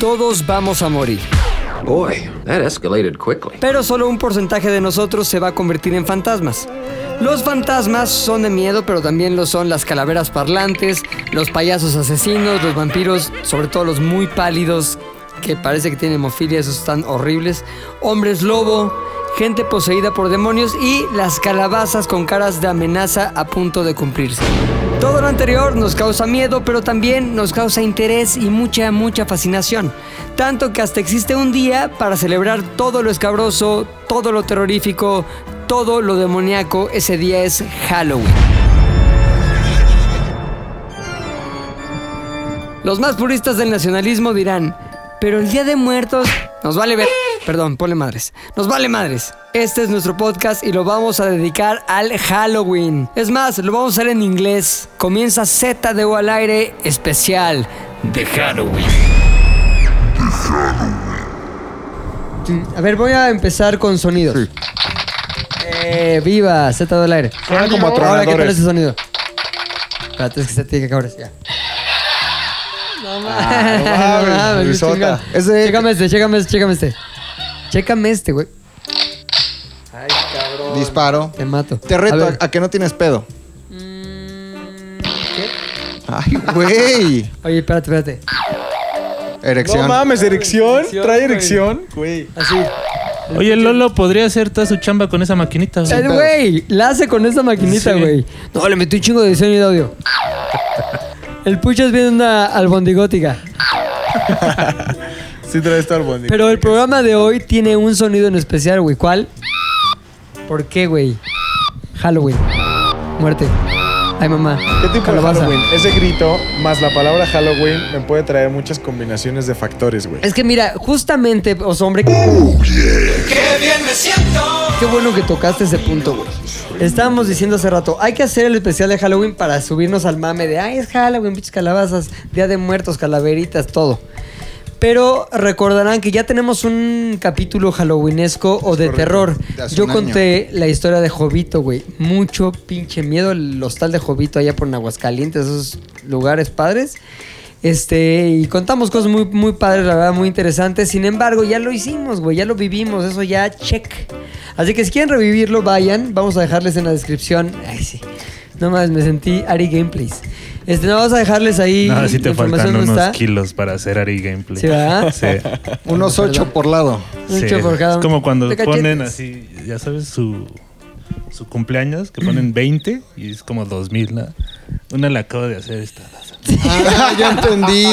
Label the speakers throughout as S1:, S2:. S1: Todos vamos a morir.
S2: Boy, that escalated quickly.
S1: Pero solo un porcentaje de nosotros se va a convertir en fantasmas. Los fantasmas son de miedo, pero también lo son las calaveras parlantes, los payasos asesinos, los vampiros, sobre todo los muy pálidos, que parece que tienen hemofilia, esos están horribles, hombres lobo, gente poseída por demonios y las calabazas con caras de amenaza a punto de cumplirse. Todo lo anterior nos causa miedo, pero también nos causa interés y mucha, mucha fascinación. Tanto que hasta existe un día para celebrar todo lo escabroso, todo lo terrorífico, todo lo demoníaco. Ese día es Halloween. Los más puristas del nacionalismo dirán, pero el Día de Muertos nos vale ver. Perdón, ponle madres. Nos vale madres. Este es nuestro podcast y lo vamos a dedicar al Halloween. Es más, lo vamos a hacer en inglés. Comienza Z de O al aire especial de Halloween. A ver, voy a empezar con sonidos. Eh, viva Z de O al aire.
S3: Suenan como
S1: Ahora, ¿qué tal
S3: tronadores.
S1: ese sonido? Espérate, es que se tiene que acabar. Ya. No mames.
S3: no mames,
S1: qué
S3: risota.
S1: chingón.
S3: Ese-
S1: Chécame este, chécame este, chécame este. Chécame este, güey. Ay, cabrón.
S3: Disparo.
S1: Te mato.
S3: Te reto
S1: A
S3: a,
S1: ver.
S3: a que no tienes pedo.
S4: Mm,
S3: Ay, güey.
S1: Oye, espérate, espérate.
S3: Erección.
S4: No mames, erección.
S1: Erección,
S4: Trae
S1: güey.
S4: erección. Güey.
S1: Así.
S5: Oye, Lolo, podría hacer toda su chamba con esa maquinita. güey?
S1: Eh, Güey, la hace con esta maquinita,
S5: Sí.
S1: güey. No, le metí un chingo de diseño y de audio. El Puchas viene una albondigótica.
S4: Sí, trae esto al bondi.
S1: Pero el programa de hoy tiene un sonido en especial, güey. ¿Cuál? ¿Por qué, güey? Halloween. Muerte. Ay, mamá.
S4: ¿Qué tipo
S1: Calabaza.
S4: de Halloween? Ese grito más la palabra Halloween me puede traer muchas combinaciones de factores, güey.
S1: Es que mira, justamente, os hombre. ¡Qué bueno que tocaste ese punto, güey. Estábamos diciendo hace rato, hay que hacer el especial de Halloween para subirnos al mame de, ay, es Halloween, pinches calabazas, Día de Muertos, calaveritas, todo. Pero recordarán que ya tenemos un capítulo halloweenesco o de terror.
S3: de hace
S1: Yo
S3: un año.
S1: conté la historia de Jovito, güey. Mucho pinche miedo el hostal de Jovito allá por Aguascalientes, esos lugares padres. Este, y contamos cosas muy, muy padres, la verdad, muy interesantes. Sin embargo, ya lo hicimos, güey, ya lo vivimos, eso ya check. Así que si quieren revivirlo, vayan. Vamos a dejarles en la descripción. Ay, sí. No más, me sentí Ari Gameplays. Este, no, vamos a dejarles ahí.
S5: No, sí
S1: la
S5: te
S1: información
S5: faltan
S1: no
S5: unos
S1: está.
S5: kilos para hacer Ari Gameplay.
S1: Sí, ¿verdad?
S5: Sí.
S3: Unos ocho por lado.
S1: Un
S5: Sí,
S1: chorro por cada
S5: es
S1: uno.
S5: como cuando
S1: De cachetes.
S5: ponen así, ya sabes, su, su cumpleaños, que ponen 20 y es como 2000. ¿no? Una la acabo de hacer esta.
S3: Ah, yo entendí.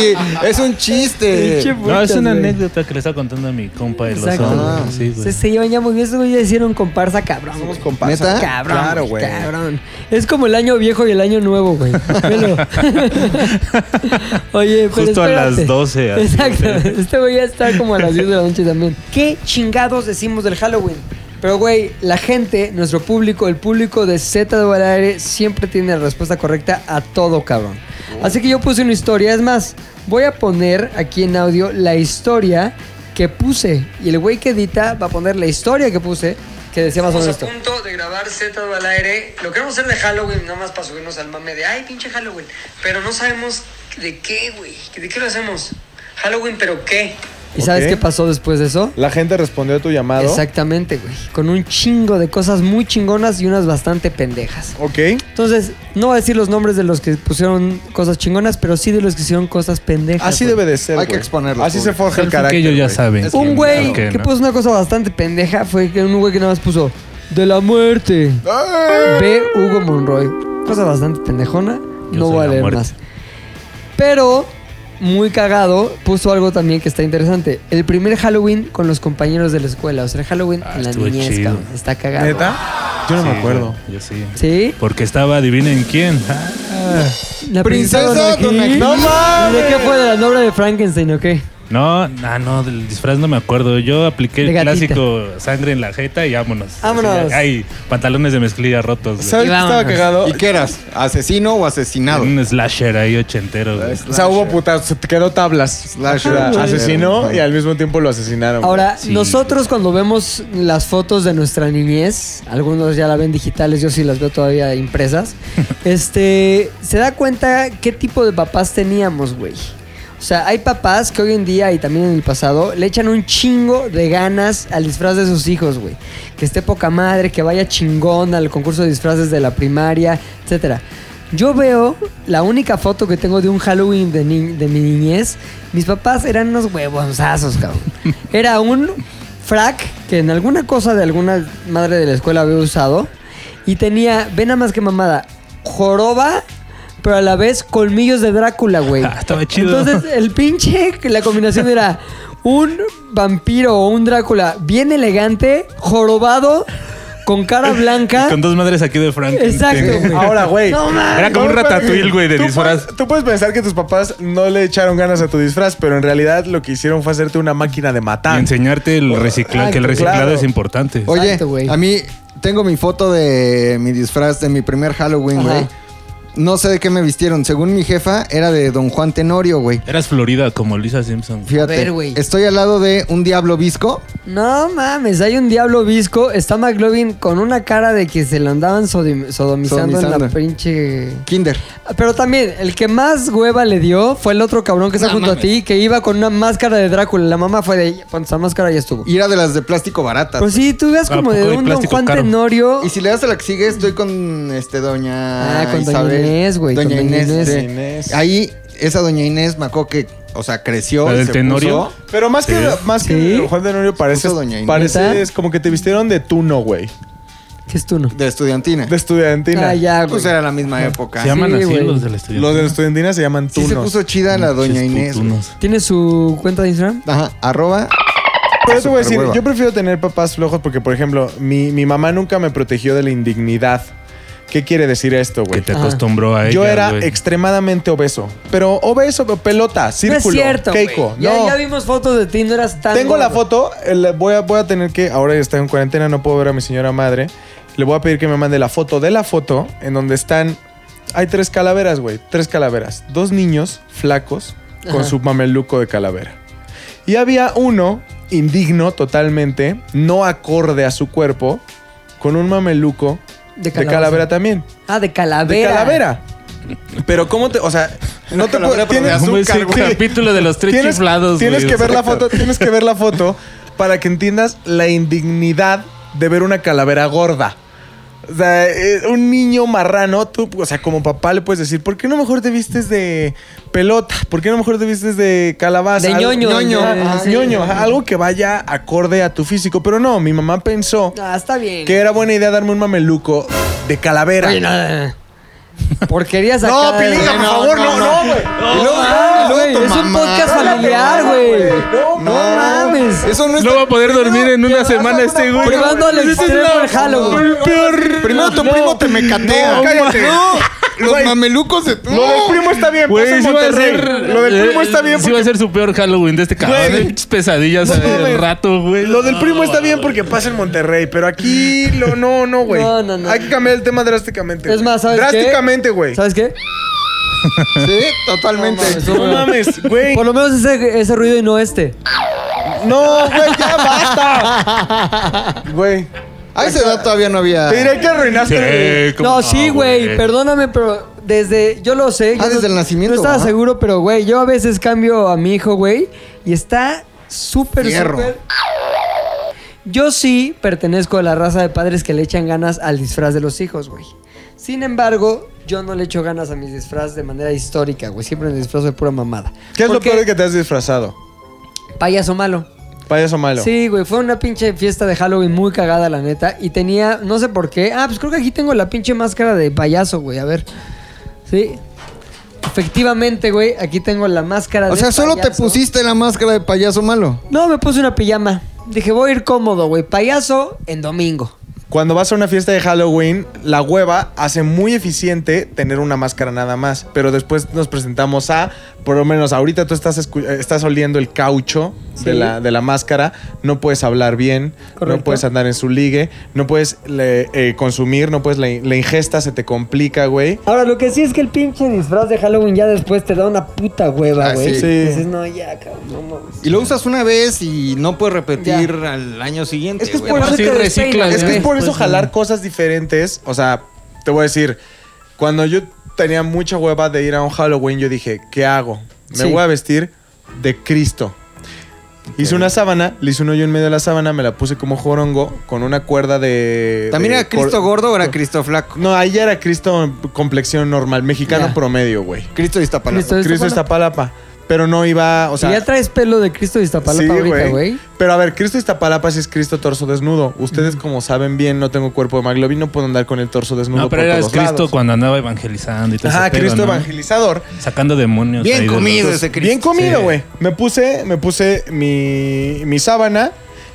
S3: Es un
S1: Pinche
S3: chiste.
S5: No, es
S1: putas,
S5: una
S1: güey.
S5: anécdota que le estaba contando a mi compa de los
S1: Exacto.
S3: Ah.
S5: hombres. Sí, güey.
S1: Se, se llevan ya muy bien. Estos güeyes ya hicieron comparsa, cabrón. güey.
S3: ¿Neta?
S1: Cabrón,
S4: Claro, güey.
S1: cabrón. Es como el año viejo y el año nuevo, güey. Velo. Oye, pero
S5: Justo a
S1: espérate.
S5: las 12. así.
S1: Exacto. Este güey ya está como a las 10 de la noche también. ¿Qué chingados decimos del Halloween? Pero, güey, la gente, nuestro público, el público de Z de Aire siempre tiene la respuesta correcta a todo, cabrón. Así que yo puse una historia. Es más, voy a poner aquí en audio la historia que puse. Y el güey que edita va a poner la historia que puse, que decía más o menos
S6: Estamos
S1: esto.
S6: a punto de grabar Z al aire. Lo queremos hacer de Halloween, nada más para subirnos al mame de ay, pinche Halloween. Pero no sabemos de qué, güey. ¿De qué lo hacemos? Halloween, pero qué.
S1: ¿Y sabes
S4: Ok.
S1: qué pasó después de eso?
S4: La gente respondió a tu llamado.
S1: Exactamente, güey. Con un chingo de cosas muy chingonas y unas bastante pendejas.
S4: Ok.
S1: Entonces, no voy a decir los nombres de los que pusieron cosas chingonas, pero sí de los que hicieron cosas pendejas.
S4: Así
S1: güey.
S4: debe de ser.
S3: Hay que
S4: güey.
S3: exponerlo,
S4: Así se
S3: público.
S4: forja
S5: Creo
S4: el
S5: que
S4: carácter.
S5: ellos ya
S4: güey.
S5: saben.
S3: Es
S1: Un güey
S5: Ok,
S1: que
S5: ¿no?
S1: puso una cosa bastante pendeja fue que un güey que nada más puso de la muerte. B. Hugo Monroy. Cosa bastante pendejona.
S5: Yo
S1: no
S5: soy
S1: voy a
S5: la
S1: leer
S5: muerte.
S1: más. Pero, muy cagado, puso algo también que está interesante. El primer Halloween con los compañeros de la escuela. O sea, el Halloween
S5: Ah,
S1: en la
S5: estuvo
S1: niñez,
S5: chido.
S1: cabrón. Está cagado.
S4: ¿Neta? Yo no me
S5: Sí,
S4: acuerdo.
S5: güey, Yo sí.
S1: ¿Sí?
S5: Porque estaba, adivinen quién. Ah,
S1: La
S3: Princesa
S1: Donají.
S3: Donají. ¡No
S1: ¿De qué fue? ¿De la novela de Frankenstein o qué?
S5: No, no, no, del disfraz no me acuerdo. Yo apliqué
S1: De
S5: el
S1: gatita.
S5: clásico sangre en la jeta y vámonos.
S1: Vámonos.
S5: Hay pantalones de mezclilla rotos. güey.
S4: ¿Sabes
S1: Y
S4: qué estaba
S1: vámonos.
S4: cagado?
S3: ¿Y qué eras? ¿Asesino o asesinado?
S5: Un slasher ahí ochentero. güey.
S4: O sea, hubo putas, se te quedó tablas.
S3: Slash,
S4: Era
S3: güey.
S4: Asesinó y al mismo tiempo lo asesinaron.
S1: Ahora,
S5: Sí.
S1: nosotros cuando vemos las fotos de nuestra niñez, algunos ya la ven digitales, yo sí las veo todavía impresas, este, se da cuenta qué tipo de papás teníamos, güey. O O sea, hay papás que hoy en día y también en el pasado le echan un chingo de ganas al disfraz de sus hijos, güey. Que esté poca madre, que vaya chingón al concurso de disfraces de la primaria, etcétera. Yo veo la única foto que tengo de un Halloween de, ni- de mi niñez. Mis papás eran unos huevonzazos, cabrón. Era un frac que en alguna cosa de alguna madre de la escuela había usado. Y tenía, ve nada más que mamada, joroba, pero a la vez colmillos de Drácula, güey.
S5: Ah, estaba chido.
S1: Entonces, el pinche, la combinación era un vampiro o un Drácula bien elegante, jorobado, con cara blanca.
S5: Con dos madres aquí de Frank. Este,
S1: Exacto, güey.
S4: Ahora, güey.
S1: No mames.
S5: Era como un
S4: No, pero-
S5: ratatouille, güey, de
S4: tú
S5: disfraz.
S4: puedes- Tú puedes pensar que tus papás no le echaron ganas a tu disfraz, pero en realidad lo que hicieron fue hacerte una máquina de
S5: Y
S4: matar.
S5: enseñarte el
S1: Ah,
S5: recicla- que el
S4: claro.
S5: reciclado es importante.
S3: Oye,
S1: Exacto, güey.
S3: a mí tengo mi foto de mi disfraz de mi primer Halloween,
S1: Ajá.
S3: güey. No sé de qué me vistieron. Según mi jefa, era de Don Juan Tenorio, güey.
S5: Eras Florida como Lisa Simpson.
S3: Fíjate,
S1: A ver, güey.
S3: estoy al lado de un diablo visco.
S1: No mames, hay un diablo visco. Está McLovin con una cara de que se lo andaban sodim- sodomizando, en la
S3: Sodomizando.
S1: pinche.
S3: Kinder.
S1: Pero también, el que más hueva le dio fue el otro cabrón que está junto a ti, que iba con una máscara de Drácula. La mamá fue de. Ponte esa máscara ya estuvo.
S3: Y era de las de plástico baratas.
S1: Pues sí, tú veas
S5: Ah,
S1: como de
S5: poco de
S1: un Don
S5: plástico
S1: Juan
S5: caro.
S1: Tenorio.
S3: Y si le das a la que sigue, estoy con este doña
S1: Ah, con doña
S3: Isabel.
S1: Inés, güey,
S3: Doña
S1: con doña
S3: Inés.
S1: Inés.
S3: sí.
S4: Doña Inés.
S3: Ahí, esa doña Inés me acuerdo que, o sea, creció.
S5: ¿La
S3: y
S5: del
S3: se
S5: Tenorio?
S3: puso-
S4: Pero más que,
S5: Sí.
S4: más que
S1: Sí.
S4: Don Juan de Norio parece,
S3: Puso Doña Inés.
S4: parece es como que te vistieron de tuno, güey.
S1: ¿Qué es tú, no?
S3: de estudiantina.
S4: De estudiantina.
S1: Ah, ya, güey.
S3: pues era la misma época.
S5: Se llaman
S1: Sí,
S5: así
S1: güey.
S5: los del estudio.
S4: Los de estudiantina se llaman
S3: Sí
S4: tunos.
S3: se puso chida la doña Inés. güey.
S1: ¿Tiene su cuenta de Instagram?
S3: Ajá, arroba.
S4: Pero yo te voy a decir,
S3: Superhueva.
S4: yo prefiero tener papás flojos porque, por ejemplo, mi, mi mamá nunca me protegió de la indignidad. ¿Qué quiere decir esto,
S5: Que
S4: güey?
S5: te
S1: Ajá.
S5: acostumbró a ella.
S4: Yo era
S5: güey.
S4: extremadamente obeso. Pero obeso, pero pelota, círculo,
S1: no es cierto. güey.
S4: Keiko.
S1: Ya,
S4: no.
S1: ya vimos fotos de ti, no eras tan.
S4: Tengo la
S1: gordo.
S4: foto, eh, la voy a, voy a tener que, ahora está en cuarentena, no puedo ver a mi señora madre. Le voy a pedir que me mande la foto de la foto en donde están, hay tres calaveras, güey, tres calaveras. Dos niños flacos con
S1: Ajá.
S4: su mameluco de calavera. Y había uno, indigno totalmente, no acorde a su cuerpo, con un mameluco
S1: De
S4: de
S1: calabaza.
S4: calavera también.
S1: Ah, de
S4: De
S1: calavera.
S4: calavera. Pero cómo te, o sea, no te puedo... tienes-
S5: Como ese capítulo de los tres
S4: tienes,
S5: chiflados,
S4: tienes
S5: güey.
S4: que ver la foto, tienes que ver la foto para que entiendas la indignidad de ver una calavera gorda. O sea, eh, un niño marrano, tú, o sea, como papá le puedes decir, ¿por qué no mejor te vistes de pelota? ¿Por qué no mejor te vistes de calabaza?
S1: De
S4: Algo-
S1: ñoño,
S4: ñoño,
S1: de- Ah,
S4: ajá,
S1: sí.
S4: ñoño, ajá, algo que vaya acorde a tu físico. Pero no, mi mamá pensó
S1: Ah, está bien.
S4: que era buena idea darme un mameluco de calavera.
S1: Oye, nada. Porquerías acá.
S3: No, Pilinga, por
S4: No,
S3: favor, no,
S4: no, no,
S3: no, güey.
S1: No, mames, güey, Es un podcast familiar, güey.
S4: No,
S1: No mames.
S3: Eso no es.
S5: No va a poder dormir en una semana
S4: hacer
S5: este
S4: una
S5: güey.
S1: Probando al extremo el Halloween.
S3: Primero tu primo te mecatea.
S4: No, cállate.
S3: No, los
S4: Güey.
S3: mamelucos de.
S4: Lo del primo está bien, pasa
S5: Güey,
S4: en
S5: sí va a eh,
S4: Monterrey.
S5: ser.
S4: Lo del primo está bien
S5: Sí va a ser su peor Halloween de este cabrón.
S4: Güey.
S5: de pinches pesadillas
S4: No, güey.
S5: al rato, güey.
S4: Lo del primo está bien porque pasa en Monterrey, pero aquí lo, no, no, güey.
S1: No, no, no.
S4: Hay que cambiar el tema drásticamente.
S1: Es
S4: güey.
S1: más, ¿sabes qué?
S4: Drásticamente, güey.
S1: ¿Sabes qué?
S3: Sí, totalmente.
S1: No
S4: No mames, güey.
S1: Por lo menos ese, ese ruido y no este.
S4: No, güey, ya basta. Güey,
S3: A esa edad todavía no había.
S4: te diré que arruinaste.
S5: Sí, ¿cómo
S1: No, sí, güey, perdóname, pero desde. Yo lo sé.
S3: Ah,
S1: yo
S3: desde
S1: no-
S3: el nacimiento,
S1: No estaba
S3: ajá.
S1: seguro, pero, güey, yo a veces cambio a mi hijo, güey, y está súper,
S3: Fierro.
S1: súper. Yo sí pertenezco a la raza de padres que le echan ganas al disfraz de los hijos, güey. Sin embargo, yo no le echo ganas a mis disfraz de manera histórica, güey. Siempre me disfrazo de pura mamada.
S4: ¿Qué es lo
S1: Porque
S4: peor que te has disfrazado?
S1: Payaso malo.
S4: Payaso malo.
S1: Sí, güey, fue una pinche fiesta de Halloween muy cagada, la neta. Y tenía, no sé por qué. Ah, pues creo que aquí tengo la pinche máscara de payaso, güey. A ver. Sí. Efectivamente, güey, aquí tengo la máscara de
S3: O sea, solo te
S1: payaso.
S3: pusiste la máscara de payaso malo.
S1: No, me puse una pijama. Dije, voy a ir cómodo, güey. Payaso en domingo.
S4: Cuando vas a una fiesta de Halloween, la hueva hace muy eficiente tener una máscara nada más. Pero después nos presentamos a, por lo menos ahorita tú estás, escu- eh, estás oliendo el caucho de,
S1: Sí.
S4: la, de la máscara, no puedes hablar bien,
S1: Correcto.
S4: no puedes andar en su ligue, no puedes le- eh, consumir, no puedes la, in- la ingesta, se te complica, güey.
S1: Ahora, lo que sí es que el pinche disfraz de Halloween ya después te da una puta hueva,
S3: Ah,
S1: güey.
S3: sí.
S4: Sí.
S1: Dices, no, ya, cabrón, no mames.
S3: Y lo usas una vez y no puedes repetir al año siguiente.
S1: Es que es
S3: güey.
S1: por eso
S5: sí
S1: te
S5: reciclas,
S1: despeinas,
S4: Es que
S1: güey.
S4: es por eso
S5: Pues,
S4: jalar
S5: no.
S4: cosas diferentes. O sea, te voy a decir, cuando yo tenía mucha hueva de ir a un Halloween, yo dije, ¿qué hago? me
S1: Sí.
S4: voy a vestir de Cristo. Hice una sábana, le hice un hoyo en medio de la sábana, me la puse como jorongo con una cuerda de.
S3: ¿También
S4: de
S3: era Cristo
S4: cor-
S3: gordo o era Cristo flaco?
S4: No, ahí ya era Cristo en complexión normal, mexicano
S1: Ya.
S4: promedio, güey.
S3: Cristo de Iztapalapa.
S1: Cristo de
S4: Cristo Iztapalapa. Pero no iba, o sea.
S1: ya traes pelo de Cristo de Iztapalapa
S4: Sí,
S1: ahorita, güey.
S4: Pero a ver, Cristo Iztapalapa sí es Cristo torso desnudo. Ustedes, como saben bien, no tengo cuerpo de Maglobi, no puedo andar con el torso desnudo
S5: No, pero
S4: por
S5: era
S4: todos
S5: Cristo
S4: lados.
S5: cuando andaba evangelizando y todo
S4: Ajá,
S5: ese pedo,
S4: Cristo
S5: ¿no?
S4: evangelizador.
S5: Sacando demonios.
S3: Bien
S5: ahí de los-
S3: comido ese Cristo.
S4: Bien comido,
S5: Sí.
S4: güey. Me puse, me puse mi, mi sábana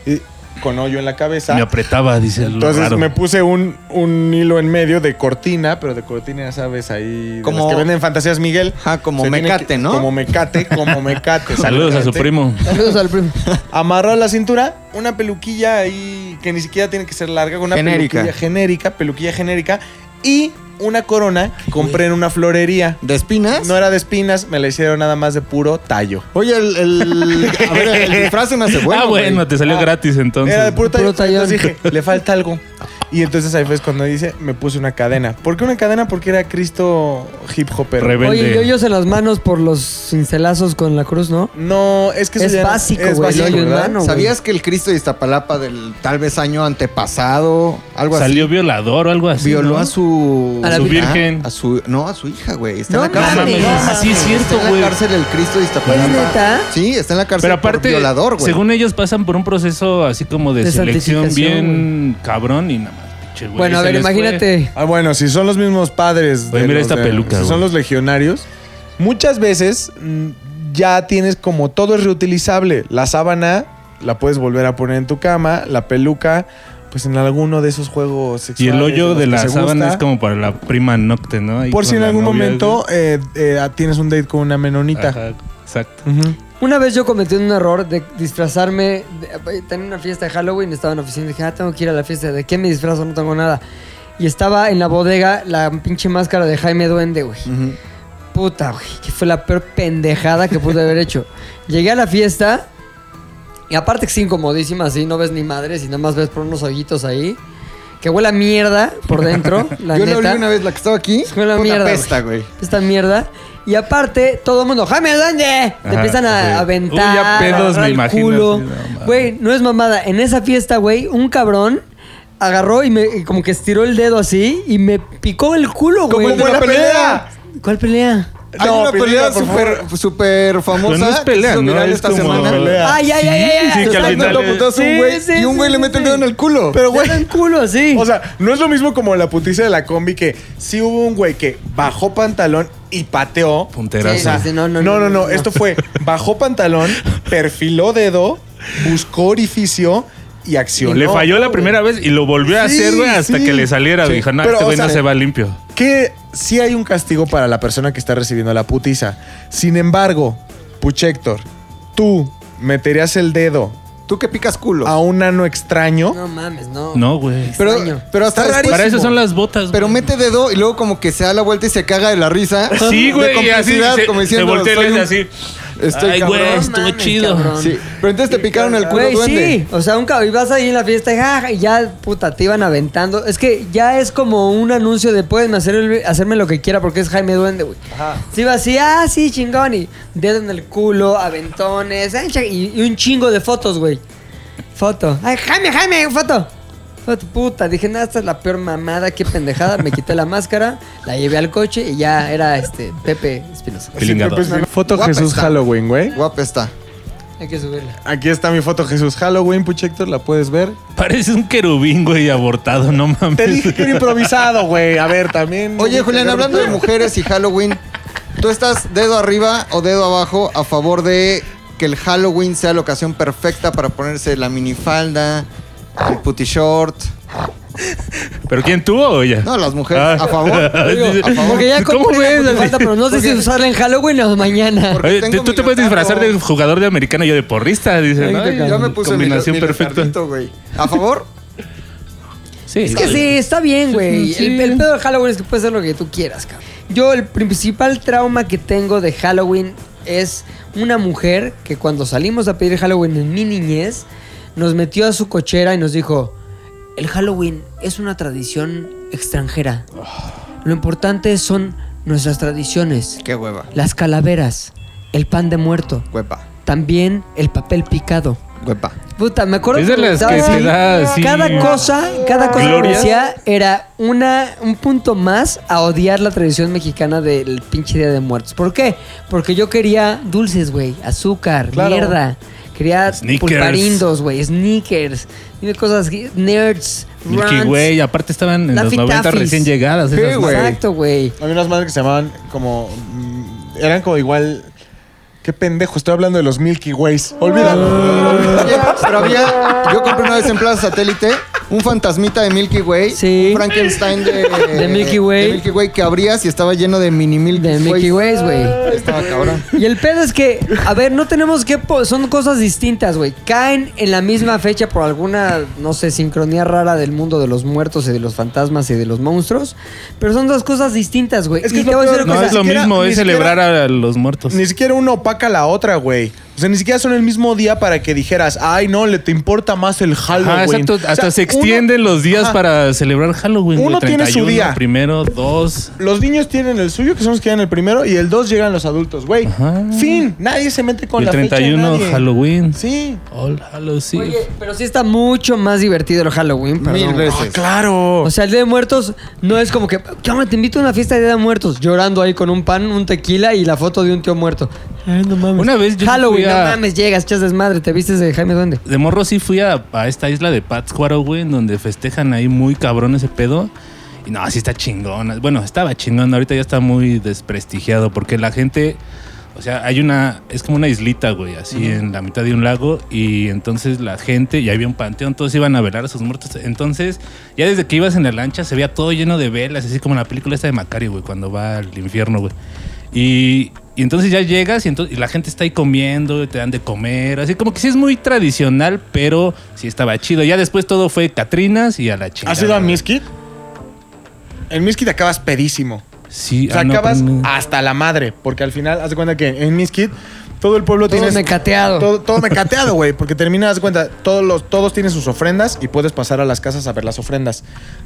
S4: y- con hoyo en la cabeza.
S5: Me apretaba, dice el
S4: Entonces
S5: raro.
S4: me puse un, un hilo en medio de cortina, pero de cortina, ya sabes, ahí. de
S3: Como-
S4: las que venden Fantasías Miguel.
S3: Ajá, como
S4: Se tiene
S3: mecate,
S4: que-
S3: ¿no?
S4: Como mecate, como mecate.
S5: Saludos a su
S4: Mecate.
S5: primo.
S1: Saludos al primo.
S4: Amarrado a la cintura, una peluquilla ahí que ni siquiera tiene que ser larga, una
S3: Genérica.
S4: peluquilla genérica, peluquilla genérica y una corona que compré en una florería.
S3: ¿De espinas?
S4: No era de espinas, me la hicieron nada más de puro tallo.
S3: Oye, el, el- a ver, el disfraz se me hace bueno.
S5: ah, bueno,
S3: güey.
S5: te salió
S4: Ah,
S5: gratis entonces.
S4: Era de puro tallo.
S1: Puro tallón.
S4: Entonces dije, le falta algo. Y entonces ahí fue cuando dice, me puse una cadena. ¿Por qué una cadena? Porque era Cristo hip hopper.
S5: Rebelde.
S1: Oye, y hoyos en las manos por los cincelazos con la cruz, ¿no?
S4: No, es que eso
S1: Es
S4: ya no-
S1: básico, güey, el hoyo en
S4: ¿verdad?
S1: mano. güey.
S3: ¿Sabías que el Cristo de Iztapalapa del tal vez año antepasado, algo
S5: Salió
S3: así,
S5: violador o algo así.
S3: violó
S5: ¿no?
S3: a su...
S1: A la
S3: Ah,
S5: virgen.
S3: a su, no, a su hija, güey. Está
S1: No
S3: en la cárcel.
S1: mames. No
S3: Está
S5: Así es cierto,
S3: en
S5: güey.
S3: la cárcel el Cristo de Iztapalapa.
S1: ¿Es neta?
S3: Sí, está en la cárcel
S5: Pero aparte,
S3: por violador, güey.
S5: según ellos pasan por un proceso así como de,
S1: De
S5: selección
S1: santificación,
S5: bien cabrón y nada más. pinche güey,
S1: bueno, a
S5: se
S1: ver,
S5: les fue.
S1: imagínate.
S4: Ah, bueno, si son los mismos padres.
S5: Oye, mira
S4: los
S5: esta peluca,
S4: si son
S5: güey.
S4: los legionarios. Muchas veces mm, ya tienes como todo es reutilizable. La sábana la puedes volver a poner en tu cama. La peluca, pues en alguno de esos juegos
S5: Y
S4: sexuales.
S5: el hoyo
S4: los
S5: de
S4: que
S5: la
S4: se
S5: sábana
S4: gusta.
S5: es como para la prima nocte, ¿no? Ahí
S4: Por si
S5: con
S4: en
S5: la
S4: algún
S5: novia,
S4: momento
S5: güey.
S4: eh, eh, tienes un date con una menonita.
S5: Ajá, exacto.
S4: Ujú.
S1: Una vez yo cometí un error de disfrazarme. de- eh, tenía una fiesta de Halloween, estaba en la oficina y dije, ah, tengo que ir a la fiesta. ¿De qué me disfrazo? No tengo nada. Y estaba en la bodega la pinche máscara de Jaime Duende, güey.
S3: Ujú.
S1: Puta, güey, que fue la peor pendejada que pude haber hecho. Llegué a la fiesta y aparte que es incomodísima, así no ves ni madres y nada más ves por unos hoyitos ahí. Que huele a mierda por dentro, la
S3: Yo
S1: neta.
S3: le olí una vez la que estaba aquí.
S1: Fue la
S3: fue una
S1: mierda,
S3: pesta, güey.
S1: Esta mierda. Y aparte, todo el mundo, ¡Jaime, ¿dónde? Te
S5: Ajá,
S1: empiezan
S5: sí.
S1: a aventar.
S5: Uy, ya pedos,
S1: a agarrar
S5: me
S1: el
S5: imagino,
S1: culo.
S5: sí, no mames.
S1: Güey, no es mamada. En esa fiesta, güey, un cabrón agarró y me y como que estiró el dedo así y me picó el culo, güey.
S4: Como en la pelea.
S1: ¿Cuál pelea?
S3: Hay
S4: No,
S3: una pelea
S4: película, por
S3: súper super famosa.
S5: Pero no es
S3: que se
S5: pelea,
S3: hizo
S5: ¿no?
S3: viral
S5: Es
S3: esta
S5: como-
S3: semana.
S5: pelea.
S1: Ay, ay, ay, ay,
S5: Sí,
S1: ay.
S5: que al
S1: Están
S5: final
S1: dando
S5: es-
S1: putazos a un
S3: Sí,
S1: güey
S3: sí, y un güey le mete el dedo en el culo.
S4: Pero, güey.
S1: Te dan culo, sí.
S4: O sea, no es lo mismo como la putiza de la combi que sí hubo un güey que bajó pantalón y pateó.
S5: Punterazo.
S1: Sí, sí, sí, no, no, no, no.
S4: Esto fue bajó pantalón, perfiló dedo, buscó orificio y accionó.
S5: Le falló la primera vez y lo volvió a
S4: Sí,
S5: hacer, güey, hasta
S4: sí.
S5: que le saliera.
S4: Sí.
S5: Dijo, no,
S4: Pero,
S5: este
S4: o
S5: güey no
S4: sea,
S5: se va limpio.
S4: Que sí hay un castigo para la persona que está recibiendo la putiza. Sin embargo, Puchector, tú meterías el dedo
S3: Tú que picas culo.
S4: a un ano extraño.
S1: No mames, no.
S5: No, güey.
S3: pero,
S1: extraño.
S3: pero hasta
S4: Está
S3: después-
S5: Para eso son las botas,
S3: Pero
S5: güey.
S3: mete dedo y luego como que se da la vuelta y se caga de la risa.
S5: Sí,
S3: De
S5: güey, y así
S3: complicidad,
S5: se,
S3: como
S5: se
S3: diciendo,
S5: voltea y le
S3: soy un-
S5: hace así.
S4: Este
S3: Estoy
S5: Ay, güey,
S3: cabrón.
S5: estuvo
S1: Mames,
S5: chido.
S1: cabrón.
S3: Sí, pero entonces te picaron el culo
S1: Güey,
S3: duende.
S1: sí. O sea, un cabrón. Y vas ahí en la fiesta ja, ja, y ya, puta, te iban aventando. Es que ya es como un anuncio de pueden hacer el- hacerme lo que quiera porque es Jaime Duende, güey. Sí, va así, ah, sí, chingón. Y dedo en el culo, aventones. ay, cha- Y, y un chingo de fotos, güey. Foto. Ay, Jaime, Jaime, foto. Foto, puta. Dije, nada, esta es la peor mamada, qué pendejada. Me quité la máscara, la llevé al coche y ya era este Pepe Espinosa.
S5: Pilingado.
S4: Siempre pues, pensé, Foto
S3: Guapa
S4: Jesús
S3: está.
S4: Halloween, güey.
S3: Guapa está.
S1: Hay que subirla.
S4: Aquí está mi foto Jesús Halloween, Puchector, la puedes ver.
S5: Parece un querubín, güey, abortado, no mames.
S4: Te dije que era improvisado, güey. A ver, también.
S3: Oye, Julián, hablando de mujeres y Halloween, ¿tú estás dedo arriba o dedo abajo a favor de que el Halloween sea la ocasión perfecta para ponerse la minifalda, el putty short?
S5: ¿Pero quién tú o ella?
S3: No, las mujeres,
S5: Ah.
S3: a favor.
S5: Digo,
S3: a favor.
S1: Porque ya
S5: ¿Cómo
S1: compré
S5: ves?
S1: la falta, pero no sé si usarla en Halloween o mañana.
S3: porque
S5: Oye,
S3: tengo
S5: tú- tú
S3: mi
S5: te puedes
S3: leotardo.
S5: disfrazar de jugador de americano y yo de porrista, dice.
S1: Ay,
S5: ¿no?
S1: qué cabrón.
S3: Yo me puse mi-
S5: Combinación
S3: mi
S5: perfecta.
S3: leotardito, güey. ¿A favor?
S5: Sí,
S1: Es que sí, está bien, güey. El, el pedo de Halloween es que puedes hacer lo que tú quieras, cabrón. Yo, el principal trauma que tengo de Halloween es una mujer que cuando salimos a pedir Halloween en mi niñez, nos metió a su cochera y nos dijo: El Halloween es una tradición extranjera. Lo importante son nuestras tradiciones.
S3: Qué hueva.
S1: las calaveras, el pan de muerto,
S3: Huepa,
S1: también el papel picado.
S3: huepa.
S1: Puta, me acuerdo
S5: Es de
S1: me
S5: las
S1: gustaba
S5: que te
S1: así.
S5: da así-
S1: cada cosa, cada cosa que
S5: Glorias.
S1: decía era una un punto más a odiar la tradición mexicana del pinche Día de Muertos. ¿Por qué? Porque yo quería dulces, güey, azúcar,
S4: Claro.
S1: mierda. Quería
S5: Snickers.
S1: pulparindos, güey, sneakers, dime cosas, que- nerds,
S5: Milky
S1: runs.
S5: Way, aparte estaban en
S1: Laffy
S5: los 90
S1: Taffys.
S5: recién llegadas.
S3: Sí,
S5: esas
S3: güey.
S1: Exacto, güey.
S4: Había unas madres que se llamaban como. mm, Eran como igual. Qué pendejo, estoy hablando de los Milky Ways. Olvídalo.
S3: Oye, pero había. Yo compré una vez en Plaza Satélite un fantasmita de Milky Way.
S1: Sí.
S3: Un Frankenstein de.
S1: De Milky Way.
S3: de Milky Way que abrías y estaba lleno de mini Milky
S1: De Mickey Ways, güey.
S3: Estaba Ah, cabrón.
S1: Y el pedo es que, a ver, no tenemos que... po- Son cosas distintas, güey. Caen en la misma fecha por alguna, no sé, sincronía rara del mundo de los muertos y de los fantasmas y de los monstruos. Pero son dos cosas distintas, güey.
S4: Es que
S1: y
S4: es
S1: te
S4: lo
S1: voy a decir una
S4: peor,
S5: No
S1: cosa.
S5: es lo
S4: Ni siquiera-
S5: mismo,
S4: ni
S5: es
S4: siquiera-
S5: celebrar a los muertos.
S4: Ni siquiera una opaca la otra, güey. O sea, ni siquiera son el mismo día para que dijeras, ay, no, le te importa más el Halloween.
S5: Ajá, exacto.
S4: O sea,
S5: Hasta se
S4: uno-
S5: extienden los días
S4: Ajá.
S5: para celebrar Halloween. güey.
S4: Uno tiene su
S5: 31,
S4: día.
S5: Primero, dos.
S4: Los niños tienen el suyo, que son los que dan el primero, y el dos llegan los adultos, güey.
S5: Ajá.
S4: Fin. Nadie se mete con
S5: y el
S4: la fecha de
S5: 31,
S4: nadie.
S5: Halloween.
S4: Sí.
S5: All Hallows Eve.
S1: Oye, pero sí está mucho más divertido el Halloween, perdón.
S3: Mil
S4: Ah,
S3: veces.
S4: claro.
S1: O sea, el Día de Muertos no es como que, ¿qué onda? Te invito a una fiesta de Día de Muertos, llorando ahí con un pan, un tequila y la foto de un tío muerto. Ay, no mames.
S5: Una vez yo
S1: Halloween,
S5: fui a-
S1: no mames, llegas, echas desmadre, te vistes de Jaime Duende.
S5: De morro sí fui a, a esta isla de Pátzcuaro, güey, en donde festejan ahí muy cabrón ese pedo. Y no, sí está chingón. Bueno, estaba chingón, ahorita ya está muy desprestigiado porque la gente, o sea, hay una, es como una islita, güey, así en la mitad de un lago y entonces la gente, y había un panteón, todos iban a velar a sus muertos. Entonces, ya desde que ibas en la lancha se veía todo lleno de velas, así como en la película esta de Macario, güey, cuando va al infierno, güey. Y, y entonces ya llegas y, entonces, y la gente está ahí comiendo, te dan de comer, así como que sí es muy tradicional, pero sí estaba chido. Ya después todo fue Catrinas y a la chingada.
S4: ¿Has ido a
S5: güey.
S4: Miskit? En Miskit acabas pedísimo.
S5: Sí,
S4: O sea,
S5: ah, no,
S4: acabas
S5: pero no.
S4: hasta la madre, porque al final, haz de cuenta que en Miskit todo el pueblo
S1: Todo
S4: tiene...
S1: mecateado.
S4: Todo, todo mecateado, güey, porque termina, haz de cuenta, todos, los, todos tienen sus ofrendas y puedes pasar a las casas a ver las ofrendas.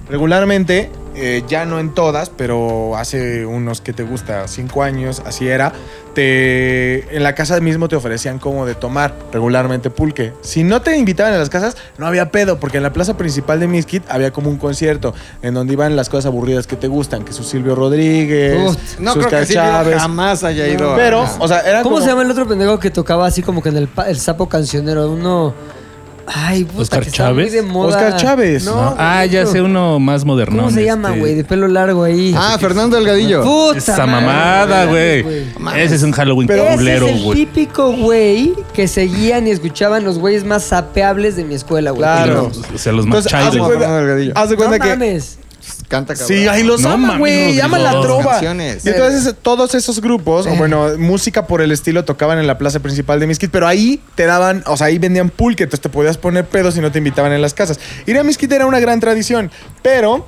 S4: Regularmente, eh, ya no en todas, pero hace unos que te gusta, cinco años, así era, te, en la casa mismo te ofrecían como de tomar regularmente pulque. Si no te invitaban a las casas, no había pedo, porque en la plaza principal de Miskit había como un concierto en donde iban las cosas aburridas que te gustan, que su Silvio Rodríguez,
S3: Uf, no
S4: sus
S3: creo que Silvio
S4: cachaves.
S3: jamás haya ido. a-
S4: pero, o sea, era
S1: ¿Cómo
S4: Ah, como-
S1: se llama el otro pendejo que tocaba así como que en el, pa- el sapo cancionero? Uno. Ay, puta,
S5: ¿Oscar
S1: que está muy
S5: Chávez?
S1: de moda.
S4: Oscar Chávez.
S1: No,
S5: No,
S1: güey,
S5: ah, ya
S1: no.
S5: sé uno este más moderno.
S1: ¿Cómo se llama, güey? De pelo largo ahí.
S3: Ah, Fernando Delgadillo.
S1: puta.
S5: Esa
S1: madre,
S5: mamada, güey.
S3: Mames.
S5: Ese es un Halloween
S1: Pero ese es
S5: culero,
S1: el
S5: güey.
S1: típico güey que seguían y escuchaban los güeyes más sapeables de mi escuela, güey.
S4: Claro.
S5: Los- O sea, los más
S4: Entonces, ah, haz de
S5: childish, güey.
S4: cuenta,
S3: Ah, Fernando Delgadillo.
S4: haz de
S1: No
S4: cuenta que
S1: mames.
S3: Canta cabrón.
S4: Sí, ahí los
S5: No
S4: ama,
S5: mames,
S4: güey.
S5: Rodrigo.
S4: Ama la
S5: Dos
S4: trova.
S3: canciones.
S4: Y entonces todos esos grupos, o bueno, música por el estilo, tocaban en la plaza principal de Miskit, pero ahí te daban, o sea, ahí vendían pulque, entonces te podías poner pedos y no te invitaban en las casas. Ir a Miskit era una gran tradición, pero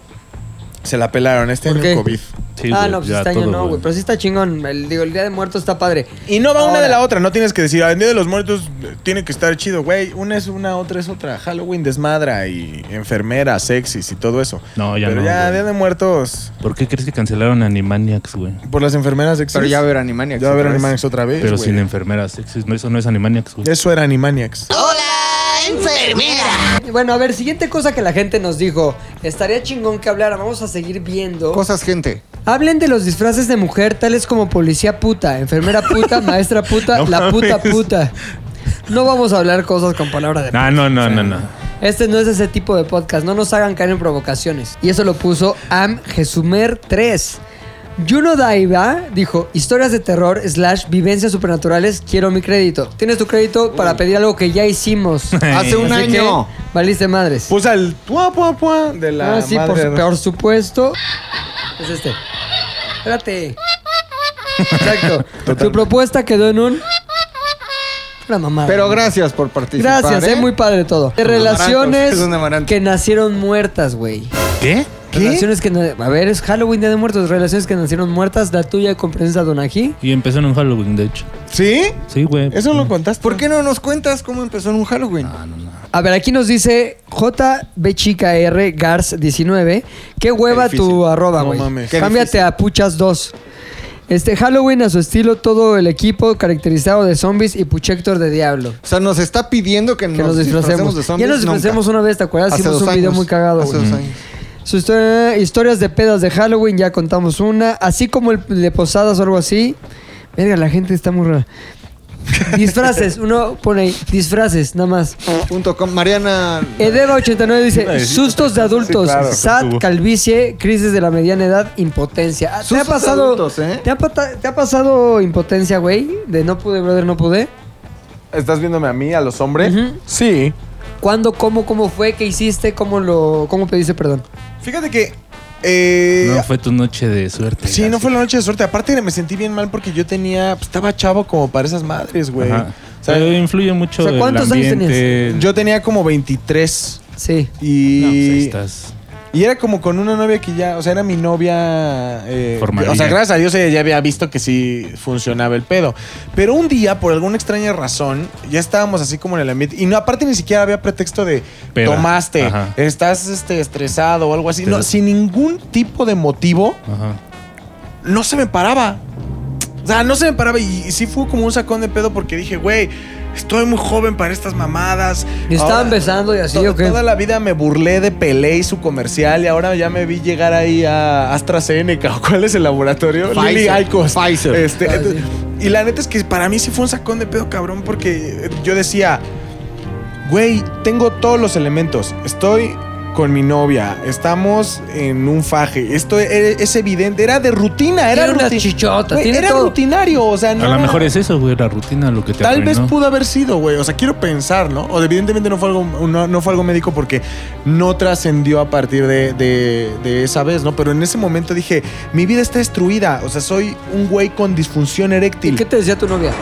S4: se la pelaron este
S1: ¿Por
S4: año
S1: qué?
S4: COVID.
S5: Sí,
S1: ah,
S5: güey,
S1: no, pues
S5: ya
S1: este año
S5: todo,
S1: no, güey. Pero sí está chingón. El, digo, el Día de Muertos está padre.
S4: Y no va una de
S1: Ahora.
S4: la otra, no tienes que decir, "Ah, el Día de los Muertos eh, tiene que estar chido, güey. Una es una, otra es otra. Halloween desmadra y enfermera, sexys y todo eso.
S5: No, ya
S4: Pero
S5: no,
S4: ya,
S5: güey.
S4: Día de Muertos,
S5: ¿Por qué crees que cancelaron Animaniacs, güey?
S4: por las enfermeras sexys.
S3: Pero ya va a ver Animaniacs.
S4: Ya va a haber
S3: otra vez.
S4: Animaniacs otra vez.
S5: Pero
S4: güey.
S5: sin enfermeras sexys. No, eso no es Animaniacs, güey.
S4: Eso era Animaniacs.
S3: Oh.
S1: Bueno, a ver, siguiente cosa que la gente nos dijo. Estaría chingón que hablara. Vamos a seguir viendo.
S3: Cosas, gente.
S1: Hablen de los disfraces de mujer, tales como policía puta, enfermera puta, maestra puta,
S5: No
S1: la puta
S5: mames.
S1: puta. No vamos a hablar cosas con palabras de
S5: No, no, no, no, no.
S1: Este no es ese tipo de podcast, no nos hagan caer en provocaciones. Y eso lo puso Am Jesumer 3. Juno Daiba dijo, historias de terror slash vivencias supernaturales, quiero mi crédito. Tienes tu crédito para pedir algo que ya hicimos.
S3: Hace un
S1: Así que,
S3: año.
S1: valiste madres.
S4: Pusa el pua pua pua de la
S1: Ah, sí, por,
S4: madre.
S1: su- por supuesto. Es este. Espérate. Exacto. Tu propuesta quedó en un. Una mamada.
S3: Pero gracias por participar.
S1: Gracias, es
S3: ¿eh?
S1: muy padre todo. De
S3: Un amaranto,
S1: relaciones
S3: es un amaranto.
S1: que nacieron muertas, güey.
S5: ¿Qué?
S1: Relaciones que. na- A ver, es Halloween Día de Muertos. Relaciones que nacieron muertas. La tuya con Princesa Donají.
S5: Y empezó en un Halloween, de hecho.
S4: ¿Sí?
S5: Sí, güey.
S4: Eso lo contaste. Ah,
S3: ¿Por qué no nos cuentas cómo empezó en un Halloween?
S1: A ver, aquí nos dice JBCHICAR Gars 19. Qué hueva
S3: Qué difícil.
S1: tu arroba,
S4: No
S1: güey.
S4: mames.
S3: Qué
S1: Cámbiate
S3: difícil.
S1: a Puchas 2. Este Halloween a su estilo, todo el equipo caracterizado de zombies y Puchector de Diablo.
S3: O sea, nos está pidiendo que,
S1: Que nos disfracemos.
S3: de zombies.
S1: ya nos disfracemos
S3: Nunca.
S1: una vez, ¿te acuerdas?
S3: Hace
S1: Hicimos
S3: dos
S1: un video
S3: años.
S1: muy cagado.
S3: Hace
S1: güey.
S3: dos años.
S1: Su historia- historias de pedas de Halloween, ya contamos una. Así como el de posadas o algo así. Verga, la gente está muy rara. Disfraces, uno pone ahí, disfraces, nada más.
S3: Punto com. Mariana.
S1: Edeva89 dice: Sustos de adultos,
S4: Sí, claro.
S1: SAT, calvicie, crisis de la mediana edad, impotencia. Ah, ¿Te ha
S3: Sustos de
S1: pasado,
S3: adultos, ¿eh?
S1: ¿te, ha pata- te ha pasado impotencia, güey? De no pude, brother, no pude.
S4: ¿Estás viéndome a mí, a los hombres?
S1: Ujú.
S4: Sí.
S1: ¿Cuándo, cómo, cómo fue, qué hiciste, cómo lo, cómo pediste perdón?
S4: Fíjate que. eh,
S5: No fue tu noche de suerte.
S4: Sí, no fue la noche de suerte. Aparte me sentí bien mal porque yo tenía, pues, estaba chavo como para esas madres, güey.
S5: Ajá.
S4: O sea,
S5: Pero influye mucho
S1: O sea, ¿cuántos
S5: el
S1: años
S5: ambiente.
S4: yo tenía como 23
S1: Sí.
S4: y
S5: No, pues ahí estás.
S4: y era como con una novia que ya, o sea, era mi novia eh,
S5: Formalilla.
S4: o sea, gracias a Dios ella ya había visto que sí funcionaba el pedo. Pero un día por alguna extraña razón ya estábamos así como en el ambiente y no aparte ni siquiera había pretexto de
S5: Peda.
S4: tomaste,
S5: Ajá.
S4: estás este estresado o algo así, no,
S5: Te-
S4: sin ningún tipo de motivo.
S5: Ajá.
S4: no se me paraba. O sea, no se me paraba y, y sí fue como un sacón de pedo porque dije, güey, estoy muy joven para estas mamadas.
S1: Y estaban
S4: Ahora-
S1: besando y así,
S4: to-
S1: ¿o qué?
S4: Toda la vida me burlé de Pelé y su comercial y ahora ya me vi llegar ahí a AstraZeneca. ¿o ¿Cuál es el laboratorio?
S3: Pfizer.
S4: Lilly Icos.
S3: Pfizer.
S4: Este,
S1: Ah, sí.
S4: entonces- y la neta es que para mí sí fue un sacón de pedo cabrón porque eh, yo decía, güey, tengo todos los elementos. Estoy con mi novia, estamos en un faje. Esto e- es evidente, era de rutina, era
S1: Tiene unas
S4: ruti-
S1: chichotas,
S4: Güey,
S1: tiene
S4: era
S1: todo.
S4: rutinario, o sea, no
S5: A lo
S4: era-
S5: mejor es eso, güey, la rutina, lo que te
S4: Tal vez
S5: arruinó.
S4: pudo haber sido, güey. O sea, quiero pensar, ¿no? O evidentemente no fue algo, no, no fue algo médico porque no trascendió a partir de, de- de esa vez, ¿no? Pero en ese momento dije, mi vida está destruida. O sea, soy un güey con disfunción
S1: ¿Y
S4: eréctil.
S1: qué te decía tu novia?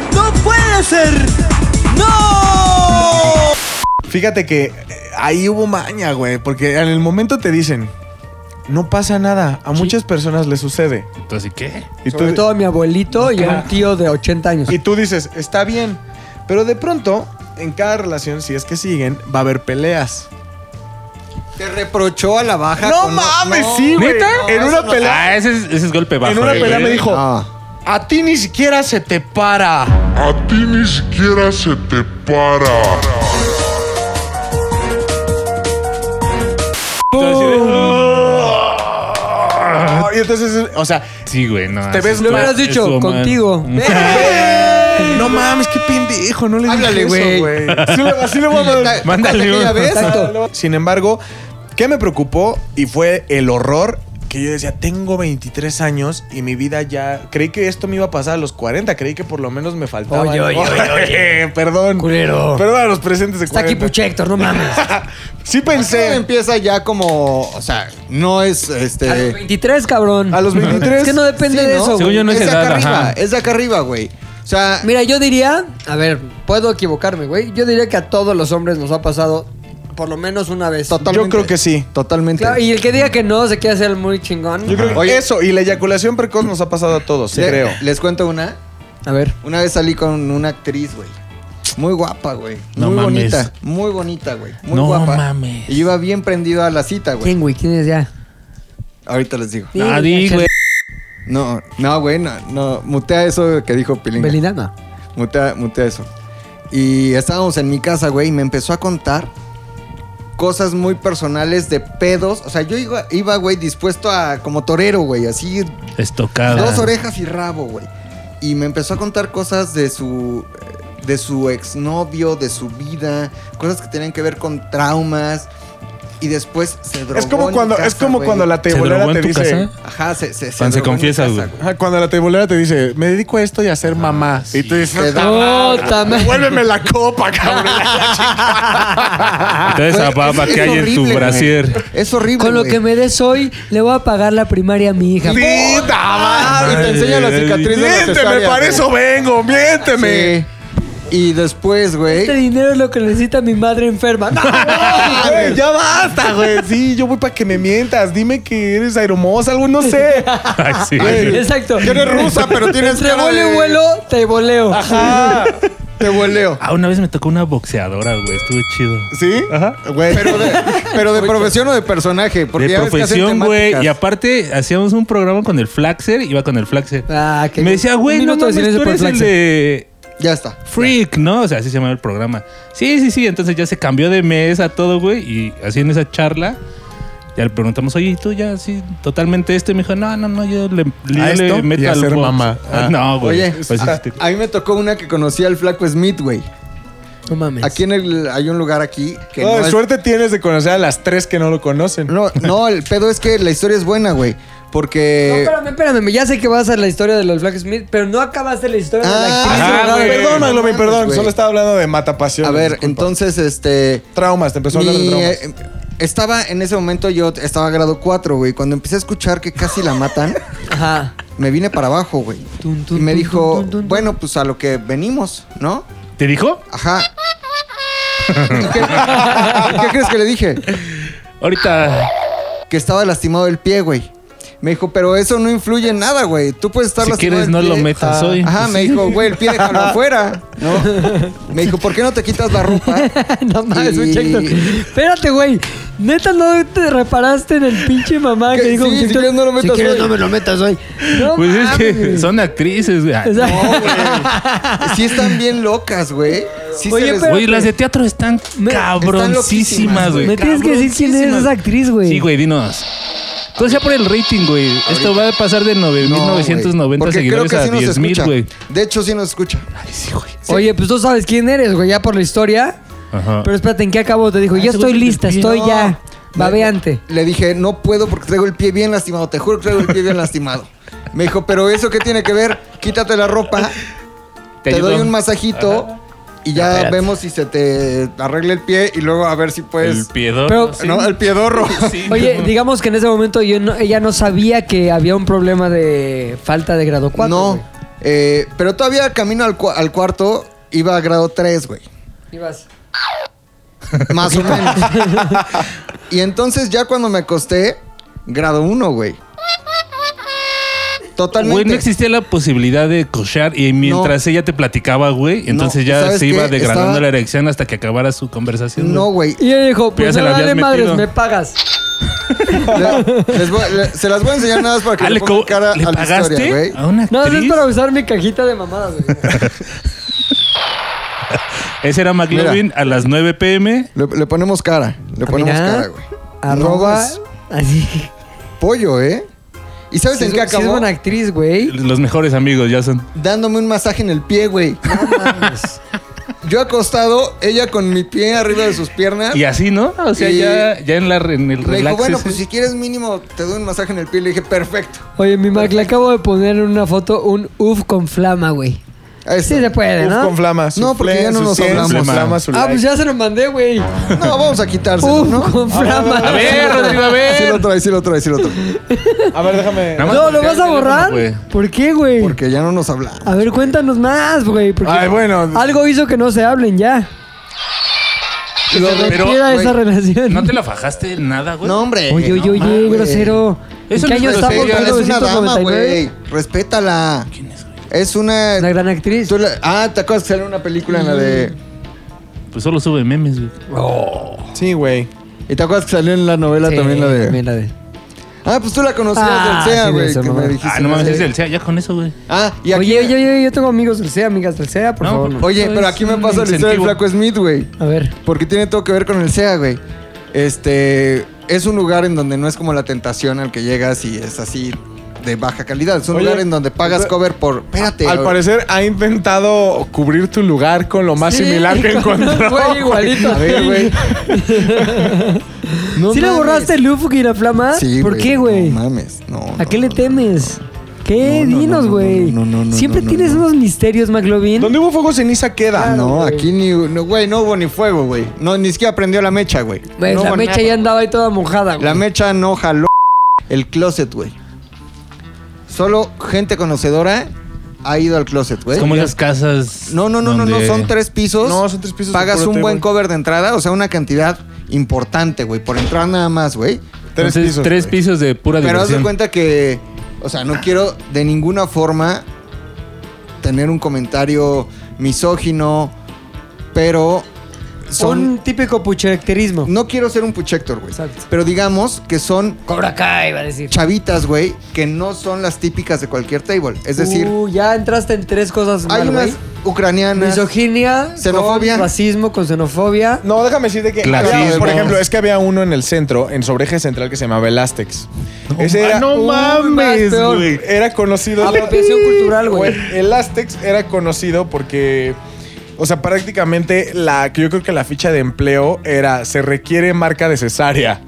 S4: Fíjate que eh, ahí hubo maña, güey. Porque en el momento te dicen, no pasa nada. A muchas personas les sucede.
S5: Entonces, ¿qué?
S4: Y
S1: Sobre
S4: tú-
S1: todo a mi abuelito y a
S4: Claro.
S1: un tío de 80 años.
S4: Y tú dices, está bien. Pero de pronto, en cada relación, si es que siguen, va a haber peleas.
S3: Te reprochó a la baja.
S4: ¡No
S3: con-
S4: mames,
S3: no.
S4: sí, güey!
S3: ¿Neta?
S4: en
S3: No,
S4: una
S3: eso no-
S4: pelea...
S5: Ah, ese es, ese es golpe bajo.
S4: En una
S5: eh,
S4: pelea
S5: güey.
S4: me dijo,
S3: Ah.
S4: a ti ni siquiera se te para.
S7: A ti ni siquiera se te para.
S3: Ah,
S5: Tú así de, "Ah".
S4: Y entonces, o sea,
S5: Sí, güey, no.
S4: Te
S5: eso
S4: ves-
S5: es
S1: Lo
S5: tu-
S1: hubieras
S5: es
S1: dicho,
S5: tu-
S1: contigo.
S5: Mm.
S4: no mames, qué pendejo, no le dije
S3: Háblale,
S4: eso,
S3: güey.
S4: Sí le- Así le voy a mandar.
S5: Mándale
S3: ¿Aquella
S5: un-
S3: vez?
S1: Exacto.
S4: Sin embargo, ¿qué me preocupó? Y fue el horror que yo decía, tengo 23 años y mi vida ya... Creí que esto me iba a pasar a los 40, creí que por lo menos me faltaba...
S1: Oye, oye, oye,
S4: perdón.
S1: Culero.
S4: Perdón a los presentes de
S1: Está aquí
S4: 40.
S1: Puchector, no mames.
S4: Sí
S3: Se
S4: pensé...
S3: empieza ya como. O sea, no es
S1: A los
S3: este.
S1: 23, cabrón.
S4: A los 23.
S1: Es que no depende
S3: Sí,
S1: de
S3: ¿no?
S1: eso,
S5: Según
S1: güey.
S5: yo no es
S3: de
S5: edad,
S3: acá arriba.
S5: ajá.
S3: Es de acá arriba, güey. O sea,
S1: Mira, yo diría, a ver, puedo equivocarme, güey. Yo diría que a todos los hombres nos ha pasado por lo menos una vez.
S3: totalmente.
S4: Yo creo que sí.
S3: Totalmente.
S1: Claro, y el que diga que no se quiere hacer el muy chingón.
S4: Yo creo que
S3: Oye.
S4: eso y la eyaculación precoz nos ha pasado a todos,
S3: Le-
S4: creo.
S3: Les cuento una.
S1: A ver.
S3: Una vez salí con una actriz, güey. Muy guapa, güey.
S5: No
S3: muy
S5: mames.
S3: bonita. Muy bonita, güey. Muy
S5: No
S3: guapa.
S5: mames.
S3: Y yo iba bien prendido a la cita, güey.
S1: ¿Quién, güey? ¿Quién es ya?
S3: Ahorita les digo.
S5: Ah, di, güey.
S3: No, no, güey, no, no. Mutea eso que dijo Pilinga.
S1: Belinda, no.
S3: Mutea, mutea eso. Y estábamos en mi casa, güey, y me empezó a contar cosas muy personales de pedos. O sea, yo iba, iba, güey, dispuesto a como torero, güey, así
S5: Estocada.
S3: Dos orejas y rabo, güey. Y me empezó a contar cosas de su de su exnovio, de su vida, cosas que tenían que ver con traumas. Y después se drogó.
S4: Es como
S3: en
S4: cuando,
S3: mi casa,
S4: es como
S3: güey.
S4: cuando la
S5: ¿Se drogó
S4: teibolera
S5: en
S4: te
S5: tu
S4: dice.
S5: casa?
S3: Ajá, se, se, drogó en
S5: Cuando se
S3: mi
S5: confiesa,
S3: casa,
S5: güey.
S4: Ajá, Cuando la teibolera te dice, me dedico a esto y a
S3: Ah.
S4: ser mamá.
S5: sí.
S4: Y tú dices,
S3: Te da-
S1: ¡Puta madre!
S4: vuélveme la copa, cabrón.
S5: Toda
S3: Güey,
S5: esa Ah, baba
S3: es-
S5: que
S3: es
S5: hay en tu
S3: horrible,
S5: brasier.
S3: Es horrible.
S1: Con lo
S3: güey.
S1: que me des hoy, le voy a pagar la primaria a mi hija.
S3: Ah, y te enseña la cicatriz de la
S4: Miénteme,
S3: cesárea,
S4: para
S3: güey.
S4: eso vengo, miénteme.
S3: Sí. Y después,
S1: Este
S3: güey.
S1: dinero es lo que necesita mi madre enferma. ¡No!
S4: Ah, güey, ya basta, güey. Sí, yo voy para que me mientas. Dime que eres aeromosa, algo, no sé.
S5: Ay, sí.
S1: Exacto.
S3: Que eres rusa, pero tienes
S1: Entre
S3: cara
S1: vuelo
S3: de-
S1: y vuelo, te voleo.
S4: Ajá.
S3: ah, Te voleo.
S5: Ah, una vez me tocó una boxeadora, güey. Estuvo chido.
S4: ¿Sí? Ajá. Güey.
S3: Pero de, pero de profesión o de personaje. Porque
S5: de
S3: ya ves que hacen
S5: profesión, güey.
S3: temáticas.
S5: Y aparte, hacíamos un programa con el Flaxer. Iba con el Flaxer.
S1: Ah, qué-
S5: me decía,
S1: un
S5: güey, no
S1: minuto de
S5: mames, tú
S1: silencio por eh.
S5: eres el
S1: Flaxer.
S5: de
S3: Ya está.
S5: Freak, ¿no? O sea, así se llamaba el programa. Sí, sí, sí. Entonces ya se cambió de mesa todo, güey. Y así en esa charla, ya le preguntamos, oye, ¿y tú ya así totalmente esto? Y me dijo, no, no, no, yo le, yo le
S4: esto?
S5: meto
S4: Y
S5: al
S4: hacer
S5: box".
S4: mamá.
S5: Ah,
S4: Ah.
S5: no, güey.
S3: Oye, Ah.
S5: Pues,
S3: a,
S5: este-
S3: a mí me tocó una que conocía al flaco Smith, güey.
S1: No mames.
S3: Aquí en el, hay un lugar aquí que
S4: No,
S3: no es-
S4: suerte tienes de conocer a las tres que no lo conocen.
S3: No, no, el pedo es que la historia es buena, güey.
S1: No,
S3: Porque...
S1: espérame, espérame. Ya sé que vas a la historia de los Black Smith, pero no acabaste la historia de la
S3: Ah,
S1: actriz.
S3: ajá,
S1: güey.
S4: perdón, perdón,
S3: No
S4: Aglomi,
S3: mames,
S4: perdón.
S3: güey.
S4: Solo estaba hablando de matapasiones.
S3: a ver,
S4: disculpa.
S3: entonces, este...
S4: Traumas, te
S5: Pues,
S4: empezó a hablar de
S3: mi-
S4: traumas.
S3: eh, estaba en ese momento, yo estaba grado 4, güey. Cuando empecé a escuchar que casi la matan,
S1: Ajá.
S3: me vine para abajo, güey.
S1: Tun,
S3: Y
S1: tun,
S3: me
S1: tun,
S3: dijo,
S1: tun, tun, tun.
S3: bueno, pues a lo que venimos, ¿no?
S5: ¿Te dijo?
S3: Ajá. ¿Y qué, y qué crees que le dije?
S5: Ahorita.
S3: Que estaba lastimado el pie, güey. Me dijo, pero eso no influye en nada, güey. Tú puedes estar
S5: Si
S3: lastimado.
S5: quieres,
S3: el
S5: no
S3: pie".
S5: lo metas
S3: Ajá.
S5: hoy.
S3: Ajá,
S5: Pues
S3: me
S5: sí.
S3: dijo, güey, el pie déjalo afuera, ¿no? Me dijo, ¿por qué no te quitas la ropa?
S1: no mames, un
S3: Y-
S1: Chector. Espérate, güey. Neta, no te reparaste en el pinche mamá que
S3: Que
S1: dijo
S3: sí,
S1: un
S3: si
S1: Chector?
S3: quieres no lo metas
S1: quieres
S3: hoy.
S1: no me lo metas hoy. No
S5: Pues es que
S1: mames.
S5: son actrices, güey.
S1: O sea,
S3: Sí están bien locas, güey. Sí se
S1: Oye,
S3: les-
S1: pero-
S5: Güey, las de teatro están cabroncísimas,
S3: loquísimas,
S5: güey.
S1: Me tienes que decir quién es esa actriz, güey.
S5: Sí, güey, dinos. Entonces ya por el rating, güey. Esto va a pasar de
S3: No, güey.
S5: 9.990
S3: Porque creo
S5: seguidores
S3: que
S5: a
S3: sí nos
S5: 10.000,
S3: escucha.
S5: güey.
S3: De hecho, sí nos escucha.
S5: Ay, sí, Ah. güey.
S1: Oye, pues tú sabes quién eres, güey, ya por la historia.
S5: Ajá.
S1: Pero espérate, ¿en qué acabó? Te dijo,
S5: Ah,
S1: ya
S5: ese
S1: estoy
S5: güey se
S1: lista,
S5: limpió.
S1: estoy
S3: No.
S1: ya babeante.
S3: Le dije, no puedo porque traigo el pie bien lastimado. Te juro que traigo el pie bien lastimado. Me dijo, pero ¿eso qué tiene que ver? Quítate la ropa, te,
S5: ayudo.
S3: doy un masajito y ya vemos si se te arregla el pie y luego a ver si
S5: El
S3: puedes...
S5: piedón.
S1: Pero-
S5: sí.
S3: ¿No? El piedorro.
S5: Sí.
S1: Oye, digamos que en ese momento yo no- ella no sabía que había un problema de falta de grado 4.
S3: no, eh, pero todavía camino al, cua- al cuarto iba a grado 3, güey.
S1: Ibas.
S3: Más o menos. y entonces ya cuando me acosté, grado 1, güey. Totalmente.
S5: Güey, no existía la posibilidad de cochar y mientras ella te platicaba, güey, entonces
S3: No,
S5: ya
S3: ¿sabes
S5: se iba
S3: qué?
S5: degradando
S3: Estaba-
S5: la erección hasta que acabara su conversación.
S3: No,
S5: güey.
S3: güey.
S1: Y ella dijo,
S5: Pero ya
S1: pues
S5: se
S1: no,
S5: la habías
S1: dale madres,
S5: metido.
S1: me pagas.
S3: Le- les voy- le- se las voy a enseñar nada más para que
S5: Ah,
S3: le
S5: ¿le,
S3: pongan
S5: co-
S3: cara
S5: ¿le
S3: a la
S5: pagaste Ah.
S3: historia, güey.
S5: a una
S1: No, eso es
S5: actriz?
S1: para usar mi cajita de mamadas, güey.
S5: Ese era McLovin a las 9 pm.
S3: Le, le ponemos cara. Le ponemos
S1: Ah, Mira,
S3: cara, güey.
S1: Arroba.
S3: No,
S1: Así.
S3: es pollo, ¿eh? ¿Y sabes
S1: Sí,
S3: en qué
S1: es- sí es
S3: acabó?
S1: buena actriz, güey.
S5: Los mejores amigos ya son.
S3: Dándome un masaje en el pie, güey.
S1: No mames.
S3: Yo acostado, ella con mi pie arriba de sus piernas.
S5: Y así, ¿no? O sea,
S3: Y-
S5: ya, ya en, la, re- en
S3: me
S5: el
S3: dijo,
S5: relax.
S3: bueno,
S5: ese.
S3: pues si quieres mínimo te doy un masaje en el pie. Le dije, perfecto.
S1: Oye, mi Mac, le acabo de poner en una foto un uf con flama, güey.
S3: Ahí está.
S1: Sí se puede,
S4: Uf,
S1: ¿no?
S4: con flamas.
S3: ¿Eh, No, porque ya no nos hablamos.
S1: Ah, pues ya se lo mandé, güey. Uf
S3: No, vamos a quitárselo, ¿no?
S1: con flama.
S5: A ver, Rodrigo, a
S3: Sí
S5: ver.
S3: lo trae, sí lo trae, sí lo trae.
S4: A ver, déjame.
S5: Nada más
S1: No, ¿lo
S5: voltea
S1: vas a
S5: el
S1: borrar?
S5: teléfono, güey.
S1: ¿Por qué, güey?
S3: Porque ya no nos hablamos.
S1: A ver, cuéntanos más, güey. porque
S4: Ay, bueno.
S1: Algo hizo que no se hablen ya. Que se
S5: Pero,
S1: requiera
S3: güey,
S1: esa relación.
S5: ¿No te la fajaste en nada, güey?
S3: No, hombre.
S1: Oye, oye,
S3: no
S1: oye,
S3: mames.
S1: grosero. ¿En
S5: Eso
S1: qué
S5: no es
S1: año estamos?
S5: grosería,
S3: Respeta, es una dama,
S1: 1999.
S3: güey. Respétala. ¿Quién es, Es una.
S1: Una gran actriz.
S3: tú la- Ah, ¿te acuerdas que salió una película en la de.
S5: Pues solo sube memes, güey.
S4: Sí, güey.
S3: ¿Y te acuerdas que salió en la novela
S1: Sí,
S3: también la de.
S1: también la de.
S3: Ah, pues tú la conocías
S1: Ah,
S3: del CEA,
S1: sí, de
S3: güey.
S1: esa
S3: que me
S1: mamá.
S3: dijiste.
S5: Ah, no mames,
S3: Sí.
S5: es el SEA, ya con eso, güey.
S3: Ah, y aquí.
S1: Oye, oye, oye, yo tengo amigos del CEA, amigas del CEA, por
S5: No,
S1: favor. no.
S3: Oye, pero aquí me pasa la historia del
S5: Incentivo.
S3: Flaco Smith, güey.
S1: A ver.
S3: Porque tiene todo que ver con el SEA, güey. Este. Es un lugar en donde no es como la tentación al que llegas y es así de baja calidad. Es un
S4: Oye,
S3: lugar en donde pagas
S4: pero-
S3: cover por. Espérate.
S4: Al
S3: güey.
S4: parecer ha intentado cubrir tu lugar con lo más
S1: Sí,
S4: similar que
S1: con un
S4: encontró.
S1: güey igualito.
S3: A ver, güey. No
S1: ¿Sí le
S3: mames.
S1: borraste el UFO y la flama?
S3: Sí,
S1: ¿Por qué, güey?
S3: No mames. No.
S1: ¿A
S3: no,
S1: qué le
S3: no,
S1: temes? ¿Qué?
S3: No, no,
S1: Dinos,
S3: no,
S1: güey.
S3: no, no, no, no,
S1: Siempre
S3: no,
S1: tienes
S3: no.
S1: unos misterios, McLovin.
S4: Donde hubo fuego, ceniza queda.
S3: Ah, No, No,
S1: güey.
S3: aquí ni. no, Güey, no, hubo ni fuego, güey. No, ni siquiera prendió la mecha, güey.
S1: Pues,
S3: No
S1: la
S3: hubo
S1: mecha
S3: nada.
S1: ya andaba ahí toda mojada, güey.
S3: La mecha no jaló el closet, güey. Solo gente conocedora ha ido al closet, güey.
S5: Es como esas casas.
S3: No, no, no, no, no,
S5: donde-
S3: son tres pisos.
S4: No, son tres pisos de
S3: Pagas
S4: puro
S3: un
S4: té,
S3: buen
S4: güey.
S3: cover de entrada, o sea, una cantidad importante, güey, por entrar nada más, güey.
S4: Tres
S5: Entonces,
S4: pisos.
S5: Tres
S4: güey.
S5: pisos de pura
S3: Pero haz de
S5: diversión.
S3: cuenta que, o sea, no quiero de ninguna forma tener un comentario misógino, pero son...
S1: Un típico puchecterismo.
S3: No quiero ser un puchector, güey.
S1: Exacto.
S3: Pero digamos que son
S1: Cobra Kai, va a decir.
S3: chavitas, güey, que no son las típicas de cualquier table. Es decir,
S1: Uh, ya entraste en tres cosas
S3: hay
S1: mal,
S3: unas
S1: güey.
S3: ucranianas.
S1: Misoginia,
S3: Xenofobia.
S1: con racismo, con xenofobia.
S4: No, déjame decirte que.
S5: Clasismo.
S4: había, por ejemplo, es que había uno en el centro, en sobre eje central, que se llamaba el Aztecs. Ese
S5: ma-
S4: era.
S5: no
S4: Uy,
S1: mames,
S4: más peor.
S5: güey.
S4: Era conocido.
S1: Apropiación cultural, güey.
S4: El Aztecs era conocido porque. O sea, prácticamente la que yo creo que la ficha de empleo era se requiere marca de cesárea.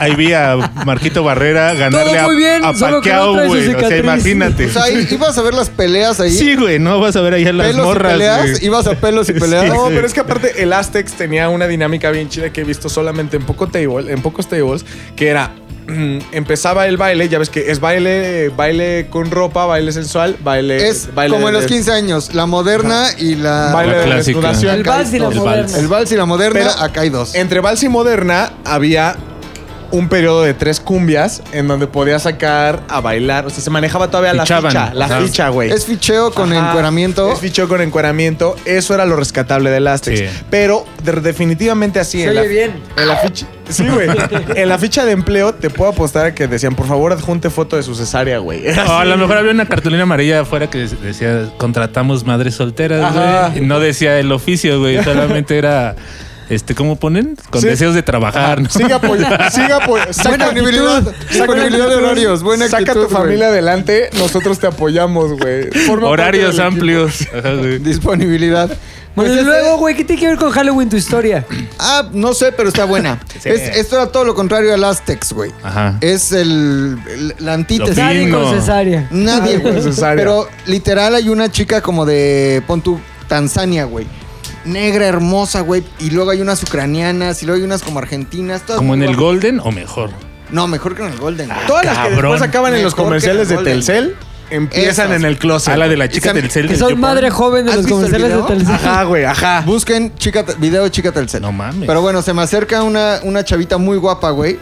S5: Ahí vi a Marquito Barrera ganarle
S1: muy bien,
S5: a, a
S1: solo que no
S5: Pacquiao,
S1: trae su
S5: güey. O sea,
S1: cicatriz.
S5: imagínate.
S3: O sea, Pues ahí ibas a ver las peleas ahí.
S5: sí, güey, no vas a ver ahí a las
S3: pelos
S5: morras.
S3: y peleas.
S5: güey.
S3: Ibas a pelos y peleas.
S4: No, pero es que aparte el Aztecs tenía una dinámica bien chida que he visto solamente en, poco table, en pocos tables, que era, mm, empezaba el baile, ya ves que es baile, baile con ropa, baile sensual, baile...
S3: Es
S4: Eh, baile
S3: como en
S4: de-
S3: los ah, 15 años, la moderna y la...
S4: Baile
S5: La
S4: de
S5: clásica.
S4: desnudación.
S1: El vals y la
S5: El
S1: moderna.
S5: vals.
S3: El vals y la moderna,
S4: Pero-
S3: acá hay dos.
S4: Entre vals y moderna había un periodo de tres cumbias en donde podía sacar a bailar. O sea, se manejaba todavía la
S5: Fichaban.
S4: ficha. La
S5: Ajá.
S4: ficha, güey.
S3: Es ficheo con
S4: Ajá.
S3: encueramiento.
S4: Es fichó con encueramiento. Eso era lo rescatable del Aztecs.
S5: Sí.
S4: Pero de- definitivamente así.
S1: Se
S4: en la-
S1: oye bien.
S4: En la ficha. Sí, güey. en la ficha de empleo te puedo apostar a que decían, por favor, adjunte foto de su cesárea, güey. Era
S5: O a
S4: así.
S5: lo mejor había una cartulina amarilla afuera que decía contratamos madres solteras,
S4: Ajá.
S5: güey. Y No decía el oficio, güey. Solamente era este, ¿cómo ponen? Con
S4: Sí.
S5: deseos de trabajar, ¿no?
S4: Siga apoyando. Siga apoyando.
S3: Ah, pues, Disponibilidad, disponibilidad de horarios, buena
S4: Saca
S3: actitud,
S4: tu
S3: güey.
S4: familia adelante, nosotros te apoyamos, güey. Forma
S5: Horarios
S4: parte del equipo.
S5: amplios. Ajá, güey.
S3: Disponibilidad.
S1: Bueno,
S3: Pues
S1: y
S3: ese-
S1: luego, güey, ¿qué tiene que ver con Halloween tu historia?
S3: Ah, no sé, pero está buena.
S5: Sí.
S3: Es- esto era todo lo contrario al Aztex, güey.
S5: Ajá.
S3: Es el, el- la antítesis.
S5: Lo vi.
S1: Nadie con
S5: no.
S1: cesárea.
S3: Nadie, güey.
S4: Necesario.
S3: Pero literal hay una chica como de, pon tu, Tanzania, güey. Negra, hermosa, güey. Y luego hay unas ucranianas, y luego hay unas como argentinas. todas
S5: Como en
S3: muy
S5: el Ah.
S3: guapas.
S5: Golden o mejor.
S3: No, mejor que en el Golden, güey.
S4: Todas las que después
S5: Cabrón.
S4: acaban en los
S3: Mejor que
S4: comerciales de
S3: Golden.
S4: Telcel empiezan
S3: Esas.
S4: en el closet.
S5: A la de la
S3: Y
S5: chica
S3: se-
S5: del cel.
S1: Que
S5: del
S1: son
S5: Yopon.
S1: madre joven de
S3: ¿Has
S1: los
S3: visto el
S1: comerciales de
S3: video?
S1: Telcel.
S4: Ajá, güey, ajá.
S3: Busquen chica, video chica Telcel.
S5: No mames.
S3: Pero bueno, se me acerca una, una chavita muy guapa, güey.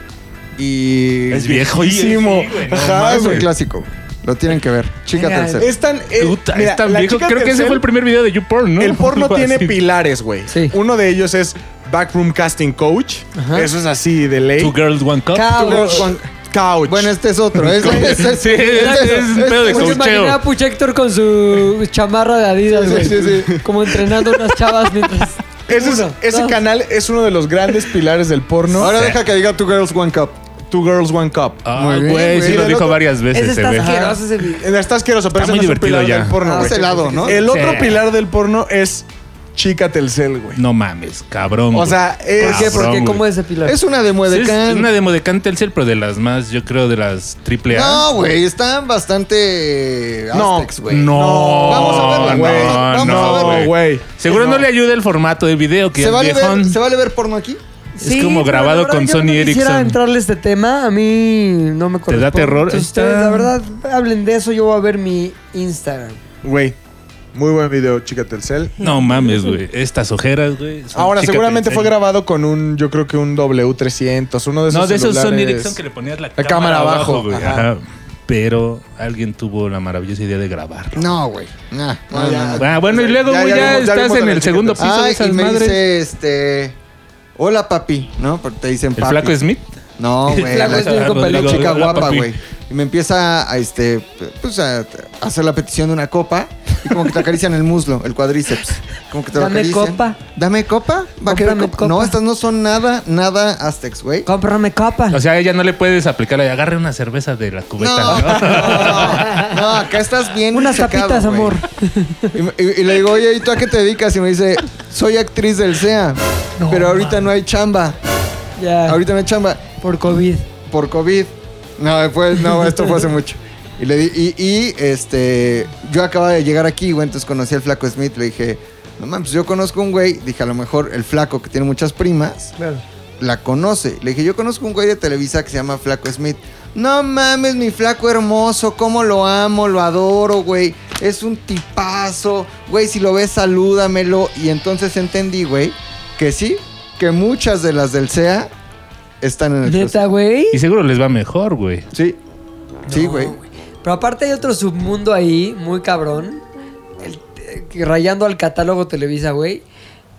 S3: Y.
S5: Es viejísimo.
S4: viejísimo.
S5: güey, no
S4: Ajá,
S3: Ah,
S5: mames.
S3: es un
S4: güey.
S3: clásico. güey. Lo tienen que ver. Chica
S1: Venga,
S3: Telcel.
S4: Es tan, eh,
S5: Puta,
S4: mira,
S5: es tan
S4: la
S5: viejo.
S4: chica
S5: Creo que ese
S4: Telcel-
S5: fue el primer video de YouPorn, ¿no?
S4: El porno
S5: Algo
S4: tiene
S5: así.
S4: pilares, güey.
S1: Sí.
S4: Uno de ellos es Backroom Casting Coach.
S1: Ajá.
S4: Eso es así de ley.
S5: Two Girls, One Cup.
S1: Ca-
S4: Couch.
S3: Juan-
S4: Couch.
S3: Bueno, este es otro. Es, es- es-
S5: Sí, es- es un pedo de
S1: Pues
S5: cocheo.
S1: imagina a Puch Héctor con su chamarra de Adidas, güey.
S3: Sí, sí, sí.
S1: Como entrenando unas chavas mientras.
S4: ese es-
S1: Uno,
S4: ese
S1: dos.
S4: canal es uno de los grandes pilares del porno.
S3: Ahora deja que diga Two Girls One Cup.
S4: Two Girls, One Cup.
S5: Ah,
S3: Muy bien,
S5: güey,
S3: güey.
S5: sí lo
S4: El
S5: dijo
S4: otro-
S5: varias
S1: Ese
S5: veces,
S1: está
S5: güey.
S1: asqueroso ese video.
S4: Está asqueroso, pero
S5: Está
S4: ese
S5: muy
S4: no es un
S5: divertido
S4: pilar
S5: ya.
S4: del porno,
S3: Ah,
S4: güey.
S3: ese lado, ¿no?
S4: El otro
S5: Sí.
S4: pilar del porno es Chica Telcel, güey.
S5: No mames, cabrón.
S4: O
S5: güey.
S4: sea, es...
S1: ¿Por qué?
S5: Cabrón,
S1: Porque
S5: güey.
S1: cómo es ese pilar.
S3: Es una demo
S5: Sí,
S3: de
S5: es
S3: can.
S5: una demo de Can Telcel, pero de las más, yo creo, de las triple A.
S3: No, güey. Están bastante.
S4: No,
S3: Aztecs, güey.
S5: No,
S3: Vamos a verlo, güey.
S5: no,
S3: Vamos
S5: no,
S3: a verlo.
S5: güey.
S4: güey.
S5: Seguro no. le ayuda el formato de video que
S3: ¿Se
S5: es
S3: vale, ver,
S5: viejón.
S3: ¿Se vale ver porno aquí?
S5: es
S1: pero
S5: como
S1: la
S5: grabado
S1: verdad,
S5: con
S1: yo
S5: Sony
S1: no quisiera
S5: Ericsson.
S1: entrarle a este tema, a mí no me corresponde.
S5: terror?
S1: Entonces,
S5: Está-
S1: ustedes, la verdad, hablen de eso, yo voy a ver mi Instagram.
S4: Güey, muy buen video, Chica Telcel.
S5: No mames, güey. Estas ojeras, güey. son
S4: Ahora,
S5: chica
S4: seguramente
S5: Telcel.
S4: fue grabado con un, yo creo que un W300, uno de esos
S5: No, de esos Sony
S4: celulares.
S5: Ericsson que le ponías la,
S4: cámara abajo,
S5: güey.
S4: ajá.
S5: Ajá. Pero alguien tuvo la maravillosa idea de grabar.
S3: No, güey. Nah, no,
S4: No,
S3: no,
S4: ya.
S3: no.
S5: Ah, bueno, pues, y luego,
S4: Ya,
S5: güey,
S4: ya
S5: ya,
S4: vimos- ya
S5: estás
S4: vimos
S5: en
S4: la
S5: el
S4: chica
S5: segundo piso de
S3: Ay, y
S5: esas
S3: me
S5: madres.
S3: dice este. Hola, papi, ¿no? Porque te dicen
S5: ¿El
S3: papi.
S5: flaco Smith?
S3: No, güey.
S1: El flaco
S3: la-
S1: Smith con
S3: la
S1: peluca.
S3: chica
S5: Hola,
S3: guapa,
S5: papi.
S3: güey. Y me empieza a, este, pues a a hacer la petición de una copa y como que te acarician el muslo, el cuadríceps. Como que te lo
S1: Dame
S3: acarician.
S1: copa.
S3: Dame copa. Va a querer
S1: Cómprame
S3: copa.
S1: copa.
S3: No, estas no son nada, nada aztecs, güey.
S1: Cómprame capa.
S5: O sea, ella no le puedes aplicar la de agarre una cerveza de la cubeta.
S3: No,
S5: ¿no?
S3: no, no, acá estás bien.
S1: Unas
S3: checado,
S1: tapitas,
S3: güey.
S1: amor.
S3: Y, me- y- y le digo, oye, ¿y tú a qué te dedicas? Y me dice, soy actriz del SEA, pero ahorita no hay chamba.
S1: Ya,
S3: Ahorita no hay chamba.
S1: por COVID.
S3: por COVID. No, después, no, esto fue hace mucho. Y le di, y, y, este, yo acababa de llegar aquí, güey, entonces conocí al flaco Smith, le dije, no mames, yo conozco un güey, dije, a lo mejor el flaco que tiene muchas primas,
S1: Claro.
S3: la conoce. Le dije, yo conozco un güey de Televisa que se llama Flaco Smith. No mames, mi flaco hermoso, cómo lo amo, lo adoro, güey. Es un tipazo, güey, si lo ves, salúdamelo. Y entonces entendí, güey, que sí, que muchas de las del SEA están en el closet.
S1: Neta, güey.
S5: Y seguro les va mejor, güey.
S3: Sí. Sí, güey.
S1: Pero aparte hay otro submundo ahí, muy cabrón. El- eh, rayando al catálogo Televisa, güey.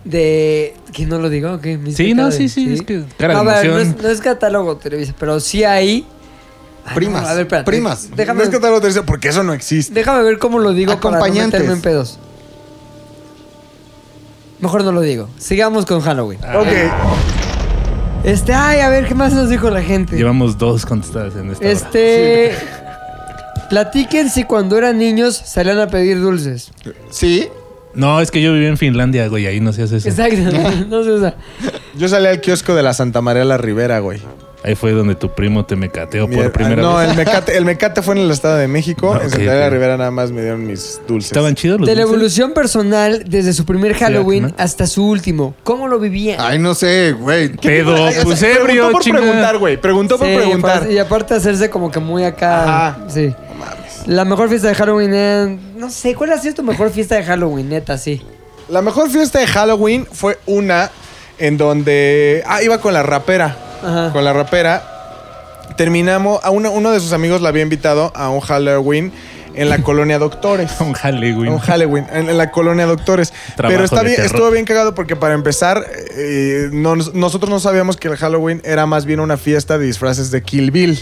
S1: De. ¿Quién no lo digo? ¿Qué? ¿Me
S5: Sí,
S1: hice
S5: no,
S1: cara
S5: sí, sí, es que cara de
S1: No, a ver, no,
S5: emoción.
S1: es, no es catálogo Televisa, pero sí hay. Ay,
S3: Primas,
S1: Ah, no, a ver, espérate.
S3: primas.
S1: Déjame,
S4: No es catálogo tercero, porque eso no existe.
S1: déjame ver cómo lo digo para no
S3: Acompañantes.
S1: meterme en pedos. Mejor no lo digo. Sigamos con Halloween.
S5: Ah.
S4: Ok.
S1: Este, ay, a ver, ¿qué más nos dijo la gente?
S5: Llevamos dos contestadas en esta hora.
S1: Este. Platiquen si cuando eran niños salían a pedir dulces.
S3: Sí,
S5: No, es que yo viví en Finlandia, güey, ahí no se hace eso.
S1: Exacto, no se usa.
S4: Yo salí al kiosco de la Santa María la Rivera, güey.
S5: Ahí fue donde tu primo te mecateó
S4: Mira,
S5: por primera
S4: no,
S5: vez.
S4: el mecate, el mecate fue en el Estado de México.
S5: Ah,
S4: en
S5: ok,
S4: Santa María la
S5: ok.
S4: Rivera nada más me dieron mis dulces.
S5: ¿Estaban chidos los
S1: De la
S5: dulces?
S1: evolución personal desde su primer Halloween
S5: ¿no?
S1: hasta su último. ¿Cómo lo vivían?
S3: ay, no sé, güey.
S5: Pedo,
S4: Ay, o sea,
S5: pues
S4: Preguntó
S5: ebrio,
S4: por
S5: chinga.
S4: preguntar, güey. Preguntó por
S1: Sí, pues,
S4: preguntar.
S1: aparte- Y aparte hacerse como que muy acá.
S4: Ajá.
S1: Sí. La mejor fiesta de Halloween era- No sé, ¿cuál ha sido tu mejor fiesta de Halloween, neta? Sí.
S4: La mejor fiesta de Halloween fue una en donde. Ah, iba con la rapera.
S1: Ajá.
S4: Con la rapera. Terminamos. A uno, uno de sus amigos la había invitado a un Halloween en la colonia Doctores.
S5: Un jale, güey.
S4: Un Halloween en, en la colonia Doctores.
S5: Trabajo
S4: Pero está
S5: de
S4: bien,
S5: terror.
S4: estuvo bien cagado porque para empezar, eh, no- nosotros no sabíamos que el Halloween era más bien una fiesta de disfraces de Kill Bill.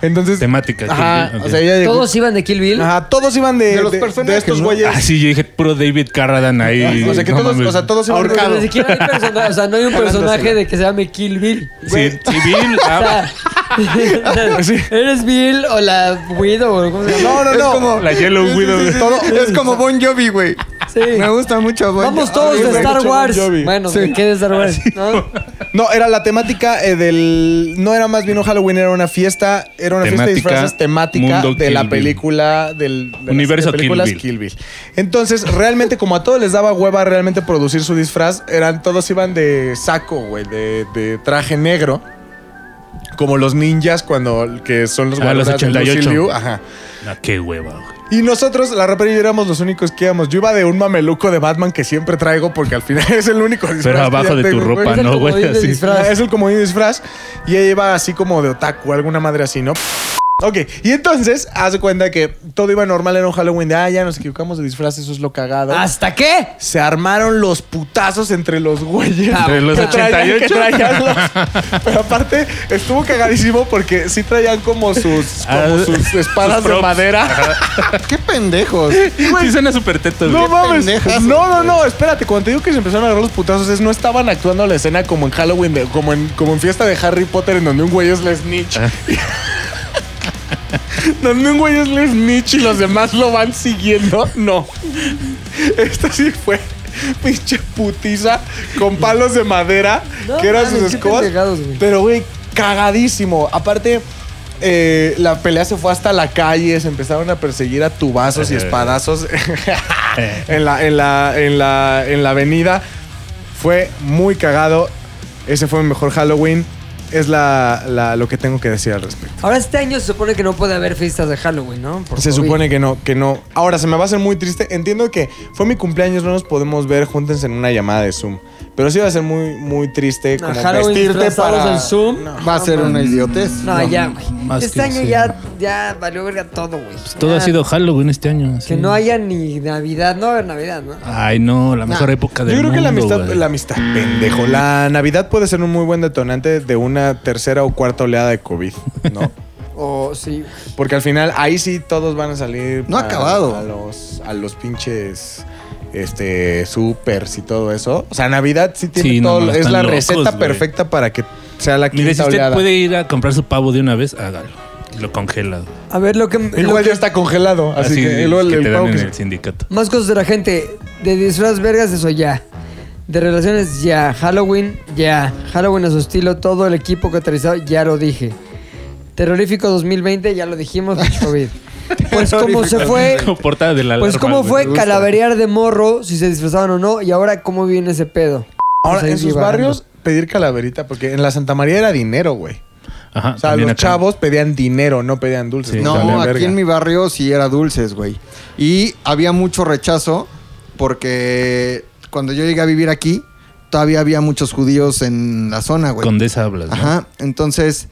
S4: Entonces.
S5: Temática, Kill
S4: Ajá,
S5: Bill, ok.
S4: o sea, ella llegó-
S1: Todos iban de Kill Bill.
S4: Ajá, todos iban de,
S3: De los
S4: de- de
S3: personajes,
S4: estos
S3: ¿no?
S4: güeyes.
S5: Ah, sí, yo dije puro David Carradine ahí.
S4: O sea, que
S5: no
S4: todos,
S5: mames.
S4: o sea, todos iban
S1: Porque
S4: ahorcados.
S1: Ni siquiera hay persona- o sea, no hay un personaje de que se llame Kill Bill.
S5: Sí, civil.
S1: O
S5: ah,
S1: sea, ¿Eres Bill o la Widow? o ¿Cómo se llama?
S4: No, no,
S3: Es
S4: no.
S3: como-
S5: la Yellow Widow.
S3: Todo- es como Bon Jovi, güey.
S1: Sí.
S3: Me gusta mucho Bon
S1: Vamos
S3: Jovi.
S1: todos
S4: Ay,
S1: de
S4: güey,
S1: Star
S4: mucho
S1: Wars.
S4: Bon Jovi.
S1: Bueno,
S4: Sí.
S1: ¿de qué de Star Wars? ¿No?
S4: No, era la temática eh, del. No era más bien un Halloween, era una fiesta. Era una fiesta de
S5: Temática,
S4: disfraces temática
S5: mundo
S4: de
S5: Kill
S4: la
S5: Bill.
S4: película del. de las
S5: Universo
S4: películas
S5: Kill Bill.
S4: Entonces, realmente, como a todos les daba hueva realmente producir su disfraz, eran todos iban de saco, güey, de, de traje negro. Como los ninjas cuando. que son los
S5: Ah, los
S4: guardias de Lucy
S5: 88.
S4: Liu, Ajá.
S5: ah, qué hueva, güey.
S4: Y nosotros, la rapera y yo éramos los únicos que íbamos. Yo iba de un mameluco de Batman que siempre traigo porque al final es el único disfraz. que
S5: abajo
S4: ya
S5: de tu
S4: tengo, güey.
S5: ropa,
S1: Es el
S5: no, güey,
S1: comodín del
S5: así.
S1: disfraz.
S4: Ah, Es el comodín de disfraz. Y ella iba así como de otaku, alguna madre así, ¿no? Ok, y entonces hace cuenta que todo iba normal en un Halloween de, ah, ya nos equivocamos de disfraz, eso es lo cagado.
S1: ¿Hasta qué? Ah,
S4: se armaron los putazos entre los güeyes.
S5: Entre los
S4: que traían-
S5: 88.
S4: que traían los- Pero aparte, estuvo cagadísimo porque sí traían como sus, como
S5: Ah,
S4: sus espadas
S5: sus
S4: de
S5: props.
S4: madera.
S3: Qué pendejos.
S5: Sí, suena súper teto,
S4: No
S5: güey.
S4: mames.
S3: pendejas,
S4: No, no, no, espérate. Cuando te digo que se empezaron a agarrar los putazos, es no estaban actuando la escena como en Halloween, de- como, en, como en fiesta de Harry Potter, en donde un güey es la snitch. donde un güey es la snitch y los demás lo van siguiendo. No. Esto sí fue. Pinche putiza con palos de madera
S1: No
S4: que eran
S1: mames,
S4: sus
S1: qué
S4: escobas.
S1: pendejados, güey.
S4: Pero, güey, cagadísimo. Aparte, eh, la pelea se fue hasta la calle. Se empezaron a perseguir a tubazos y espadazos en, la, en, la, en, la, en la avenida. Fue muy cagado. Ese fue mi mejor Halloween. Es la, la- lo que tengo que decir al respecto.
S1: Ahora este año se supone que no puede haber fiestas de Halloween, ¿no? Por
S4: Se
S1: COVID.
S4: supone que no, que no. Ahora, se me va a hacer muy triste. Entiendo que fue mi cumpleaños, no nos podemos ver, júntense en una llamada de Zoom. Pero sí va a ser muy, muy triste
S1: No,
S4: como
S1: Halloween
S4: vestirte
S1: disfrazados
S4: para...
S1: en Zoom.
S4: No.
S3: Va a ser una idiotez.
S1: No, ya, güey.
S5: más
S1: Este
S5: que
S1: año
S5: sí.
S1: ya, ya valió verga todo, güey.
S5: Pues Todo
S1: Ya,
S5: ha sido Halloween este año.
S1: Que
S5: sí.
S1: no haya ni Navidad. No va a haber Navidad, ¿no?
S5: Ay, no, la mejor época del
S4: Yo creo
S5: mundo.
S4: que la amistad,
S5: güey.
S4: la amistad, pendejo. La Navidad puede ser un muy buen detonante de una tercera o cuarta oleada de COVID, ¿no?
S1: O sí.
S4: Porque al final ahí sí todos van a salir.
S3: No ha
S4: a-
S3: acabado.
S4: A los, a los pinches. Este, supers y todo eso. O sea, Navidad sí tiene
S5: Sí, no,
S4: todo.
S5: no,
S4: es
S5: están
S4: la
S5: locos,
S4: receta
S5: güey.
S4: perfecta para que sea la
S5: Mire, si
S4: quinta
S5: usted
S4: oleada.
S5: puede ir a comprar su pavo de una vez, hágalo. Y lo congela. güey.
S1: A ver lo que... lo
S4: Igual
S1: que-
S4: ya está congelado. Así,
S5: Así,
S4: que, y luego el,
S5: que
S4: el
S5: te
S4: pavo
S5: dan en
S4: que se-
S5: el sindicato.
S1: Más cosas de la gente. De disfraz vergas, eso ya. De relaciones, ya. Halloween, ya. Halloween a su estilo, todo el equipo catarizado, ya lo dije. Terrorífico 2020, ya lo dijimos, COVID. Pues como se fue...
S5: Como portada de la
S1: Pues
S5: alarma,
S1: cómo
S5: güey.
S1: fue calaverear de morro, si se disfrazaban o no, y ahora cómo viene ese pedo.
S4: Ahora,
S1: Pues ahí
S4: en sus
S1: divagando.
S4: barrios, pedir calaverita. Porque en la Santa María era dinero, güey.
S5: Ajá,
S4: O sea,
S5: también
S4: los
S5: acá.
S4: chavos pedían dinero, no pedían dulces.
S5: Sí,
S4: no,
S3: No,
S4: valían
S3: aquí
S4: verga.
S3: en mi barrio sí era dulces, güey. Y había mucho rechazo porque cuando yo llegué a vivir aquí, todavía había muchos judíos en la zona, güey.
S5: Condesa hablas. ¿no?
S3: Ajá, entonces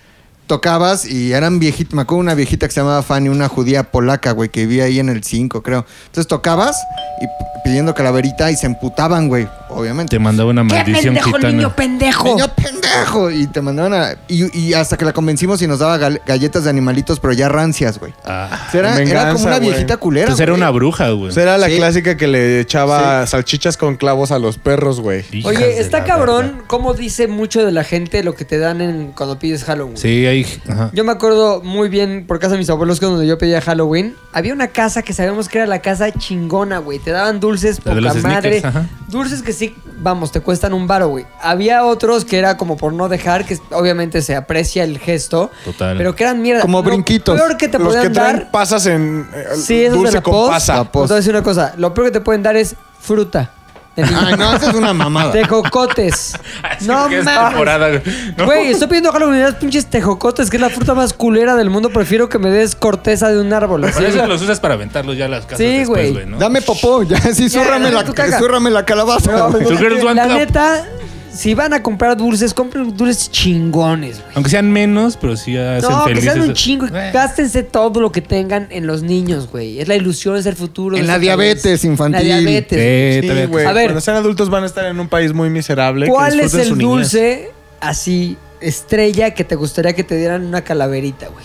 S3: tocabas y eran viejitas. Me acuerdo una viejita que se llamaba Fanny, una judía polaca, güey, que vivía ahí en el 5, creo. Entonces tocabas y p- pidiendo calaverita y se emputaban, güey, obviamente.
S5: Te mandaba una
S8: ¡Qué
S5: maldición
S8: pendejo,
S5: gitana.
S8: niño pendejo!
S3: ¡Niño pendejo! Y te mandaban a. Y, y hasta que la convencimos y nos daba gal- galletas de animalitos, pero ya rancias, güey.
S5: Ah.
S3: O sea, Era, era
S4: Venganza,
S3: como una
S4: güey.
S3: viejita culera.
S5: Entonces era
S3: güey.
S5: una bruja, güey.
S4: Será la
S3: Sí.
S4: clásica que le echaba salchichas con clavos a los perros, güey.
S5: Hijas
S1: Oye,
S5: de
S1: está
S5: la
S1: cabrón
S5: verga.
S1: cómo dice mucho de la gente lo que te dan en, cuando pides Halloween.
S5: Sí, ahí. ajá.
S1: Yo me acuerdo muy bien por casa de mis abuelos que donde yo pedía Halloween. Había una casa que sabíamos que era la casa chingona, güey. Te daban dulces
S5: La
S1: poca
S5: de los
S1: madre.
S5: sneakers, ajá.
S1: Dulces que sí, vamos, te cuestan un baro, güey. Había otros que era como por no dejar, que obviamente se aprecia el gesto.
S5: Total.
S1: Pero que eran mierda.
S3: Como
S1: Lo
S3: brinquitos.
S1: peor que te
S4: los que
S1: podían
S4: traen
S1: dar.
S4: pasas en eh,
S1: Sí, esos de
S4: dulce
S1: la
S4: con
S1: pos.
S4: pasa.
S3: La pos.
S1: Te voy a decir una cosa. Lo peor que te pueden dar es fruta. De niño.
S3: Ay, no, esa es una mamada.
S1: Tejocotes. no
S5: Porque es
S1: mames.
S5: temporada, güey. No.
S1: Güey, estoy pidiendo Halloween y me das pinches tejocotes, que es la fruta más culera del mundo. Prefiero que me des corteza de un árbol. así.
S5: Pero esos los usas para aventarlos ya a las casas
S1: Sí, güey.
S5: después, güey, ¿no?
S3: Dame popó, ya, sí,
S1: Ya,
S3: zúrrame,
S1: dame
S3: la,
S1: tu caca.
S3: zúrrame la calabaza.
S1: No,
S3: güey.
S5: Two girls, one
S1: la
S5: cup.
S1: neta, si van a comprar dulces, compren dulces chingones, güey.
S5: Aunque sean menos, pero sí hacen
S1: No, que
S5: felices.
S1: sean un chingo. y
S5: Eh.
S1: Gástense todo lo que tengan en los niños, güey. Es la ilusión, es el futuro.
S3: En
S1: es
S3: la
S1: el-
S3: diabetes infantil.
S1: La
S5: Sí,
S1: diabetes.
S4: Sí,
S5: todavía-
S4: güey. Ah,
S1: A ver.
S4: Cuando sean adultos van a estar en un país muy miserable. que
S1: ¿Cuál es
S4: disfruten su
S1: el
S4: niñez.
S1: dulce así, estrella, que te gustaría que te dieran una calaverita, güey?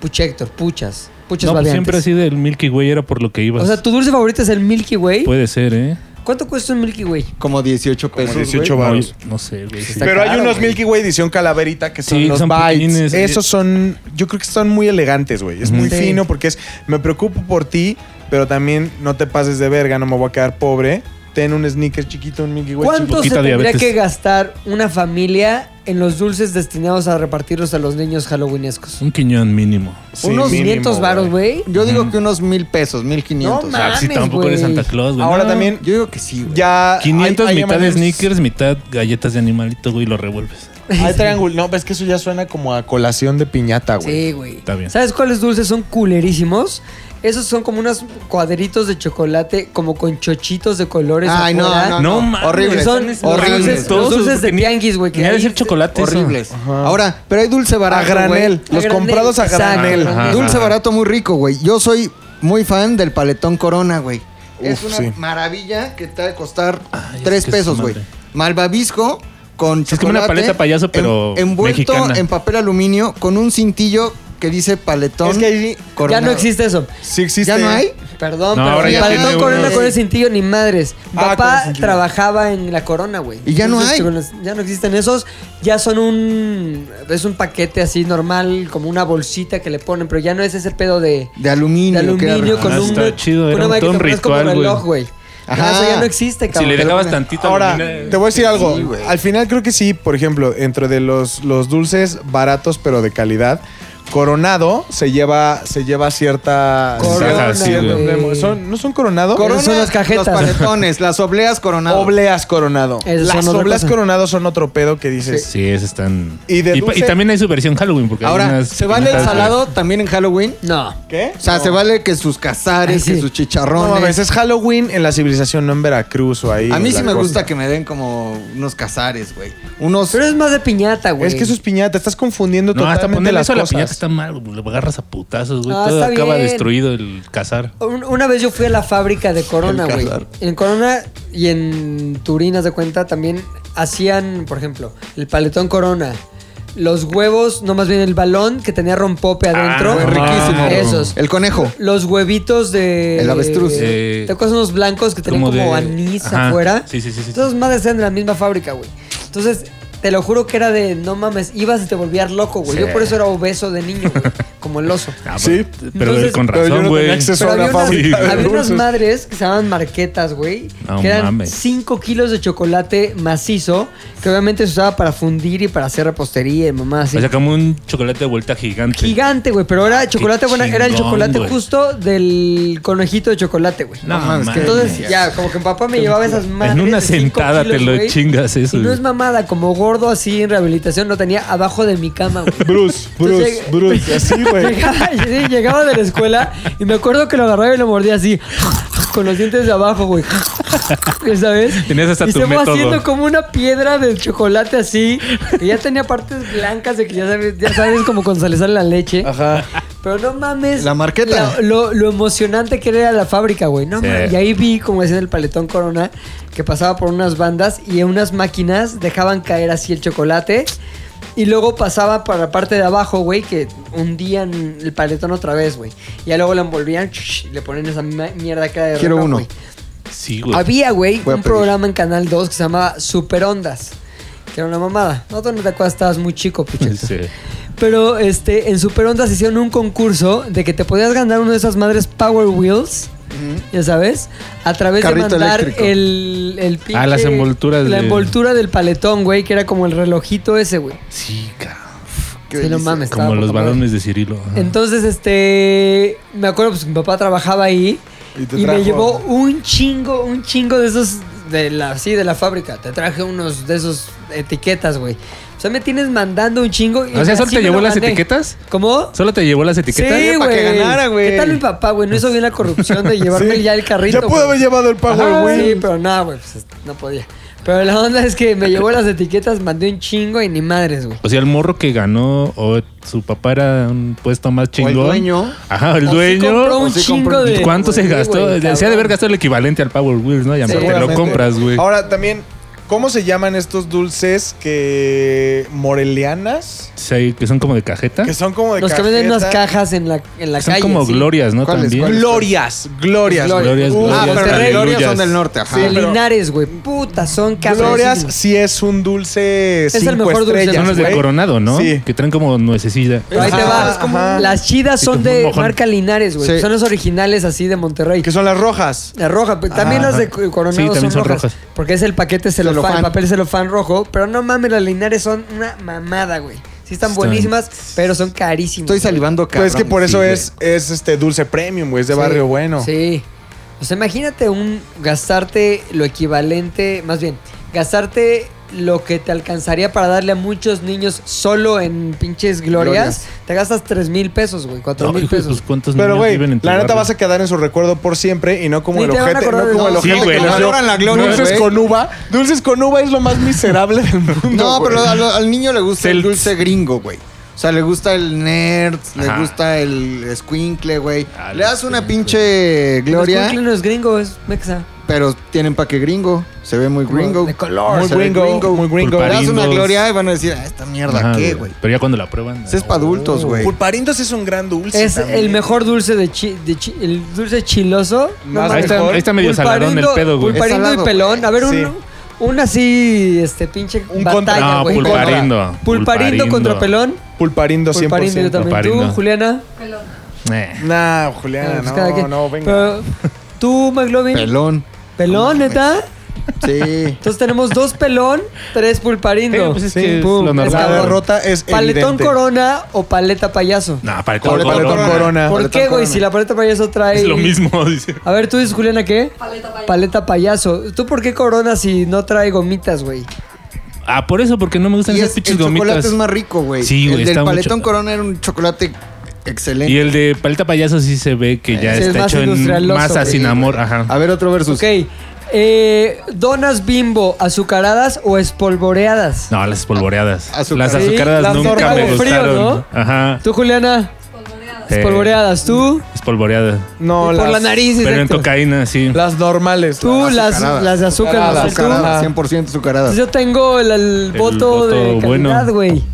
S1: Pucha, Héctor, puchas. Puchas
S5: No, pues
S1: babeantes.
S5: siempre pues. así del Milky Way era por lo que ibas.
S1: O sea, tu dulce favorito es el Milky Way.
S5: Puede ser, ¿eh?
S1: ¿Cuánto cuesta un Milky Way?
S3: Como 18 pesos.
S4: Como 18
S3: güey.
S5: No,
S4: varos.
S5: yo- no sé, güey.
S1: Está
S4: Pero hay
S1: caro,
S4: unos
S1: güey.
S4: Milky Way edición calaverita que son
S5: Sí,
S4: los
S5: son
S4: bites.
S5: pequeñines.
S4: Esos son, yo creo que son muy elegantes, güey. Es muy
S1: Sí.
S4: fino porque es, me preocupo por ti, pero también no te pases de verga, no me voy a quedar pobre. Ten un sneaker chiquito, un Milky Way.
S1: ¿Cuánto se
S5: poquita
S1: tendría
S5: diabetes.
S1: que gastar una familia en los dulces destinados a repartirlos a los niños halloweenescos?
S5: Un quiñón mínimo.
S4: Sí,
S1: unos
S4: mínimo,
S1: 500 varos, güey.
S3: Yo digo que unos mil pesos, mil quinientos.
S1: No
S3: O
S5: O sea,
S3: sea,
S1: mames,
S5: si Ah, tampoco eres
S1: güey.
S5: Santa Claus, güey.
S4: Ahora
S5: No.
S4: también,
S3: Yo digo que sí, güey.
S4: ya.
S5: 500
S4: hay- hay
S5: mitad
S4: amarillos.
S5: sneakers, mitad galletas de animalito, güey, y lo revuelves.
S4: Hay triángulo. No, es que eso ya suena como a colación de piñata, güey.
S1: Sí, güey.
S5: Está bien.
S1: ¿Sabes cuáles dulces son culerísimos? Esos son como unos cuadritos de chocolate, como con chochitos de colores.
S3: Ay, no,
S1: afuera.
S3: no,
S5: No,
S3: no.
S5: mames.
S3: horribles.
S1: Son
S3: horribles.
S1: horribles. Los dulces de tianguis, güey. que
S5: Tenía de
S1: ahí-
S5: ser chocolate. eso.
S3: horribles. Ahora, pero hay dulce barato.
S4: A granel.
S3: güey.
S4: Los
S1: granel,
S4: comprados a
S1: exacto,
S4: granel.
S5: Ajá.
S3: Dulce barato muy rico, güey. Yo soy muy fan del paletón Corona, güey. Es
S4: Uf,
S3: una
S4: sí.
S3: maravilla que te va a costar
S5: Ay, es
S3: tres
S5: Ah, que es
S3: pesos,
S5: su
S3: güey.
S5: madre.
S3: Malvavisco con chocolate.
S5: Es como una paleta payaso,
S3: en-
S5: pero
S3: envuelto
S5: mexicana.
S3: en papel aluminio con un cintillo que dice paletón.
S4: Es que ahí
S1: Ya
S3: Corona.
S1: no existe eso.
S4: sí existe.
S3: ¿Ya no hay?
S1: Perdón,
S5: No,
S1: pero
S5: ahora
S1: mi
S5: ya
S1: paletón
S5: tiene uno.
S1: corona con el cintillo ni madres. Mi
S4: Ah, con el
S1: papá
S4: cintillo.
S1: trabajaba en la corona, güey.
S3: Y ya no
S1: Entonces,
S3: hay.
S1: con los- Ya no existen esos. Ya son un. Es un paquete así normal, como una bolsita que le ponen, pero ya no es ese pedo de.
S3: De aluminio.
S1: de
S3: que era
S1: aluminio
S3: rico.
S1: con
S5: Ah,
S1: un.
S5: está chido,
S1: con
S5: era un-
S1: madre que
S5: todo un
S1: te pones como
S5: ritual,
S1: reloj, güey.
S3: Ajá.
S1: Eso ya no existe,
S5: Si
S1: este cabrón.
S5: le dejabas
S1: Pero bueno.
S5: tantito
S4: Ahora,
S5: alumina-
S4: te voy a decir algo.
S3: Sí, güey.
S4: Al final creo que sí, por ejemplo, entre de los, los dulces baratos pero de calidad, Coronado se lleva, se lleva cierta...
S1: Corona,
S4: cierta- cierta-
S1: güey.
S4: ¿Son- ¿No son Coronado?
S3: Corona,
S1: son las cajetas.
S3: Los paletones, las obleas coronadas.
S4: Obleas Coronado.
S1: Esas
S4: Las
S1: son otra
S4: obleas
S1: cosa.
S4: Coronado son otro pedo que dices...
S5: Sí, esas están.
S4: Y de
S5: pa-
S4: dulce-
S5: también hay su versión Halloween. Porque hay
S3: Ahora,
S5: unas
S3: ¿se vale el
S5: pequeñitas, güey.
S3: salado también en Halloween?
S1: No.
S4: ¿Qué?
S3: O sea, ¿se vale que sus cazares,
S1: Ay, sí.
S3: que sus
S4: No, a
S3: chicharrones?
S4: veces Halloween en la civilización, no en Veracruz o ahí.
S3: a mí
S4: en
S3: sí
S4: la
S3: me
S4: costa.
S3: gusta que me den como unos cazares, güey. Unos...
S1: Pero es más de piñata, güey.
S4: Es que eso es piñata, estás confundiendo
S5: No, hasta
S4: totalmente
S5: ponerle
S4: las
S5: eso a la
S4: cosas.
S5: piñata está mal. güey, Lo agarras a putazos, güey.
S1: Ah,
S5: todo
S1: está
S5: acaba
S1: bien.
S5: destruido el cazar.
S1: Un- Una vez yo fui a la fábrica de Corona,
S3: El
S1: güey.
S3: Cazar.
S1: En Corona y en Turín, haz de cuenta, también hacían, por ejemplo, el paletón Corona. Los huevos, no más bien el balón que tenía rompope adentro.
S5: güey, Ah, riquísimo.
S1: Esos.
S3: El conejo.
S1: Los huevitos de.
S3: El avestruz.
S5: Eh,
S1: ¿Te acuerdas unos blancos que tenían como,
S5: como de-
S1: anís
S5: ajá.
S1: afuera?
S5: Sí, sí, sí, sí.
S1: Todos madres eran de la misma fábrica, güey. Entonces, te lo juro que era de no mames, ibas y te volvías loco, güey.
S5: Sí.
S1: Yo por eso era obeso de niño, güey. como el oso.
S5: Ah,
S4: Sí.
S5: pero- Pero
S1: Entonces-
S5: con
S4: Pero yo no
S5: razón,
S4: tenía
S5: güey.
S4: acceso
S1: Pero
S4: Sobre
S1: había,
S4: este la
S1: unas,
S4: fábrica de
S1: había unas
S4: dulces.
S1: madres que se llamaban marquetas, güey.
S5: No
S1: que eran
S5: mames.
S1: 5 kilos de chocolate macizo, que obviamente se usaba para fundir y para hacer repostería y mamá así.
S5: O sea, como un chocolate de vuelta gigante.
S1: Gigante, güey, pero era chocolate buena, era el
S5: chingón,
S1: chocolate
S5: güey.
S1: justo del conejito de chocolate, güey.
S5: No,
S4: Ah,
S5: mames.
S1: Entonces, ya, como que mi papá me llevaba esas madres.
S5: en una
S1: de cinco
S5: sentada te
S1: kilos,
S5: lo
S1: güey.
S5: chingas eso.
S1: Y no
S5: güey.
S1: es mamada, como gordo así en rehabilitación, lo tenía abajo de mi cama, güey.
S4: Bruce,
S1: Pues
S4: Bruce,
S1: Entonces,
S4: Bruce, así, güey.
S1: Llegaba, sí, llegaba de la escuela y me acuerdo que lo agarraba y lo mordía así, con los dientes de abajo, güey. ¿Sabes?
S5: Tenías hasta
S1: y
S5: tu
S1: se fue
S5: método.
S1: haciendo como una piedra de chocolate así. Y ya tenía partes blancas de que ya sabes, ya sabes como cuando se le sale la leche.
S4: Ajá.
S1: Pero no mames.
S3: La marqueta.
S1: la- lo, lo emocionante que era la fábrica, güey. No
S5: Sí.
S1: mames. Y ahí vi, como decía en el paletón Corona, que pasaba por unas bandas y en unas máquinas dejaban caer así el chocolate. Y luego pasaba para la parte de abajo, güey, que hundían el paletón otra vez, güey. Y ya luego la envolvían chush, y le ponían esa ma- mierda que era de
S3: Quiero
S1: reloj,
S3: uno.
S1: güey.
S5: Sí, güey.
S1: Había, güey,
S3: Voy a
S1: un
S3: pedir.
S1: programa en Canal 2 que se llamaba Superondas. Que era una mamada. No, tú no te acuerdas, estabas muy chico, pichete.
S5: Sí.
S1: Pero este, en Superondas hicieron un concurso de que te podías ganar uno de esas madres Power Wheels, ya sabes, a través
S3: Carrito
S1: de mandar
S3: eléctrico.
S1: el, el pinche-
S5: Ah, las envolturas
S1: La
S5: de-
S1: envoltura del paletón, güey, que era como el relojito ese, güey.
S5: Sí, cabrón.
S3: Qué
S1: Sí, no
S3: delicia.
S1: mames,
S5: Como
S1: estaba
S5: los
S1: poca madre.
S5: balones de Cirilo. Ajá.
S1: Entonces, este, me acuerdo, pues mi papá trabajaba ahí
S4: Y te
S1: y me
S4: trajo-
S1: llevó un chingo, un chingo de esos, de la, sí, de la fábrica. Te traje unos de esos etiquetas, güey. O sea, me tienes mandando un chingo. y
S5: O sea, ¿solo
S1: así
S5: te
S1: me
S5: llevó
S1: lo
S5: las
S1: gané.
S5: etiquetas?
S1: ¿Cómo?
S5: ¿Solo te llevó las etiquetas?
S1: Sí,
S3: para que
S1: güey.
S3: ganara, güey.
S1: ¿Qué tal mi papá, güey? No hizo bien la corrupción de llevarme
S4: Sí.
S1: ya el carrito.
S4: Ya pudo haber
S1: güey.
S4: llevado el Power
S1: Ajá,
S4: Wheel.
S1: Sí, pero nada, güey, pues, no podía. Pero la onda es que me llevó las etiquetas, mandé un chingo y ni madres, güey.
S5: O sea, el morro que ganó o su papá era un puesto más
S3: O
S5: chingón.
S3: el dueño.
S5: Ajá, el
S1: O sí compró
S5: dueño.
S1: un
S3: O sí
S1: chingo
S3: compró-
S1: de.
S5: ¿Y cuánto se
S1: Sí,
S5: gastó?
S1: güey,
S5: Se ha de
S1: cabrón.
S5: haber gastado el equivalente al Power Wheels, ¿no? Y aparte lo
S4: Seguramente.
S5: compras, güey.
S4: Ahora también, ¿cómo se llaman estos dulces que morelianas?
S5: Sí, que son como de cajeta.
S4: Que son como de
S1: Los que
S4: cajeta.
S1: venden unas cajas en la, en la
S5: son
S1: calle.
S5: como
S1: sí.
S5: glorias, ¿no?
S3: ¿Cuáles,
S5: También.
S3: cuáles?
S4: Glorias, glorias.
S1: Glorias.
S5: Glorias,
S3: Ah,
S4: Uh,
S3: pero las
S5: glorias.
S1: Monterrey.
S3: glorias
S5: aleluyas.
S3: son del norte, ajá.
S1: De
S4: Sí, pero-
S1: Linares, güey. Puta, son casas.
S4: Glorias sí es un dulce
S1: el
S4: cinco
S1: mejor dulce,
S4: estrellas,
S5: Son las de
S4: güey.
S5: Coronado, ¿no?
S4: Sí.
S5: Que traen como nuececilla.
S1: Pero ahí te
S4: Ajá,
S1: va. es como-
S4: ajá.
S1: Las chidas
S5: Sí,
S1: son
S5: como un
S1: de
S5: mojón.
S1: marca Linares, güey.
S3: Sí.
S1: Son las originales así de Monterrey.
S4: Que son las rojas.
S1: La roja, pero también
S4: Ah,
S1: las de
S5: ajá.
S1: Coronado
S5: Sí,
S1: son,
S5: también son
S1: rojas,
S5: rojas.
S1: Porque es el paquete celofán,
S3: Celofán.
S1: el papel celofán rojo. Pero no mames, las linares son una mamada, güey. Sí están
S5: Están-
S1: buenísimas, pero son carísimas.
S3: Estoy salivando
S4: Pues
S3: cabrón.
S4: es que por eso
S3: Sí,
S4: es, es este dulce premium, güey. Es de
S1: Sí,
S4: barrio bueno.
S1: Sí. O sea, imagínate un gastarte lo equivalente, más bien, gastarte lo que te alcanzaría para darle a muchos niños solo en pinches glorias.
S3: Glorias.
S1: Te gastas 3 mil pesos, güey, 4
S5: No,
S1: mil
S5: hijo de tus
S1: pesos.
S5: cuantos
S4: Pero,
S5: pues, niños
S4: güey,
S5: viven en tu
S4: la neta
S5: barrio?
S4: vas a quedar en su recuerdo por siempre y no como
S1: Ni
S4: el
S1: te van a
S4: ojete,
S1: acordar
S4: no
S1: de
S4: como el
S1: nada.
S4: ojete
S5: Sí, güey,
S4: que
S5: no,
S4: valoran
S3: no.
S4: la gloria.
S3: No,
S4: Dulces
S3: güey.
S4: con uva. Dulces con uva es lo más miserable del mundo.
S3: No,
S4: güey.
S3: pero al, al niño le gusta el
S5: Celts.
S3: dulce gringo, güey. O sea, le gusta el nerd, le
S5: Ajá.
S3: gusta el squinkle, güey.
S5: Ah,
S3: le
S5: el
S3: das una
S5: escuincle.
S3: pinche gloria,
S1: Los no es gringo, es mexa.
S3: pero tienen empaque gringo. Se ve muy gringo.
S1: de color,
S4: muy
S3: se ve
S4: gringo, muy gringo.
S3: Le das una
S5: Pulparindos.
S3: gloria y van a decir, ah, esta mierda,
S5: Ajá,
S3: ¿qué, güey?
S5: Pero ya cuando la prueban.
S3: Ese es para adultos, güey.
S4: Pulparindos es un gran dulce.
S1: Es
S4: también.
S1: el mejor dulce de, chi- de chi- el dulce chiloso.
S4: Más
S1: mames.
S5: Ahí está,
S4: mejor.
S5: ahí está medio
S1: Pulparindo-
S5: saladón el pedo, güey.
S3: pulpa-
S1: Pulparindo
S3: Es salado,
S1: y pelón. A ver, un,
S4: Sí.
S1: un así, este pinche
S4: Un contra-
S1: batalla,
S5: No,
S1: güey.
S5: pulparindo.
S1: Pulparindo. contra pelón.
S4: Pulparindo 100%.
S1: Pulparindo yo también.
S5: Pulparindo.
S1: Tú, Juliana.
S5: Eh.
S4: Nah,
S1: Ah,
S4: Juliana,
S1: pues cada
S4: no,
S1: quien.
S4: no, venga.
S1: Pero, tú, McLovin.
S3: Pelón.
S1: Pelón, neta.
S3: Sí.
S1: Entonces tenemos dos pelón, tres pulparindo.
S5: Eh, pues es
S1: Sí,
S5: que es
S1: pum,
S5: lo normal.
S4: la
S1: cabrón.
S4: derrota es
S1: Paletón
S4: evidente.
S1: corona o paleta payaso.
S5: No, para el
S3: Con el
S5: Corona.
S4: Paletón
S3: Corona.
S4: corona.
S1: ¿Por
S3: Paletón
S1: qué, güey?
S3: corona.
S1: Si la paleta payaso trae.
S5: Es lo mismo, dice.
S1: A ver, tú dices, Juliana, ¿qué?
S8: Paleta payaso.
S1: Paleta payaso. ¿Tú por qué corona si no trae gomitas, güey?
S5: Ah, por eso, porque no me gustan
S3: Y
S5: esas
S3: es-
S5: pinches
S3: el
S5: gomitas.
S3: chocolate es más rico, güey.
S5: Sí, güey,
S3: El del
S5: está mucho-
S3: paletón corona era un chocolate excelente.
S5: Y el de paleta payaso sí se ve que ya
S1: Sí, es
S5: está
S1: más
S5: hecho en
S1: industrialoso,
S5: masa
S1: güey.
S5: sin amor. Ajá.
S3: A ver, otro
S5: Pues-
S3: versus.
S1: Ok. eh, donas bimbo, azucaradas o espolvoreadas.
S5: No, las espolvoreadas.
S3: Azucaradas.
S5: Las
S1: Sí,
S5: azucaradas
S1: las
S5: nunca
S1: tortas
S5: me
S1: de frío,
S5: gustaron.
S1: ¿no?
S5: Ajá.
S1: Tú, Juliana,
S8: Polvoreadas.
S5: Sí.
S1: espolvoreadas. Tú,
S5: Espolvoreadas.
S4: No,
S1: por
S4: las,
S1: la nariz.
S5: Pero en
S1: exacto.
S5: cocaína, sí.
S4: Las normales.
S1: Tú, las,
S3: azucaradas.
S1: las de azúcar.
S4: Azucaradas,
S1: no sé, tú.
S3: Azucarada,
S4: azucaradas.
S3: 100% azucarada.
S1: Entonces yo tengo el, el
S5: El
S1: voto,
S5: voto
S1: de
S5: bueno.
S1: calidad, güey.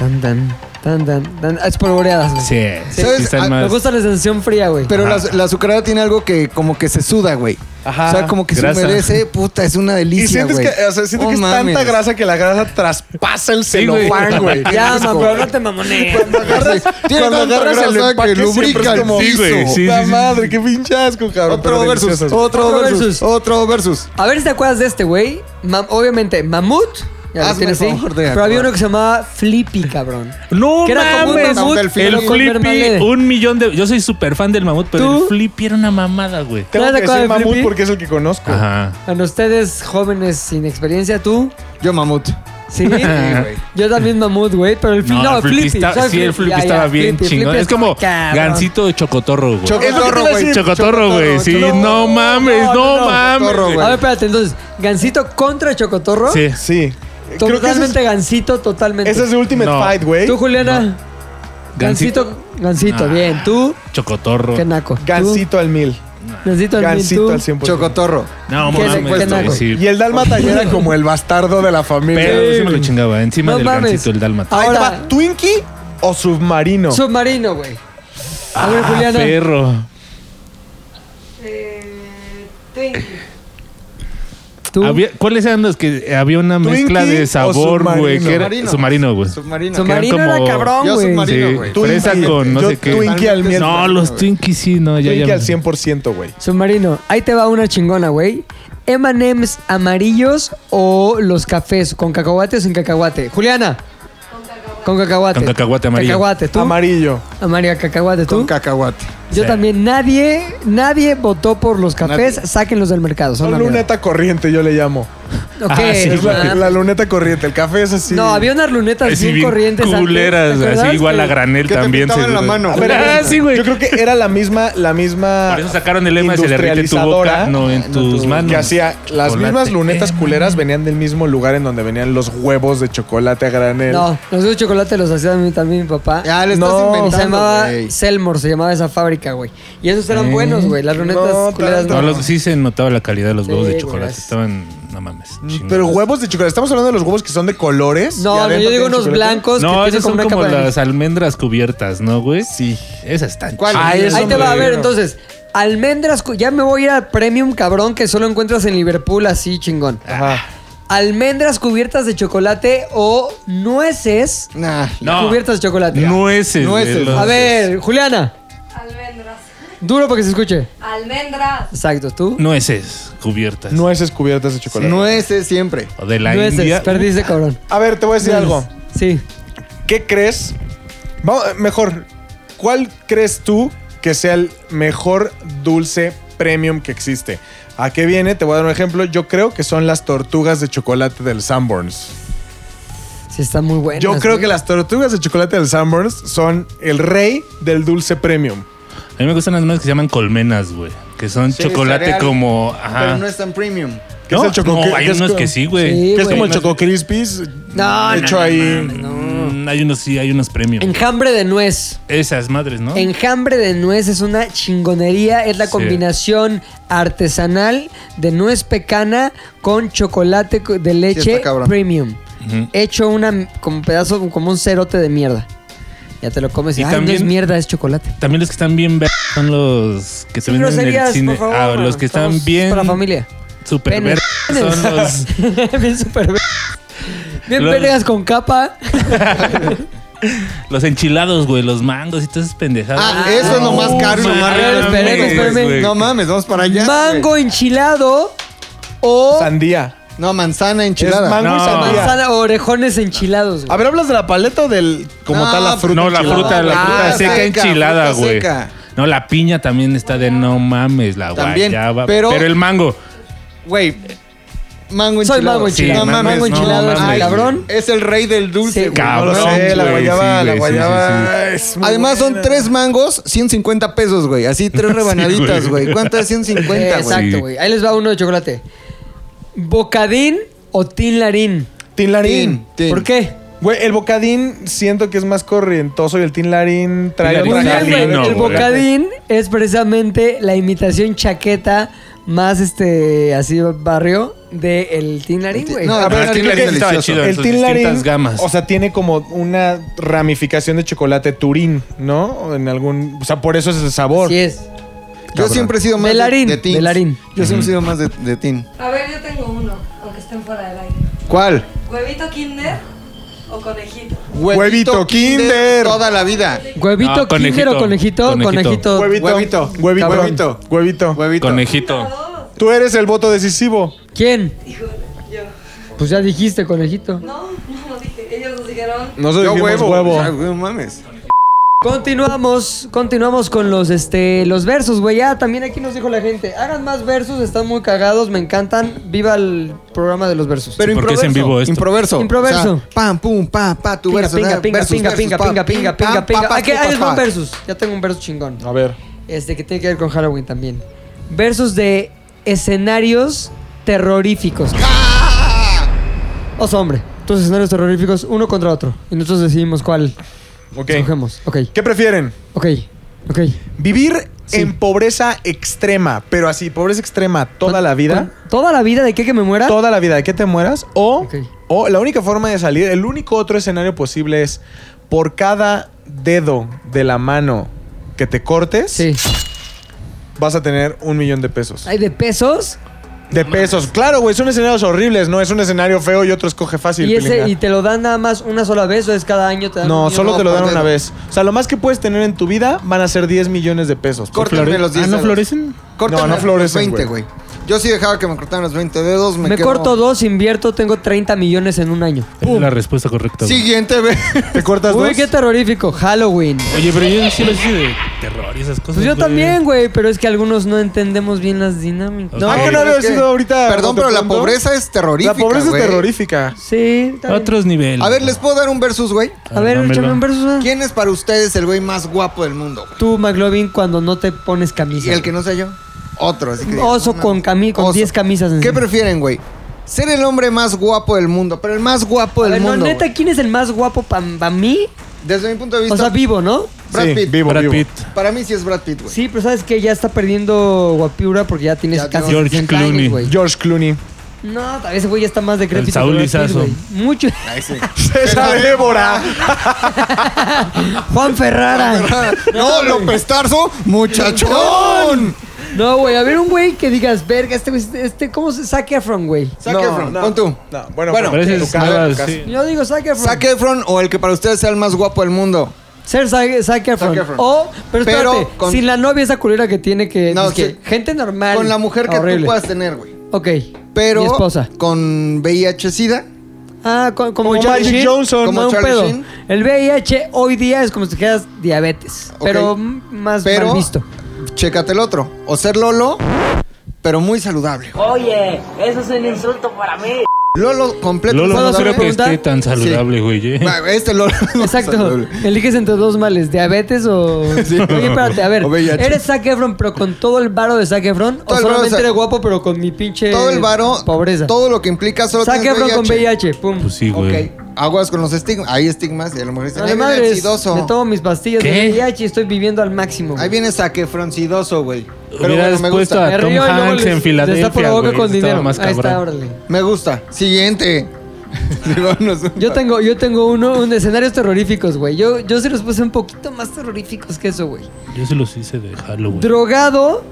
S1: Tan, tan, tan, tan, tan. Ah, Espolvoreadas, güey.
S5: Sí, sí,
S3: ¿Sabes?
S5: están
S3: Ah,
S5: más-
S1: Me gusta la sensación fría, güey.
S3: Pero la,
S5: Ajá.
S3: la azucarada tiene algo que como que se suda, güey.
S4: Ajá.
S3: O sea, como que
S5: Grasa.
S3: se humedece, puta, es una
S4: Y
S3: delicia,
S4: sientes
S3: güey.
S4: que, o sea, siento
S3: Oh,
S4: que es
S3: mames.
S4: tanta grasa que la grasa traspasa el
S5: güey.
S4: celofán, güey.
S1: Ya, mamá, pero no te mamones.
S4: agarras,
S3: Tiene
S4: cuando
S3: tanta
S4: agarras el
S3: grasa
S4: empaque
S3: que lubrica
S4: siempre es
S3: el
S4: como
S5: piso. Sí, güey, sí,
S4: La
S5: sí, sí.
S4: madre, qué pinche asco, cabrón.
S3: Otro
S4: pero
S3: versus,
S4: deliciosas.
S3: otro
S1: Otro
S3: versus,
S1: versus.
S3: otro versus.
S1: A ver si te acuerdas de este, güey. Mam- obviamente, Mamut. Ya lo
S3: Hazme
S1: tienes
S3: el
S1: ahí.
S3: favor de
S1: Pero había
S3: acordar.
S1: uno que se llamaba Flippy, cabrón.
S5: No
S1: Que era como un
S5: mames.
S1: mamut,
S3: El
S5: El
S1: pero con mermelada.
S5: Flippy, un millón de. Yo soy súper fan del mamut, pero
S1: ¿Tú?
S5: el Flippy era una mamada, güey.
S4: Tengo
S1: ¿Te das
S4: que
S1: cuenta
S4: decir
S1: de
S4: mamut
S1: Flippy?
S4: porque es el que conozco.
S5: Ajá.
S1: A ustedes jóvenes sin experiencia, tú.
S3: Yo mamut.
S1: Sí, güey. Yo también mamut, güey, pero el flip. No,
S5: el Flippy
S1: Flippy,
S5: está-
S1: soy
S5: sí, el Flippy
S1: ya, ya,
S5: estaba bien
S1: Flippy,
S5: chingón.
S1: Flippy
S5: es como
S1: cabrón.
S5: gancito de chocotorro, güey.
S3: Choco-
S4: Es lo que te iba a decir.
S5: chocotorro, güey. Sí,
S3: Chocotorro,
S5: no mames, no,
S1: no, no,
S5: mames.
S3: chocotorro,
S5: güey.
S3: güey.
S1: A ver, espérate, entonces, Gancito contra Chocotorro.
S5: Sí.
S4: Sí. Creo que ese
S1: Totalmente
S4: es,
S1: Gancito, totalmente.
S4: ese es el Ultimate
S5: No.
S4: Fight, güey.
S1: Tú, Juliana.
S5: Gancito.
S1: Gancito, Gancito,
S5: Ah. Oh.
S1: bien. Tú,
S5: Chocotorro.
S1: qué naco. Tú,
S4: Gancito al mil.
S1: Gancito, al mil,
S4: Gancito
S1: tú.
S4: al 100%.
S3: Chocotorro.
S5: No
S1: ¿Qué- qué
S5: mames, güey.
S1: naco?
S5: Sí.
S4: Y el Dálmata ya era como el bastardo de la familia.
S5: Pero sí me lo chingaba. Encima
S1: No
S5: del
S1: mames.
S5: gancito, el dálmata.
S4: Ahí te
S1: Ahora-
S4: va, ¿Twinkie o submarino?
S1: Submarino, güey. A ver,
S5: Ah,
S1: Juliana.
S5: perro.
S1: Tú.
S5: Había- ¿Cuáles eran los que había una
S4: ¿Twinkie
S5: mezcla
S4: o
S5: de sabor, güey?
S4: submarino?
S5: que era- Submarino, güey.
S3: Submarino.
S1: Submarino
S5: Eran
S1: era
S5: como-
S1: cabrón,
S3: Yo
S1: güey.
S3: submarino,
S5: Sí,
S3: güey.
S4: Twinkie.
S5: fresa con no
S4: Yo
S5: sé qué.
S4: Twinkie al miel.
S5: No, los Twinkies sí, no, ya,
S4: Twinkie
S5: ya.
S4: al 100%, güey.
S1: Submarino. Ahí te va una chingona, güey. M&M's amarillos o los cafés con cacahuate o sin cacahuate. Juliana. Con cacahuate.
S5: Con cacahuate amarillo.
S1: Cacahuate, tú.
S4: Amarillo.
S1: Amarillo, cacahuate, tú.
S3: Con cacahuate.
S1: Yo
S5: Sí.
S1: también. Nadie, nadie votó por los cafés.
S3: Nadie.
S1: Sáquenlos del mercado. Son
S4: Son
S1: una mierda.
S4: luneta corriente, yo le llamo.
S1: Ok,
S5: Ah, sí,
S1: no
S4: Es la,
S1: mames.
S4: la luneta corriente. El café es así.
S1: No, había unas lunetas
S5: Así
S1: bien,
S5: bien
S1: corrientes. antes,
S5: Culeras,
S1: ¿te acuerdas?
S5: así igual a
S1: Que-
S5: granel
S3: que te
S5: también.
S3: pintaban
S5: se-
S3: la mano.
S5: A ver, ah, sí, güey.
S4: Yo creo que era la misma, la misma.
S5: Por eso sacaron el lema de se derrite tu boca,
S4: industrializadora
S5: no en tus manos.
S4: Que hacía las
S5: Chocolate.
S4: mismas lunetas
S5: Eh,
S4: culeras venían del mismo lugar en donde venían los huevos de chocolate a granel.
S1: No, los de chocolate los hacía a mí también mi papá.
S3: Ya, le estás
S4: No,
S1: Y se
S3: inventando,
S1: llamaba
S3: güey.
S1: Selmor, se llamaba esa fábrica, güey. Y esos eran
S5: Eh.
S1: buenos, güey. Las lunetas
S4: No,
S1: culeras no.
S5: No, los- sí se notaba la calidad de los
S1: Sí, Mm,
S5: huevos de
S1: güey,
S5: chocolate.
S1: es-
S5: Estaban, no mames. chingones.
S4: Pero huevos de chocolate. Estamos hablando de los huevos que son de colores.
S1: No,
S4: y
S1: no,
S4: adentro
S1: yo digo
S4: tienen
S1: unos
S4: chocolate.
S1: blancos
S5: No,
S1: que tienen
S5: esas
S1: como
S5: son
S1: una
S5: como
S1: capa de
S5: las almendras cubiertas, ¿no, güey? Sí. Esas están
S3: ¿Cuál?
S5: chidas.
S3: Ah, eso
S1: Ahí te
S3: me
S1: va a ver,
S3: dijeron.
S1: entonces. Almendras, cu- ya me voy a ir al premium cabrón que solo encuentras en Liverpool así chingón.
S4: Ajá.
S5: Ah,
S1: Almendras cubiertas de chocolate o nueces
S3: Nah.
S5: No.
S1: cubiertas de chocolate.
S5: Nueces. güey,
S3: Nueces.
S5: los-
S1: A ver, Juliana,
S8: Almendras.
S1: duro para que se escuche.
S8: Almendras.
S1: Exacto, tú.
S5: Nueces cubiertas.
S4: Nueces cubiertas de chocolate.
S3: Nueces siempre.
S5: O de la
S1: nueces,
S5: India.
S1: perdiste cabrón.
S4: A ver, te voy a decir algo.
S1: Sí.
S4: ¿Qué crees? Va- eh, mejor, ¿cuál crees tú que sea el mejor dulce premium que existe? ¿A qué viene? Te voy a dar un ejemplo. Yo creo que son las tortugas de chocolate del Sanborns.
S1: Sí, está muy bueno.
S4: Yo creo que las tortugas de chocolate del Sanborns son el rey del dulce premium.
S5: A mí me gustan las unas que se llaman colmenas, güey. Que son
S3: Sí,
S5: chocolate
S3: cereal,
S5: como. Ajá.
S3: Pero no es tan premium.
S4: ¿Qué es el choco-
S5: no,
S4: qué-
S5: hay
S4: qué es
S5: unos
S4: co-
S5: que sí, güey.
S1: Sí,
S4: Que es
S1: güey.
S4: como el Choco Crispies.
S1: No,
S4: hecho
S1: no, no,
S4: ahí.
S5: Mm, hay unos sí, hay unos premios.
S1: Enjambre de nuez.
S5: Esas madres, ¿no?
S1: Enjambre de nuez es una chingonería, es la
S5: Sí.
S1: combinación artesanal de nuez pecana con chocolate co- de leche
S3: está cabrón.
S1: premium.
S5: Ujú.
S1: Hecho una como pedazo como un cerote de mierda. Ya te lo comes y,
S5: Y
S1: "Ay, no
S5: también-
S1: es mierda, es chocolate.
S5: También los que están bien ver son los que se
S1: Sin
S5: venden en
S1: groserías,
S5: el
S1: por
S5: cine.
S1: favor,
S5: ah, los que están
S1: estamos
S5: bien
S1: para la familia.
S5: super
S1: Penes.
S5: ver son los
S1: bien super Bien
S5: Los-
S1: vergas con capa.
S5: los enchilados, güey, los mangos y todas esas pendejadas.
S3: Ah, eso es lo más caro y lo más rico.
S1: mames, espérame, espérame.
S5: güey.
S3: No mames, vamos para allá.
S1: Mango
S3: güey.
S1: enchilado o
S4: Sandía.
S3: No, manzana
S4: Es
S3: enchilada.
S4: mango y
S5: No.
S4: sandía.
S1: manzana o orejones enchilados. güey.
S4: A ver, ¿hablas de la paleta o del. como
S3: No,
S4: tal la fruta?
S5: No, la
S4: enchilada?
S5: fruta, la
S3: Ah,
S5: fruta seca,
S3: seca,
S5: enchilada,
S3: fruta
S5: güey.
S3: seca.
S5: No, la piña también está de no mames, la
S3: También,
S5: guayaba.
S3: pero-
S5: Pero, el mango.
S3: Güey. Mango enchilado.
S1: Soy mango
S5: Sí,
S1: enchilado.
S3: No mames,
S1: mango
S5: no
S1: enchilado es
S5: mames.
S1: cabrón.
S3: Es el rey del
S1: Sí,
S3: dulce, güey.
S4: No lo
S5: Cabrón,
S4: sé, la
S5: güey,
S4: guayaba,
S5: sí,
S4: la
S5: güey, sí, sí,
S4: guayaba.
S5: sí.
S4: es muy
S3: Además son
S4: buena.
S3: tres mangos, 150 pesos, güey. Así tres rebanaditas,
S5: Sí,
S3: güey.
S5: güey.
S3: ¿Cuántas? 150, güey.
S1: Exacto,
S5: Sí.
S1: güey. Ahí les va uno de chocolate. ¿Bocadín o tinlarín?
S4: Tin Larín.
S3: Tin.
S1: ¿Por qué?
S4: Güey, el bocadín siento que es más corrientoso y el Tin Larín trae
S5: Tin
S1: Muy
S4: otra
S5: Larín
S1: bien,
S5: Bocadín,
S4: calidad.
S1: güey.
S5: no,
S1: El
S5: güey.
S1: bocadín es precisamente la imitación chaqueta más este así barrio de el tinlarín, güey.
S3: No, pero
S4: A ver, creo
S3: el
S4: que
S3: Tin Larín
S5: estaba
S3: delicioso.
S5: chido.
S4: El
S5: sus
S4: Tin
S5: distintas
S4: Larín,
S5: gamas.
S4: o sea, tiene como una ramificación de chocolate Turín, ¿no? En algún, o sea, por eso es el sabor.
S1: Así es.
S3: Yo siempre he sido más
S1: Bailarín,
S3: de, de teens.
S1: bailarín.
S3: Yo siempre he sido más de, de teen.
S8: A ver, yo tengo uno, aunque estén fuera del aire.
S3: ¿Cuál?
S8: ¿Huevito Kinder o conejito?
S4: Huevito Kinder.
S3: Toda la vida.
S1: Huevito,
S5: No,
S1: kinder o
S5: conejito,
S1: conejito, conejito.
S5: conejito.
S3: Huevito. Huevito.
S4: Huevito.
S1: Cabrón.
S4: Huevito. Huevito.
S3: Huevito.
S5: Conejito.
S4: Tú eres el voto decisivo.
S1: ¿Quién?
S8: Híjole, yo.
S1: Pues ya dijiste conejito.
S8: No, no lo dije. Ellos nos dijeron.
S4: Nosotros
S3: Yo
S4: dijimos
S3: huevo.
S4: huevo.
S3: O sea, güey, no mames.
S1: Continuamos, continuamos con los este los versos, güey. Ya también aquí nos dijo la gente, hagan más versos, están muy cagados, me encantan. Viva el programa de los versos.
S3: Pero
S5: porque es en vivo esto.
S3: Improverso.
S1: Improverso.
S3: O sea, pam, pum, pa, pa, tu
S1: pinga,
S3: verso.
S1: pinga,
S3: ¿no?
S1: pinga,
S3: Versus,
S1: pinga,
S3: versus,
S1: pinga,
S3: pam,
S1: pinga, pinga,
S3: pim, pam,
S1: pinga,
S3: pa,
S1: pinga.
S3: pa,
S1: Aquí
S3: pa,
S1: hay
S3: pa.
S1: un versus. Ya tengo un verso chingón.
S4: A ver.
S1: Este que tiene que ver con Halloween también. Versos de escenarios terroríficos. Oso hombre, tus escenarios terroríficos uno contra otro. Y nosotros decidimos cuál
S4: Ok.
S1: escogemos. Ok,
S4: ¿Qué prefieren?
S1: ok, ok.
S4: ¿Vivir en pobreza extrema, pero así, pobreza extrema
S1: Pues,
S4: toda la vida?
S1: ¿Con- ¿Toda la vida de qué que me muera?
S4: toda la vida de que te mueras o,
S1: Ok.
S4: o la única forma de salir, el único otro escenario posible es por cada dedo de la mano que te cortes,
S1: Sí.
S4: vas a tener un millón de pesos.
S1: ¿Hay de pesos?
S4: De pesos. Claro, güey, son escenarios horribles, ¿no? Es un escenario feo y otro escoge fácil.
S1: ¿Y, ese,
S4: pilinga.
S1: ¿Y te lo dan nada más una sola vez o es cada año? Te dan un
S4: No,
S1: millón?
S4: solo te lo
S3: por
S4: dan una
S3: dedo.
S4: vez. O sea, lo más que puedes tener en tu vida van a ser 10 millones de pesos.
S3: Córtenme los 10
S5: Ah, ¿no
S3: dedos.
S5: florecen?
S3: Córtenme
S4: No, no florecen,
S3: los 20,
S4: güey.
S3: güey. Yo sí dejaba que me cortaran los 20 dedos. Me,
S1: Me
S3: quedo-
S1: corto dos, invierto, tengo 30 millones en un año.
S5: Es la respuesta correcta. güey.
S3: Siguiente, güey.
S4: ¿Te cortas
S1: Uy,
S4: dos?
S1: qué terrorífico. Halloween.
S5: Oye, pero yo sí lo hice de terror y esas cosas.
S1: Pues yo
S5: güey.
S1: también, güey, pero es que algunos no entendemos bien las dinámicas.
S5: No.
S4: Ah, que no había sido ahorita.
S3: Perdón, pero la
S4: ¿Cuánto?
S3: pobreza es terrorífica.
S4: La pobreza
S3: güey.
S4: es terrorífica.
S1: Sí, está bien.
S5: Otros niveles.
S3: A ver, ¿les puedo dar un versus, güey?
S1: A ver,
S5: dámelo.
S1: échame un verso. ¿eh?
S3: ¿Quién es para ustedes el güey más guapo del mundo? güey?
S1: Tú, McLovin, cuando no te pones camisa.
S3: Y el que no sea yo, otro. Así que digo,
S1: Oso
S3: no,
S1: con cami- con
S3: oso.
S1: 10 camisas
S3: ¿Qué
S1: encima.
S3: prefieren, güey? Ser el hombre más guapo del mundo, pero el más guapo
S1: A
S3: del
S1: ver, no,
S3: mundo.
S1: neta,
S3: güey.
S1: ¿quién es el más guapo para mí?
S3: Desde mi punto de vista,
S1: O sea, vivo, ¿no?
S3: Brad
S4: Sí,
S3: Pitt.
S4: vivo,
S5: Brad
S4: vivo.
S5: Pitt.
S3: Para mí sí es Brad Pitt, güey.
S1: Sí, pero sabes que ya está perdiendo guapura porque ya tienes
S3: Ya
S1: casi
S5: George
S1: 60 años,
S5: Clooney.
S1: güey.
S4: George Clooney.
S1: No, ese güey ya está más decrépito.
S5: El Saúl
S1: que Brad Pitt,
S5: Lizazo.
S1: güey. Mucho.
S3: Ahí sí.
S4: Esa Débora.
S1: Juan Ferrara.
S3: no, López Tarso, muchachón.
S1: No, güey, a ver un güey que digas, verga, este güey, este, ¿cómo se Zac Efron, güey?
S3: Zac Efron, pon tú.
S4: No,
S3: Bueno,
S4: bueno, pero
S5: Parece
S4: tu
S5: nada,
S4: cara, tu casa.
S5: sí.
S1: Yo digo Zac Efron.
S3: Zac E- Efron o el que para ustedes sea el más guapo del mundo.
S1: Ser Zac, Zac Efron.
S3: Zac Efron.
S1: O, pero
S3: Pero
S1: espérate,
S3: con-
S1: sin la novia esa culera que tiene que...
S3: No,
S1: dizque,
S3: sí.
S1: Gente normal.
S3: Con la mujer que
S1: horrible.
S3: tú puedas tener, güey.
S1: Ok.
S3: Pero
S1: Mi esposa.
S3: con VIH-Sida.
S1: Ah, con- como,
S4: Como
S1: Charlie
S4: Magic
S1: Sheen,
S4: Johnson.
S1: Como
S3: Como
S1: un
S3: Charlie
S1: pedo.
S3: Sheen.
S1: El VIH hoy día es como si dijeras diabetes.
S3: Ok.
S1: Pero m- más
S3: Pero-
S1: mal visto.
S3: Chécate el otro. O ser Lolo, pero muy saludable.
S9: Oye, eso es un insulto para mí.
S3: Lolo completo
S5: Lolo no
S3: saludable.
S5: creo que esté
S1: preguntar?
S5: tan saludable, güey. eh.
S3: Va, Este Lolo. no es
S1: Exacto.
S3: saludable.
S1: Eliges entre dos males, diabetes o...
S3: Sí.
S1: Oye, espérate, a ver.
S3: O VIH.
S1: ¿Eres Zac Efron pero con todo el varo de Zac Efron?
S3: Todo
S1: ¿O
S3: el varo de
S1: solamente
S3: Zac-
S1: eres guapo pero con mi pinche
S3: Todo el varo,
S1: Eh, pobreza?
S3: todo lo que implica solo
S1: Zac
S3: tienes
S1: Efron con VIH, pum.
S5: Pues sí,
S3: Ok.
S5: güey.
S3: Aguas con los estigmas. Hay estigmas y a lo mejor dicen,
S1: No,
S3: ahí
S1: de
S3: viene
S1: madre,
S3: el
S1: es-
S3: sidoso.
S1: me tomo mis pastillas de
S5: ¿Qué?
S1: VIH y estoy viviendo al máximo. güey.
S3: Ahí viene saquefroncidoso, güey. Pero
S5: Hubieras
S3: bueno, me
S5: puesto
S3: gusta.
S1: Me
S5: a Ah, Tom
S1: río y luego
S5: Hanks
S1: les- les
S5: en
S1: da por la
S5: Filadelfia,
S1: boca
S5: güey.
S1: con dinero.
S5: Estaba más
S1: Ahí está,
S5: cabrón.
S1: órale.
S3: Me gusta. Siguiente. Sí, vámonos.
S1: Yo tengo, yo tengo uno, un escenarios terroríficos, güey. Yo, yo se los puse un poquito más terroríficos que eso, güey.
S5: Yo se los hice de Halloween.
S1: Drogado.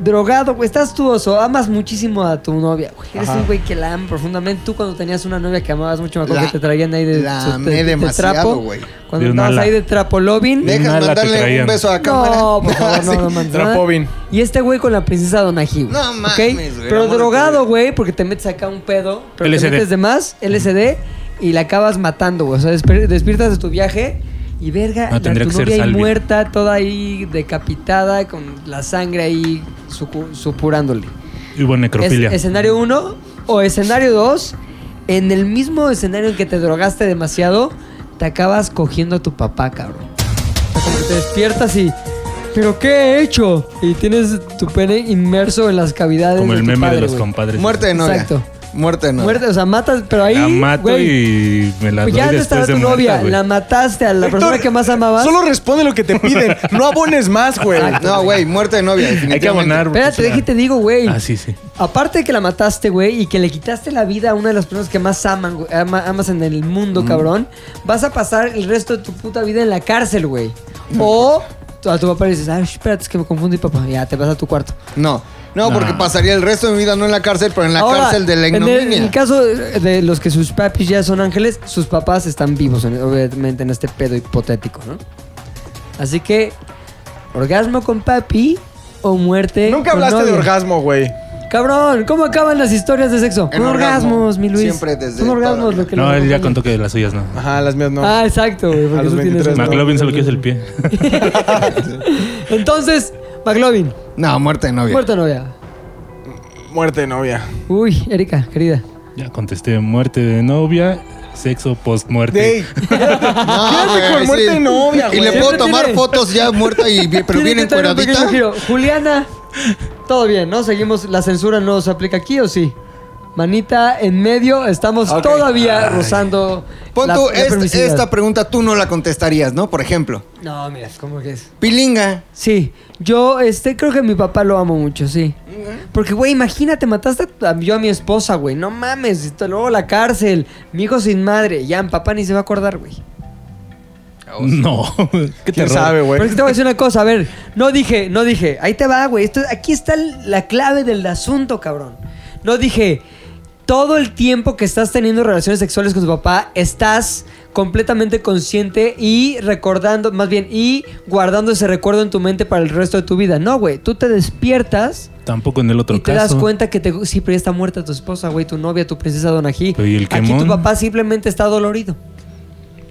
S1: Drogado, güey. Estás tú oso. Amas muchísimo a tu novia, güey. Eres un güey que la ama profundamente. Tú cuando tenías una novia que amabas mucho, me acuerdo
S3: La-
S1: que te traían ahí de,
S3: la
S1: su-
S3: amé
S1: de- de
S3: demasiado,
S1: trapo.
S3: güey.
S1: Cuando
S5: De un
S1: andabas
S5: ala.
S1: ahí de trapo lobbying.
S5: De-
S3: Dejas
S5: Mala te
S3: mandarle un
S5: traían.
S3: beso a cámara.
S1: No, por favor,
S3: Sí.
S1: no, no manches.
S4: Trapovin.
S1: Y este güey con la princesa Donahue.
S3: No
S1: ¿ok?
S3: mames, güey,
S1: Pero
S3: amor de
S1: drogado,
S3: tu vida.
S1: güey, porque te metes acá un pedo. Pero te
S5: LSD.
S1: metes de más, LSD, y la acabas matando, güey. O sea, desper- despiertas de tu viaje y verga,
S5: No,
S1: la-
S5: Ah, tendría
S1: tu
S5: que ser
S1: novia ahí
S5: Salvi.
S1: muerta, toda ahí decapitada, con la sangre ahí sucu- supurándole.
S5: Y hubo necrofilia.
S1: Es- escenario 1 o escenario 2, en el mismo escenario en que te drogaste demasiado, te acabas cogiendo a tu papá, cabrón. O sea, como que te despiertas y. ¿Pero qué he hecho? Y tienes tu pene inmerso en las cavidades.
S5: como
S1: de
S5: el
S1: tu
S5: meme
S1: padre,
S5: de los
S1: güey.
S5: compadres.
S3: Muerte de novia.
S1: Exacto.
S3: Muerte de novia.
S1: Muerte, o sea, matas, pero ahí.
S5: La mato
S1: güey,
S5: y me la doy
S1: pues ya no estará tu
S5: después de muerta,
S1: novia,
S5: güey.
S1: la mataste a la
S4: Héctor,
S1: persona que más amabas.
S4: Solo responde lo que te piden. No abones más, güey.
S3: No, güey, muerte de novia.
S5: Hay que
S3: definitivamente.
S5: abonar. porque
S1: Espérate,
S5: es una-
S1: déjate digo, güey.
S5: Ah, sí, sí.
S1: Aparte de que la mataste, güey, y que le quitaste la vida a una de las personas que más aman, güey, ama- amas en el mundo, cabrón, vas a pasar el resto de tu puta vida en la cárcel, güey. O tú- a tu papá le dices, ay, espérate, es que me confundí, papá. Ya, te vas a tu cuarto.
S3: No. No,
S5: No.
S3: porque pasaría el resto de mi vida no en la cárcel, pero en la
S1: Ahora,
S3: cárcel de la
S1: en el-
S3: ignominia.
S1: En el, caso de los que sus papis ya son ángeles, sus papás están vivos, en- obviamente, en este pedo hipotético, ¿no? Así que, orgasmo con papi o muerte
S4: Nunca
S1: con
S4: hablaste de
S1: Pues novia.
S4: orgasmo, güey.
S1: Cabrón, ¿cómo acaban las historias de sexo?
S3: En
S1: Con
S3: orgasmo.
S1: orgasmos, mi Luis.
S3: Siempre desde
S1: Con orgasmos,
S3: toda la
S1: lo que
S5: No,
S1: lo-
S5: él ya contó que las suyas no.
S4: Ajá, las mías no.
S1: Ah, exacto, güey. porque
S4: A los
S1: tú tienes
S4: 23
S1: un-
S4: no.
S5: McLovin solo quiso el pie.
S1: Entonces, McLovin,
S3: No, muerte de novia.
S1: muerta novia.
S4: Muerte de novia.
S1: Uy, Erika, querida.
S5: Ya contesté muerte de novia, sexo post muerte.
S4: Ey, Quédate con muerte de novia,
S3: Ah, Y
S4: güey.
S3: le
S1: Siempre
S3: puedo tomar
S1: tiene-
S3: fotos ya muerta y bien- pero
S1: Tiene
S3: bien
S1: que tener un pequeño
S3: encueradita.
S1: giro. Juliana, todo bien, ¿no? Seguimos, la censura no se aplica aquí, ¿o sí? Manita en medio, estamos
S3: Ok.
S1: todavía rozando.
S3: Pon
S1: la-
S3: tú,
S1: la
S3: est-
S1: permisividad.
S3: esta pregunta tú no la contestarías, ¿no? Por ejemplo,
S1: No, mira, ¿cómo que es?
S3: pilinga.
S1: Sí, yo este creo que mi papá lo amo mucho, sí. Porque, güey, imagínate, mataste a, yo a mi esposa, güey. No mames, esto- luego la cárcel, mi hijo sin madre. Ya, mi papá ni se va a acordar, güey.
S5: No. ¿Qué
S4: ¿Quién
S5: terror.
S4: sabe, güey?
S1: Pero es que te voy a decir una cosa, a ver, no dije, no dije, ahí te va, güey, esto, aquí está el- la clave del asunto, cabrón. No dije, todo el tiempo que estás teniendo relaciones sexuales con tu papá, estás completamente consciente y recordando, más bien, y guardando ese recuerdo en tu mente para el resto de tu vida. No, güey, tú te despiertas
S5: Tampoco en el otro
S1: y te
S5: caso.
S1: das cuenta que te, sí, pero ya está muerta tu esposa, güey, tu novia, tu princesa Donají.
S5: Pero, ¿y el
S1: Aquí tu
S5: quemón?
S1: papá simplemente está dolorido,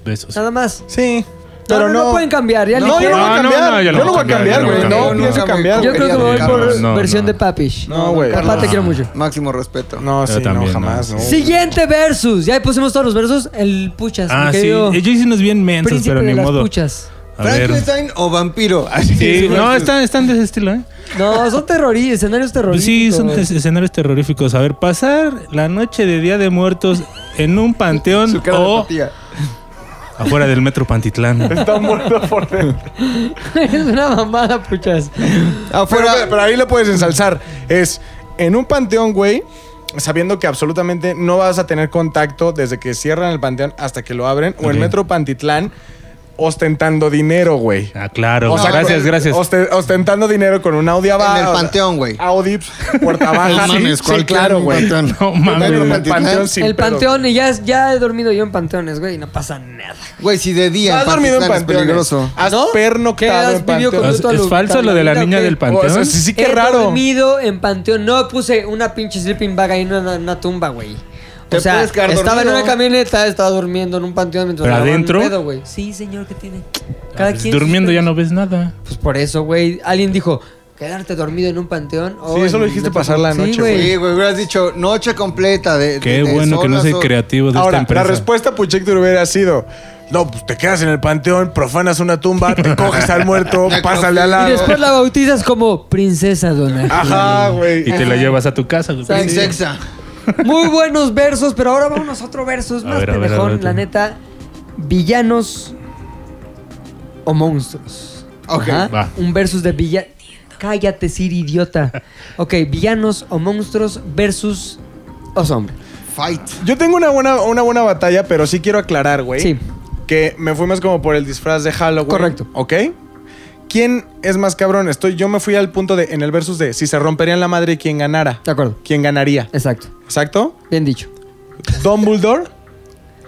S5: de esos.
S1: nada más.
S4: Sí.
S1: No,
S4: Pero
S1: no,
S4: no,
S1: no pueden cambiar, ya
S4: no,
S1: ligero.
S4: yo no voy a
S5: No, no,
S4: cambiar.
S5: no,
S4: yo no voy a cambiar,
S5: yo
S4: güey. No,
S5: no
S4: pienso cambiar.
S1: Yo
S4: güey.
S1: creo que me voy
S3: Quería
S1: por
S5: dejarnos. No,
S1: versión
S5: no.
S1: de Papish.
S4: No, güey.
S1: Carla, te
S5: No.
S1: quiero mucho.
S3: Máximo respeto.
S4: No,
S5: Yo
S4: sí, no,
S5: también, no.
S4: jamás, no.
S1: Siguiente versus. Ya pusimos todos los versos. El Puchas.
S5: Ah,
S1: mi
S5: sí.
S1: querido
S5: Ellos hicieron bien mensos,
S1: Príncipe
S5: pero
S1: de
S5: ni
S1: las
S5: modo.
S1: Puchas.
S5: A ver.
S3: ¿Frankenstein o vampiro? Así
S5: Sí,
S3: es,
S5: no,
S3: güey.
S5: están, están de ese estilo, ¿eh?
S1: No, son terroristas, escenarios terroristas.
S5: Pues Sí, son tes- escenarios terroríficos. A ver, pasar la noche de Día de Muertos en un panteón
S3: Su cara de
S5: o
S3: apatía.
S5: afuera del metro Pantitlán.
S4: Está muerto por dentro.
S1: Es una mamada, Puchas.
S4: Afuera. Pero, pero ahí lo puedes ensalzar. Es en un panteón, güey, sabiendo que absolutamente no vas a tener contacto desde que cierran el panteón hasta que lo abren. O en
S5: Ok.
S4: Metro Pantitlán, ostentando dinero, güey.
S5: Ah, claro.
S4: O sea,
S5: gracias,
S4: con-
S5: gracias.
S4: oste- ostentando dinero con un Audi abajo.
S3: En el panteón, güey.
S4: Audi, pues, puerta baja.
S3: No mames,
S4: Ah, sí,
S3: ¿cuál
S4: claro,
S3: tiene un
S4: güey.
S3: panteón?
S5: No mames.
S4: En el panteón, sin
S1: el
S4: pedo.
S1: panteón, y ya, es- ya he dormido yo en panteones, güey, y no pasa nada.
S3: Güey, si de día
S4: Has
S3: en
S4: dormido en
S3: Pantitlán es
S4: panteón.
S3: peligroso.
S4: Has
S1: ¿No? ¿Qué, has
S4: pernoctado en
S1: vivido con
S4: panteón.
S5: ¿Es,
S1: tú a
S5: es
S1: lo-
S5: falso
S1: a la
S5: lo de la
S1: vida,
S5: niña
S1: ¿o qué?
S5: del panteón?
S4: O sea, sí, sí, qué
S1: he
S4: raro.
S1: dormido en panteón. No puse una pinche sleeping bag ahí en una, una tumba, güey. O
S3: Te
S1: sea,
S3: puedes quedar
S1: estaba en
S3: dormido.
S1: una camioneta, estaba durmiendo en un panteón mientras
S5: ¿Pero
S1: daban un
S5: adentro?
S1: pedo, güey. Sí, señor, ¿qué tiene?
S5: Ah, pues, durmiendo ya no ves nada.
S1: Pues por eso, güey. Alguien dijo, quedarte dormido en un panteón. o
S4: Sí, eso
S1: en-
S4: lo dijiste pasar la
S1: Sí,
S4: noche,
S1: güey.
S3: Sí, güey, hubieras dicho noche completa de. de-
S5: Qué
S3: de
S5: bueno que no
S3: solas
S5: soy
S3: o-
S5: creativo de
S4: Ahora,
S5: esta
S4: la
S5: empresa.
S4: respuesta Puchector hubiera sido: No, pues te quedas en el panteón, profanas una tumba, te coges al muerto, pásale al
S1: Y
S4: lado.
S1: después la bautizas como princesa Dona.
S4: Ajá, güey.
S5: Y te la llevas a tu casa. güey.
S3: Sin sexa.
S1: Muy buenos versos, pero ahora vamos a otro versos
S5: A
S1: más
S5: ver, a ver,
S1: pendejón,
S5: a ver, tú.
S1: la neta. Villanos o monstruos.
S3: Ok,
S1: Ajá.
S5: va.
S1: Un versus de villanos. Cállate, Sir, idiota. Ok, villanos o monstruos versus os hombres.
S3: Fight.
S4: Yo tengo una buena, una buena batalla, pero sí quiero aclarar, güey.
S1: Sí.
S4: Que me fui más como por el disfraz de Halloween.
S1: Correcto.
S4: ¿Ok? ¿Quién es más cabrón? Estoy, yo me fui al punto de, en el versus de, si se romperían la madre, ¿quién ganara?
S1: De acuerdo.
S4: ¿Quién ganaría?
S1: Exacto.
S4: Exacto.
S1: Bien dicho.
S4: Dumbledore.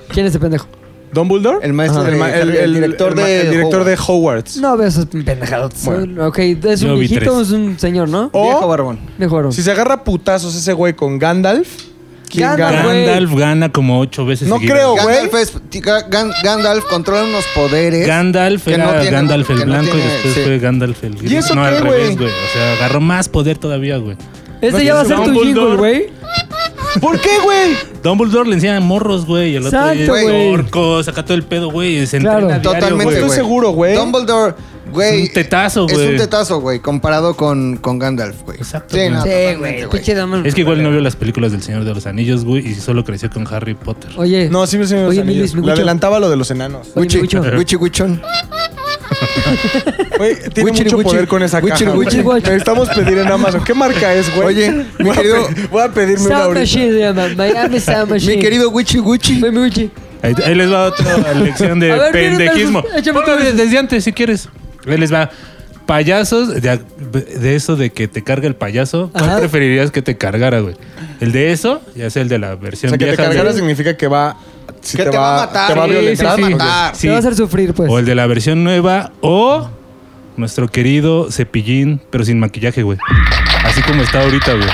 S1: ¿Quién es el pendejo?
S4: Dumbledore.
S3: El maestro
S4: Ajá.
S3: de-
S4: ma-
S3: el director
S4: el ma-
S3: de
S4: el director de Hogwarts.
S1: No veo esos pendejados.
S4: Bueno.
S1: ok, es
S5: Yo
S1: un
S5: vi
S1: viejito,
S5: tres. Oh.
S1: es un señor, ¿no?
S4: O-
S3: Viejo barbón.
S1: Viejo varón.
S4: Si se agarra putazos ese güey con Gandalf, ¿quién
S1: Gandalf,
S4: gana?
S1: güey.
S5: Gandalf gana como ocho veces.
S4: No
S5: seguidas.
S4: creo.
S3: Gandalf, es- ti- Ga- Gan- Gandalf controla unos poderes.
S5: Gandalf
S3: Que
S5: era
S3: no tiene-
S5: Gandalf el
S3: que no
S5: blanco y
S3: tiene-
S5: después
S3: sí.
S5: fue Gandalf el gris.
S4: ¿Y eso
S5: no,
S4: qué,
S5: al
S4: güey?
S5: revés, güey. O sea, agarró más poder todavía, güey.
S1: Ese ya va a ser tu
S5: Dumbledore.
S1: jingle, güey.
S4: ¿Por qué, güey?
S5: Dumbledore le enseña morros, güey. y El otro
S1: Exacto,
S5: es
S1: güey.
S5: orcos, saca todo el pedo, güey. Se
S1: Claro.
S5: entrena diario,
S3: Totalmente,
S5: güey.
S4: Estoy
S3: güey.
S4: seguro, güey.
S3: Dumbledore, güey.
S5: Es un tetazo,
S3: Es
S5: güey.
S3: un tetazo, güey, comparado con, con Gandalf, güey.
S5: Exacto,
S3: Sí,
S5: güey.
S3: no,
S1: Sí,
S3: totalmente,
S1: güey.
S3: güey.
S1: Pinche Dumbledore.
S5: Es que igual no vio las películas del Señor de los Anillos, güey, y solo creció con Harry Potter.
S1: Oye.
S4: No, sí me enseñó los
S1: Oye, mi
S4: anillos.
S1: Luis, mi
S4: Le
S1: Wicho.
S4: adelantaba lo de los enanos.
S1: Oye, mi Wicho.
S3: Wichi Wichon.
S4: Güey, tiene
S3: Wichiri,
S4: mucho poder
S3: wichiri.
S4: con esa
S3: Wichiri,
S4: caja. güey.
S1: wichiri, wichiri.
S4: Necesitamos pedir en Amazon. ¿Qué marca es, güey?
S3: Oye, mi
S4: Voy a
S3: querido-
S4: pe- voy a pedirme una
S1: Sound
S4: ahorita.
S1: Machine se llama. Miami Sound Machine.
S3: Mi querido Wichi Wichi.
S1: Soy mi Wichi.
S5: Ahí, ahí les va otra lección de
S1: A ver, miren,
S5: pendejismo.
S1: versus, échame
S5: Ponlo
S1: otra vez.
S5: desde, desde antes, si quieres. Ahí les va. Payasos, de, de eso de que te carga el payaso, ¿cuál
S1: Ajá.
S5: preferirías que te cargara, güey? ¿El de eso? Ya sea el de la versión
S4: O sea, que te
S5: vieja.
S4: cargara
S5: de-
S4: significa que va... si
S3: Que te va a matar,
S4: Te va a
S3: sí,
S4: violentar.
S3: sí, sí. Ah,
S4: güey.
S3: matar.
S5: güey.
S1: Te va a hacer sufrir, pues.
S5: O el de la versión nueva, o nuestro querido cepillín, pero sin maquillaje, güey. Así como está ahorita, güey.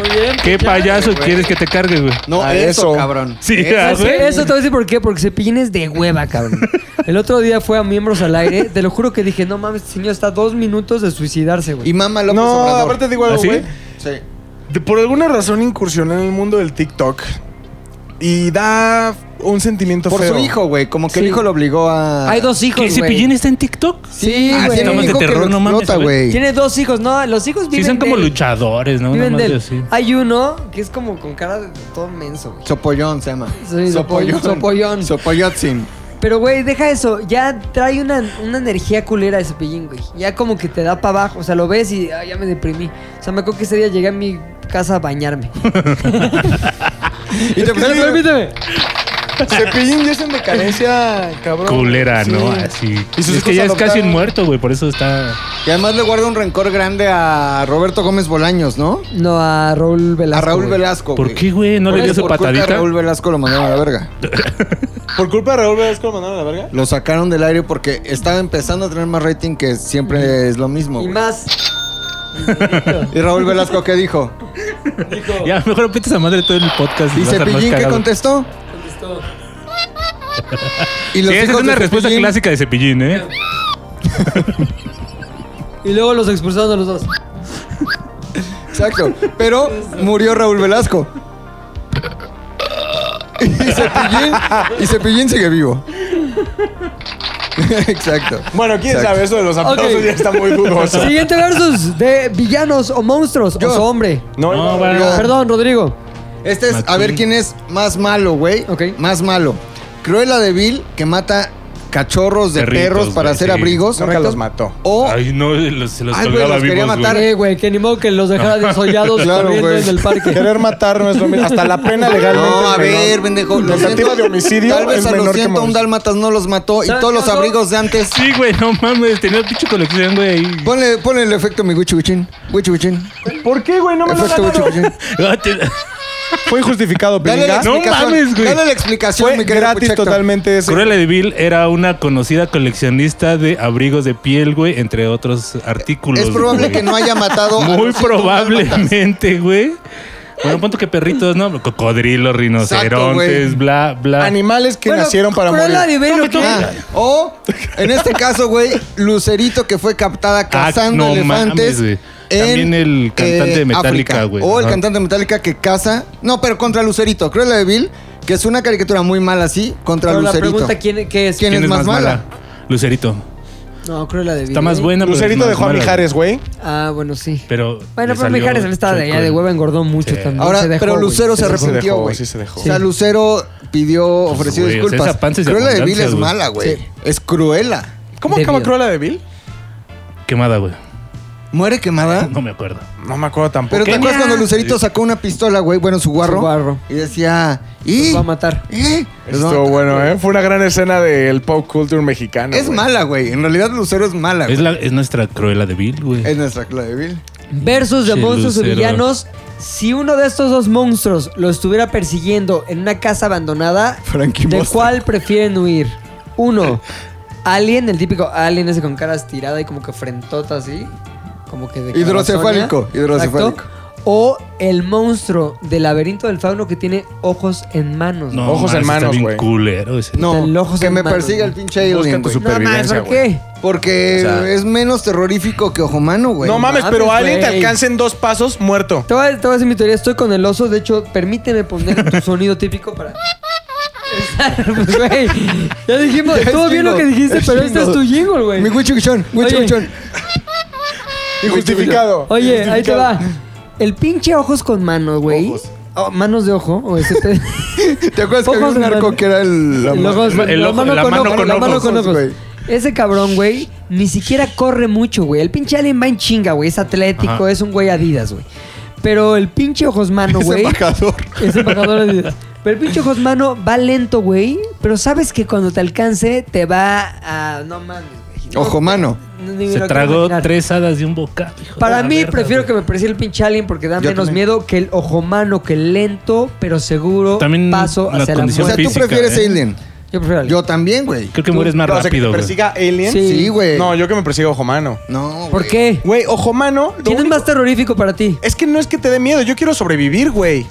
S10: Muy bien.
S1: pues
S5: ¿Qué payaso quieres que te cargue, güey?
S3: No,
S4: A
S3: eso,
S4: eso.
S3: cabrón.
S5: Sí,
S3: Eso.
S5: a
S1: Sí,
S5: ver.
S1: Eso te voy a decir por qué, porque Cepillín es de hueva, cabrón. El otro día fue a Miembros al Aire, te lo juro que dije, no mames, este señor está a dos minutos de suicidarse, güey.
S3: Y mama López
S4: No,
S3: Obrador.
S4: aparte digo algo,
S5: ¿Ah, sí?
S4: güey.
S3: Sí.
S4: De- Por alguna razón incursioné en el mundo del TikTok y da un sentimiento
S3: Por
S4: feo.
S3: su hijo, güey. Como que el
S1: Sí.
S3: hijo lo obligó a.
S1: Hay dos hijos,
S5: ¿Que
S1: güey.
S5: Cepillín está en TikTok?
S1: Sí,
S3: Ah,
S1: güey.
S3: tiene un
S5: Temas de
S3: hijo que
S5: terror,
S3: lo
S5: no mames,
S3: explota,
S5: güey.
S3: güey.
S1: Tiene dos hijos, no, los hijos
S5: Sí,
S1: viven
S5: son como
S1: de él.
S5: luchadores, ¿no?
S1: Viven
S5: Nada
S1: de
S5: más
S1: él.
S5: así.
S1: Hay uno que es como con cara de todo menso, güey.
S3: Sopollón se llama.
S1: Sí, Sopollón. Sopollón.
S3: Sopoyotzin.
S1: Pero, güey, deja eso. Ya trae una, una energía culera de Cepillín, güey. Ya como que te da para abajo. O sea, lo ves y "Ay, ya me deprimí. O sea, me acuerdo que ese día llegué a mi casa a bañarme.
S3: Y
S1: Pero
S3: te
S1: permíteme.
S4: Cepillín ya está en decadencia,
S1: Ah,
S4: cabrón.
S5: Culera,
S4: Sí.
S5: ¿no? Así.
S4: Y sus
S5: es que
S4: hijos
S5: ya es casi
S4: adoptaron-
S5: un muerto, güey, por eso está...
S3: Y además le guarda un rencor grande a Roberto Gómez Bolaños, ¿no?
S1: No, a Raúl Velasco.
S3: A Raúl
S1: güey.
S3: Velasco.
S5: ¿Por
S3: güey.
S5: qué, güey? ¿No
S3: Por
S5: le dio
S3: eso,
S5: su
S3: por culpa de
S5: patadita?
S3: Raúl Velasco lo mandaron a la verga.
S4: Por culpa de Raúl Velasco lo mandaron a la verga.
S3: Lo sacaron del aire porque estaba empezando a tener más rating que siempre es lo mismo.
S1: Y
S3: güey.
S1: más.
S3: ¿Y Raúl Velasco qué dijo?
S5: Ya, mejor repite esa madre todo el podcast.
S3: ¿Y
S5: vas a estar más
S3: Cepillín qué
S5: cagado.
S3: contestó? Contestó. Y los
S5: Sí, esa es
S3: hijos
S5: una
S3: de
S5: respuesta
S3: Cepillín-
S5: clásica de Cepillín, ¿eh?
S1: Y luego los expulsaron a los dos.
S3: Exacto. Pero murió Raúl Velasco. Y Cepillín, y Cepillín sigue vivo. Exacto.
S4: Bueno, quién
S3: Exacto.
S4: sabe, eso de los aplausos
S1: Ok.
S4: ya está muy dudoso.
S1: Siguiente versus de villanos o monstruos
S3: Yo.
S1: o su hombre.
S4: No,
S5: No,
S4: no,
S5: bueno.
S3: Yo.
S1: Perdón, Rodrigo.
S3: Este es, a
S5: Matín.
S3: ver quién es más malo, güey.
S1: Ok.
S3: Más malo. Cruella de Vil, que mata cachorros de
S5: Perritos,
S3: perros para
S5: güey,
S3: hacer
S5: sí.
S3: abrigos.
S4: nunca los mató.
S3: O
S5: Ay, no, los- se los
S3: Ay, güey,
S5: colgaba
S3: los quería
S5: vivos, güey.
S3: matar.
S1: Eh, güey, que ni modo que los dejara desollados
S3: Claro,
S1: corriendo
S3: güey.
S1: en el parque.
S4: Querer matar no es lo mismo. Hasta la pena legalmente.
S3: No, a
S4: es menor.
S3: ver, pendejo. lo
S4: Tentativa
S3: siento.
S4: de homicidio
S3: Tal vez
S4: es
S3: a los
S4: menor que
S3: 101
S4: homicidio.
S3: dálmatas no los mató y
S1: ¿Sabes
S3: todos
S1: qué
S3: los
S1: pasó?
S3: abrigos de antes.
S5: Sí, güey, no mames, tenía pinche colección, güey, ahí.
S3: Ponle, ponle el efecto mi Wichi Wichin. Wichi Wichin.
S4: ¿Por qué, güey? No me lo
S3: Efecto Wichi
S4: ganaron.
S3: Wichin.
S5: Ah, te-
S4: Fue injustificado,
S3: Dale la
S4: Pilinga.
S5: No
S3: explicación.
S5: mames, güey.
S3: Dale la explicación,
S4: Fue
S3: mi querido
S4: gratis
S3: Puchector.
S4: totalmente eso.
S5: Cruella de Vil era una conocida coleccionista de abrigos de piel, güey, entre otros artículos.
S3: Es probable
S5: güey.
S3: que no haya matado. a
S5: Muy
S3: los 101 dálmatas.
S5: probablemente, güey. Bueno, punto que perritos, ¿no? Cocodrilos, rinocerontes,
S3: güey.
S5: bla, bla.
S4: Animales que
S1: Bueno,
S4: nacieron para morir.
S1: Cruella de Vil, ¿o qué?
S3: Ah, o, en este caso, güey, Lucerito que fue captada cazando
S5: Ah, no
S3: elefantes.
S5: mames, güey.
S3: en, eh,
S5: También el cantante de Metallica,
S3: África.
S5: güey.
S3: O el
S5: Ajá.
S3: cantante de Metallica que caza. No, pero contra Lucerito. Cruella de Vil, que es una caricatura muy mala así, contra
S1: Pero la
S3: Lucerito.
S1: pregunta, ¿quién, ¿qué es?
S3: ¿Quién es más mala?
S5: Lucerito.
S1: No, creo la de
S5: Está más buena, pero es
S4: Lucerito
S5: más
S4: dejó a
S5: mala,
S4: Mijares, güey.
S1: Vilma. Ah, bueno, sí.
S5: Pero.
S1: bueno,
S5: le
S1: pero
S5: salió
S1: Mijares también estaba de,
S5: chueco
S1: ya de
S5: el-
S1: hueva, engordó mucho
S5: Sí.
S1: también.
S3: Ahora,
S1: Se dejó,
S3: pero
S1: güey.
S3: Lucero se,
S4: Sí, se
S3: arrepintió,
S4: dejó,
S3: güey.
S4: sí se dejó.
S3: O sea, Lucero pidió, ofreció
S5: Pues, güey, o sea,
S3: disculpas.
S5: esa panza es de
S3: Cruella de Vil
S5: abundancia,
S3: es
S5: güey.
S3: mala, güey.
S1: Sí.
S3: Es cruela.
S4: ¿Cómo
S1: De
S4: acaba
S1: vida.
S4: Cruella de Bill?
S5: Quemada, güey.
S3: Muere quemada.
S5: No me acuerdo.
S4: No me acuerdo tampoco.
S3: Pero ¿te acuerdas cuando Lucerito sacó una pistola, güey? Bueno, su guarro.
S1: Su guarro.
S3: Y decía, ¡y!
S1: Los va a matar.
S3: ¿Eh?
S4: Estuvo bueno, ¿eh? Fue una gran escena del pop culture mexicano.
S3: Es
S4: güey.
S3: mala, güey. En realidad Lucero es mala. güey.
S5: Es,
S3: Es,
S5: la, es nuestra Cruella de Vil, güey.
S3: nuestra Cruella de Vil.
S1: Versus de
S5: Che,
S1: monstruos o
S5: Lucero.
S1: villanos. Si uno de estos dos monstruos lo estuviera persiguiendo en una casa abandonada,
S3: Frankie
S1: ¿de
S3: Monster.
S1: cuál prefieren huir? Uno, Alien, el típico Alien ese con cara estirada y como que frentota así. Como que de
S3: Hidrocefálico,
S1: cabezonia.
S3: hidrocefálico.
S1: Exacto. O el monstruo del laberinto del fauno que tiene ojos en manos.
S5: No, mames,
S4: Ojos en
S5: está
S4: manos,
S5: bien
S4: güey.
S5: culero ese.
S1: El
S3: No,
S1: ojo
S3: que
S1: sin
S3: me
S1: mano,
S3: persiga
S1: güey.
S3: el pinche alien,
S4: Busca tu
S3: güey.
S1: No mames,
S4: supervivencia,
S1: ¿por
S4: güey.
S1: qué?
S3: Porque
S4: O sea-
S3: es menos terrorífico que Ojomano, güey.
S4: No mames,
S1: mames,
S4: pero alguien te
S1: güey.
S4: alcanza en dos pasos muerto.
S1: Te voy, a, te voy a decir mi teoría, estoy con el oso, de hecho, permíteme poner tu sonido típico para... Pues, güey, ya dijimos,
S3: Ya es
S1: estuvo bien lo que
S3: jingle,
S1: dijiste,
S3: es
S1: pero este es
S3: jingle.
S1: tu jingle, güey.
S3: Mi Wichichon, Wichichon.
S4: Injustificado.
S1: Oye, ahí te va. El pinche ojos con manos, güey. Oh, manos de ojo, o ese pe-
S3: ¿Te acuerdas que había
S1: Ojos de
S3: un narco
S1: mano.
S3: que era el...
S1: el ojo,
S5: el
S1: la
S5: ojo- la mano con
S1: la mano
S5: ojos,
S1: con ojos.
S3: güey.
S1: Ese cabrón, güey, ni siquiera corre mucho, güey. El pinche alien va en chinga, güey. Es atlético,
S5: Ajá.
S1: es un güey Adidas, güey. Pero el pinche ojos mano,
S3: Es
S1: güey.
S3: embajador.
S1: Es embajador de Adidas. Pero el pinche ojos mano va lento, güey. Pero sabes que cuando te alcance te va a. No mames, güey.
S3: Ojo mano.
S1: No, ni me
S5: Se
S1: lo quiero
S5: tragó
S1: imaginar.
S5: tres hadas de un bocado. hijo de
S1: Para
S5: la
S1: mí,
S5: verga,
S1: prefiero
S5: güey.
S1: que me persiga el pinche alien porque da
S3: Yo
S1: menos
S3: también.
S1: miedo que el ojo mano, que el lento, pero seguro
S5: También
S1: paso
S5: la
S1: hacia la
S5: condición
S3: O sea,
S1: muerte.
S3: tú
S5: física,
S3: prefieres
S5: ¿eh?
S3: alien.
S1: Yo prefiero al-
S3: Yo también, güey.
S5: Creo que mueres más
S4: O sea, que te
S5: rápido, güey.
S4: persiga Alien.
S1: Sí.
S3: Sí, güey.
S4: No, yo que me persiga Ojo Mano.
S3: No,
S1: ¿Por
S3: güey.
S1: qué?
S4: Güey, Ojo Mano. lo
S1: ¿Quién es
S4: único-
S1: más terrorífico para ti?
S4: Es que no es que te dé miedo, yo quiero sobrevivir, güey.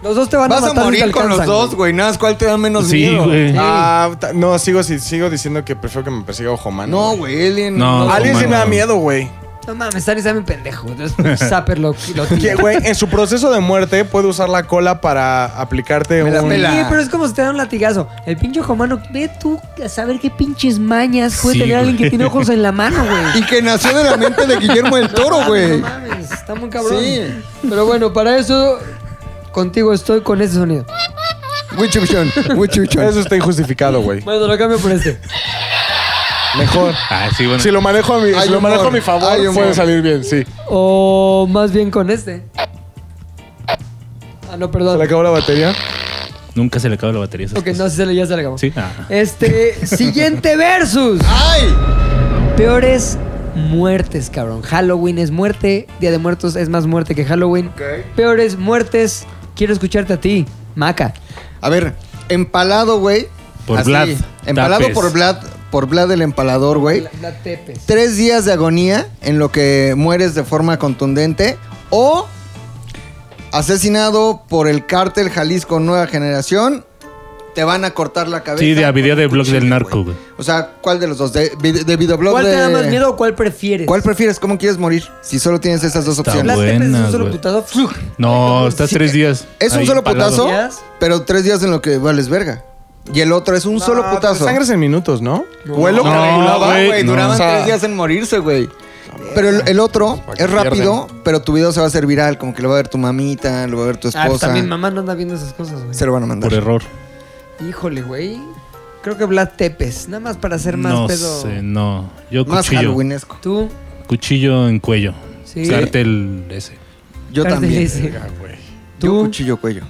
S1: Los dos te van
S3: Vas
S1: a
S3: a
S1: matar si te
S3: morir con los
S1: alcanzan,
S3: dos, güey. Nada, más, ¿cuál te da menos
S5: Sí,
S3: miedo?
S5: güey.
S4: Ah, ta- no, sigo, si- sigo diciendo que prefiero que me persiga Ojo Mano.
S3: No, güey, Alien.
S5: No,
S3: no.
S4: Alien sí
S5: Ojo
S4: me da
S5: Mano.
S4: miedo, güey.
S1: No mames, Sari sabe un pendejo. Zapper lo, lo
S4: Que,
S1: tira.
S4: güey, en su proceso de muerte puede usar la cola para aplicarte
S3: Me la
S4: un...
S3: pela.
S1: Sí, pero es como si te dan un latigazo. El pinche ojo mano, ve tú a saber qué pinches mañas puede
S5: Sí,
S1: tener alguien que
S5: güey.
S1: tiene ojos en la mano, güey.
S3: Y que nació de la mente de Guillermo del Toro, güey.
S1: No mames, está muy cabrón.
S3: Sí.
S1: Pero bueno, para eso contigo estoy con ese sonido.
S3: Wichuchon, Wichuchon.
S4: Eso está injustificado, güey.
S1: Bueno, lo cambio por este.
S4: Mejor.
S5: Ah, sí, bueno.
S4: Si lo manejo a mi,
S3: Hay
S4: si lo
S3: humor,
S4: manejo a mi
S3: hay
S4: favor,
S3: humor.
S4: puede salir bien, sí.
S1: O más bien con este. Ah, no,
S4: ¿Se le
S1: perdón.
S4: acabó la batería?
S5: Nunca se le acaba la batería. a esas
S1: Ok,
S5: cosas.
S1: no, sí se le, ya se le acabó.
S5: Sí. Ah.
S1: Este, siguiente versus.
S3: ¡Ay!
S1: Peores muertes, cabrón. Halloween es muerte, Día de Muertos es más muerte que Halloween. Peores muertes, quiero escucharte a ti, Maca.
S3: A ver, empalado, güey.
S5: Por
S3: Así,
S5: Vlad
S3: Empalado
S5: Tapes.
S3: por Vlad, por Vlad el empalador, güey.
S1: La, la tepes.
S3: Tres días de agonía en lo que mueres de forma contundente. O asesinado por el cártel Jalisco Nueva Generación. Te van a cortar la cabeza.
S5: Sí, de a
S3: con
S5: video de
S3: un
S5: blog
S3: cuchillo,
S5: del narco, güey.
S3: O sea, ¿cuál de los dos? ¿De, vid- de videoblog
S1: ¿Cuál te da
S3: de-
S1: más miedo o cuál prefieres?
S3: ¿Cuál prefieres? ¿Cómo quieres morir? Si solo tienes esas dos
S5: Está
S3: opciones.
S1: Las tepes es
S5: Buena,
S1: un solo
S5: güey.
S1: putado.
S5: No, estás
S1: Sí,
S5: tres días.
S3: Es un
S5: ahí
S3: solo
S5: empalado.
S3: putazo,
S1: Días.
S3: pero tres días en lo que vales verga. Y el otro es un solo
S4: Ah,
S3: putazo.
S4: Sangre es en minutos, ¿no?
S3: Vuelo
S5: No,
S3: calculaba,
S5: güey,
S3: güey.
S5: no.
S3: Duraban
S4: O sea-
S3: tres días en morirse, güey. Pero el, el otro
S4: Para que
S3: es rápido, pero tu video se va a hacer viral. Como que lo va a ver tu mamita, lo va a ver tu
S1: Ah, pues
S3: esposa.
S1: también mamá no anda viendo esas cosas, güey.
S3: se lo van a mandar.
S5: Por error.
S1: Híjole, güey. Creo que Vlad Tepes, nada más para hacer más
S5: No
S1: pedo.
S5: sé, no. Yo
S3: Más
S5: cuchillo.
S3: halloweenesco.
S1: Tú,
S5: Cuchillo en cuello.
S1: sí.
S5: Cartel ese.
S3: Yo
S1: Cárdenas,
S3: también.
S1: sí.
S3: Yo
S1: Tú.
S3: cuchillo cuello.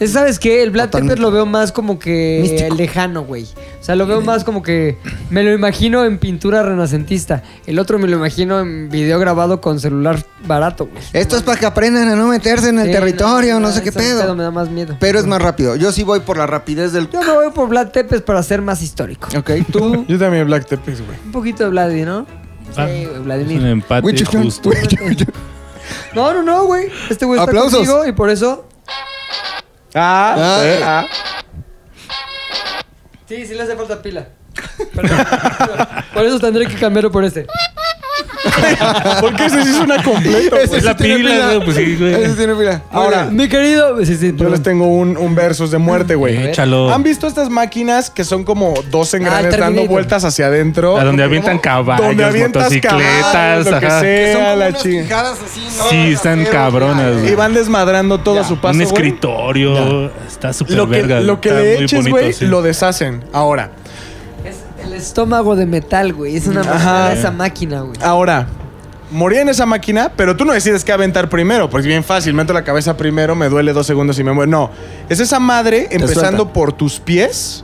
S1: Es, ¿Sabes qué? El Vlad
S3: Totalmente.
S1: Tepes lo veo más como que
S3: Místico.
S1: lejano, güey. O sea, lo veo más como que me lo imagino en pintura renacentista. El otro me lo imagino en video grabado con celular barato, güey.
S3: Esto es para que aprendan a no meterse en el
S1: Sí,
S3: territorio, no,
S1: me da-
S3: sé qué
S1: ese pedo me
S3: pedo.
S1: da más miedo.
S3: Pero es más rápido. Yo sí voy por la rapidez del.
S1: Yo me voy por Vlad Tepes para ser más histórico.
S3: Ok, tú.
S4: Yo también Black Tepes, güey.
S1: Un poquito de Vladi, ¿no?
S5: Ah,
S1: sí, güey,
S5: es un
S1: Vladimir.
S5: empate
S3: Güey, yo- yo-
S5: justo.
S3: güey, yo- yo-
S1: No, no, no, güey. Este güey está
S3: Aplausos.
S1: contigo y por eso...
S4: Ah,
S3: Ah.
S4: eh, ah.
S1: Sí, sí le hace falta pila. por eso tendré que cambiarlo por este.
S4: ¿Por qué ese sí suena completo?
S3: Ese
S4: güey?
S5: Es la
S3: tiene
S5: pila,
S3: pila.
S5: güey, pues sí, güey.
S3: Ese tiene pila.
S4: Ahora,
S1: Mi querido... Sí, sí,
S4: yo
S1: perdón.
S4: les tengo un, un versus de muerte, güey.
S5: Échalo.
S4: ¿Han visto estas máquinas que son como
S3: Ah,
S4: dos engranes dando
S1: Terminator.
S4: vueltas hacia adentro?
S5: A donde avientan caballos,
S4: Donde avientas
S5: motocicletas,
S4: caballos, lo que
S5: ajá.
S4: sea,
S3: Que son como
S4: la
S3: unas
S4: chingada.
S3: fijadas así, ¿no?
S5: Sí, están
S3: Acero,
S5: cabronas,
S4: Y van desmadrando todo a su paso.
S5: Un
S4: güey.
S5: escritorio. Está súper
S4: Lo que,
S5: verga.
S4: lo que
S5: está
S4: le
S5: muy
S4: eches,
S5: bonito,
S4: güey,
S5: sí.
S4: lo deshacen. Ahora,
S1: Es el estómago de metal, güey. Es una
S4: Ajá.
S1: mamada esa máquina, güey.
S4: ahora. Moría en esa máquina, pero tú no decides qué aventar primero, porque es bien fácil. Meto la cabeza primero, me duele dos segundos y me muero. No, es esa madre empezando
S3: suelta.
S4: por tus pies.